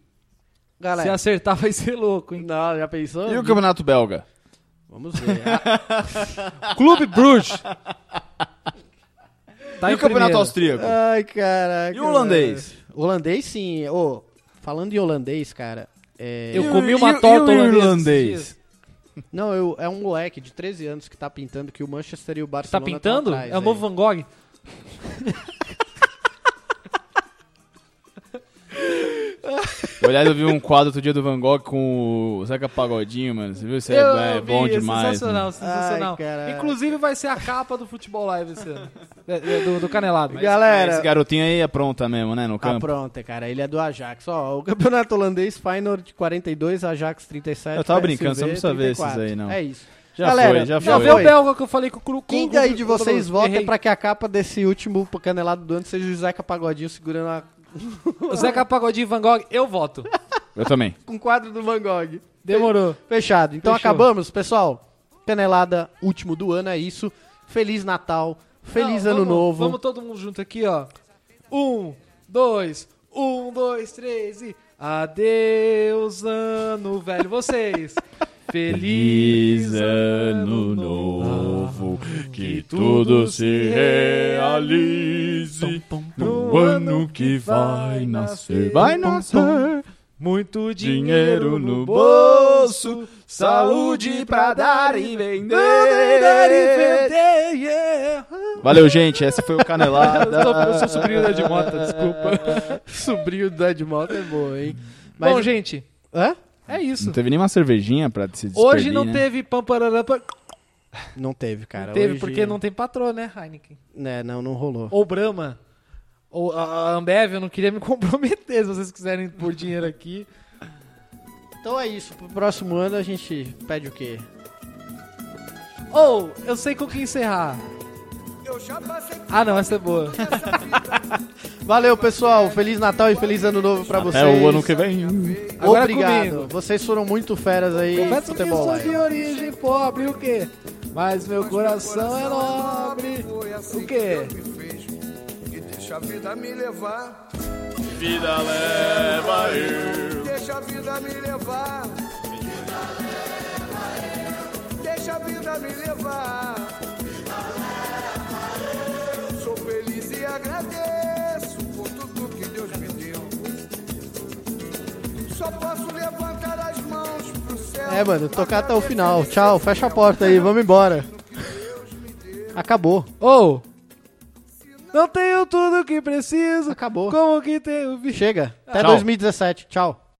[SPEAKER 2] Galera.
[SPEAKER 3] acertar vai ser louco, hein?
[SPEAKER 2] Não, já pensou?
[SPEAKER 3] Uhum.
[SPEAKER 4] E o campeonato belga?
[SPEAKER 2] Vamos
[SPEAKER 4] (laughs)
[SPEAKER 2] ver. Ah,
[SPEAKER 3] Clube Bruges. (laughs) Tá
[SPEAKER 4] e
[SPEAKER 3] em
[SPEAKER 4] o campeonato
[SPEAKER 3] primeiro. Ah,
[SPEAKER 4] austríaco?
[SPEAKER 2] Ai, caraca.
[SPEAKER 4] E o holandês?
[SPEAKER 2] velho. Holandês, sim. Ô, falando em holandês, cara. é-
[SPEAKER 3] Eu
[SPEAKER 4] E o-
[SPEAKER 3] comi
[SPEAKER 4] e
[SPEAKER 3] uma
[SPEAKER 4] o-
[SPEAKER 3] torta
[SPEAKER 4] e o
[SPEAKER 3] holandesa esses
[SPEAKER 4] irlandês.
[SPEAKER 3] dias.
[SPEAKER 2] Não, eu- é um moleque de 13 anos que tá pintando que o Manchester e o
[SPEAKER 3] Tá
[SPEAKER 2] Barcelona. tão
[SPEAKER 3] pintando?
[SPEAKER 2] atrás
[SPEAKER 4] um
[SPEAKER 3] É o
[SPEAKER 2] aí.
[SPEAKER 3] novo Van Gogh?
[SPEAKER 4] Aliás, eu vi um quadro outro dia do Van Gogh com o Zeca Pagodinho, mano. Você viu? Isso é, é
[SPEAKER 3] vi,
[SPEAKER 4] bom
[SPEAKER 3] é
[SPEAKER 4] demais.
[SPEAKER 3] Sensacional,
[SPEAKER 4] mano.
[SPEAKER 3] sensacional.
[SPEAKER 2] Ai, caralho.
[SPEAKER 3] Inclusive vai ser a capa do Futebol Live esse ano. É, é, Do, do Canelado.
[SPEAKER 2] Galera.
[SPEAKER 4] Esse garotinho aí é pronta mesmo, né?
[SPEAKER 3] Tá
[SPEAKER 4] No
[SPEAKER 2] Ah,
[SPEAKER 4] campo.
[SPEAKER 2] pronto, cara. Ele é do Ajax. Ó, o campeonato holandês, Feyenoord 42, Ajax 37.
[SPEAKER 4] Eu tava
[SPEAKER 2] PSV
[SPEAKER 4] brincando, você não precisa ver esses
[SPEAKER 2] 34.
[SPEAKER 4] aí, não.
[SPEAKER 2] É isso.
[SPEAKER 4] Já
[SPEAKER 2] Galera,
[SPEAKER 4] foi, já
[SPEAKER 2] já
[SPEAKER 4] foi.
[SPEAKER 3] Vê o
[SPEAKER 2] foi.
[SPEAKER 3] belga que eu falei com o Cru.
[SPEAKER 2] Quem
[SPEAKER 3] com-
[SPEAKER 2] daí de
[SPEAKER 3] com- com-
[SPEAKER 2] vocês vota
[SPEAKER 3] errei.
[SPEAKER 2] pra que a capa desse último canelado do ano seja o Zeca Pagodinho segurando a...
[SPEAKER 3] O Zeca Pagodinho e Van Gogh, eu voto.
[SPEAKER 4] Eu também.
[SPEAKER 2] com o quadro do Van Gogh?
[SPEAKER 3] (laughs) Demorou.
[SPEAKER 2] Fechado. Então
[SPEAKER 3] Fechou.
[SPEAKER 2] acabamos, pessoal. Canelada último do ano, é isso. Feliz Natal, feliz
[SPEAKER 3] Não,
[SPEAKER 2] ano
[SPEAKER 3] vamos-
[SPEAKER 2] novo.
[SPEAKER 3] Vamos todo mundo junto aqui, ó. Um, dois, um, dois, três e... Adeus, ano velho, vocês.
[SPEAKER 4] Feliz ano novo, que tudo se realize no ano que vai nascer. Vai nascer
[SPEAKER 3] Muito
[SPEAKER 4] dinheiro no bolso, saúde pra dar e vender. Valeu, gente. Essa foi o (laughs) Canelada.
[SPEAKER 3] Eu sou sobrinho da Edmota, desculpa.
[SPEAKER 2] (laughs) Sobrinho do Edmaldo é bom, hein? Mas...
[SPEAKER 3] Bom, gente,
[SPEAKER 2] Hã?
[SPEAKER 3] é
[SPEAKER 4] Não
[SPEAKER 3] isso.
[SPEAKER 4] teve nenhuma cervejinha pra se despedir,
[SPEAKER 3] Hoje não
[SPEAKER 4] né?
[SPEAKER 3] teve pamparará.
[SPEAKER 2] Não teve, cara.
[SPEAKER 3] Teve
[SPEAKER 2] Hoje-
[SPEAKER 3] porque não tem patrão, né, Heineken?
[SPEAKER 2] É, não, não rolou.
[SPEAKER 3] Ou Brahma. Ou a a Ambev, eu não queria me comprometer se vocês quiserem pôr dinheiro aqui.
[SPEAKER 2] Então é isso. Pro próximo ano a gente pede o quê?
[SPEAKER 3] Ou, eu sei com o que encerrar.
[SPEAKER 1] Eu já passei
[SPEAKER 3] Ah, não, essa é boa.
[SPEAKER 2] Valeu, pessoal. Feliz Natal e feliz ano novo pra vocês.
[SPEAKER 4] É o ano que vem.
[SPEAKER 3] Agora
[SPEAKER 2] Obrigado.
[SPEAKER 3] comigo.
[SPEAKER 2] Vocês foram muito feras aí. em
[SPEAKER 3] Confesso que
[SPEAKER 2] futebol
[SPEAKER 3] sou
[SPEAKER 2] live.
[SPEAKER 3] de origem pobre, o quê? Mas meu coração é nobre.
[SPEAKER 6] Foi assim
[SPEAKER 3] O quê?
[SPEAKER 6] que Deus me fez. E deixa a vida me levar. Vida leva eu. Deixa a vida me levar. deixa me levar. Sou feliz e agradeço por tudo que Deus me deu. Só posso levantar as mãos pro céu.
[SPEAKER 2] É, mano, tocar até o final. Tchau, fecha a porta aí, vamos embora. Acabou.
[SPEAKER 3] Ou. não tenho tudo que preciso.
[SPEAKER 2] Acabou.
[SPEAKER 3] Como que tenho. vi-
[SPEAKER 2] Chega. Até
[SPEAKER 4] Tchau.
[SPEAKER 2] 2017. Tchau.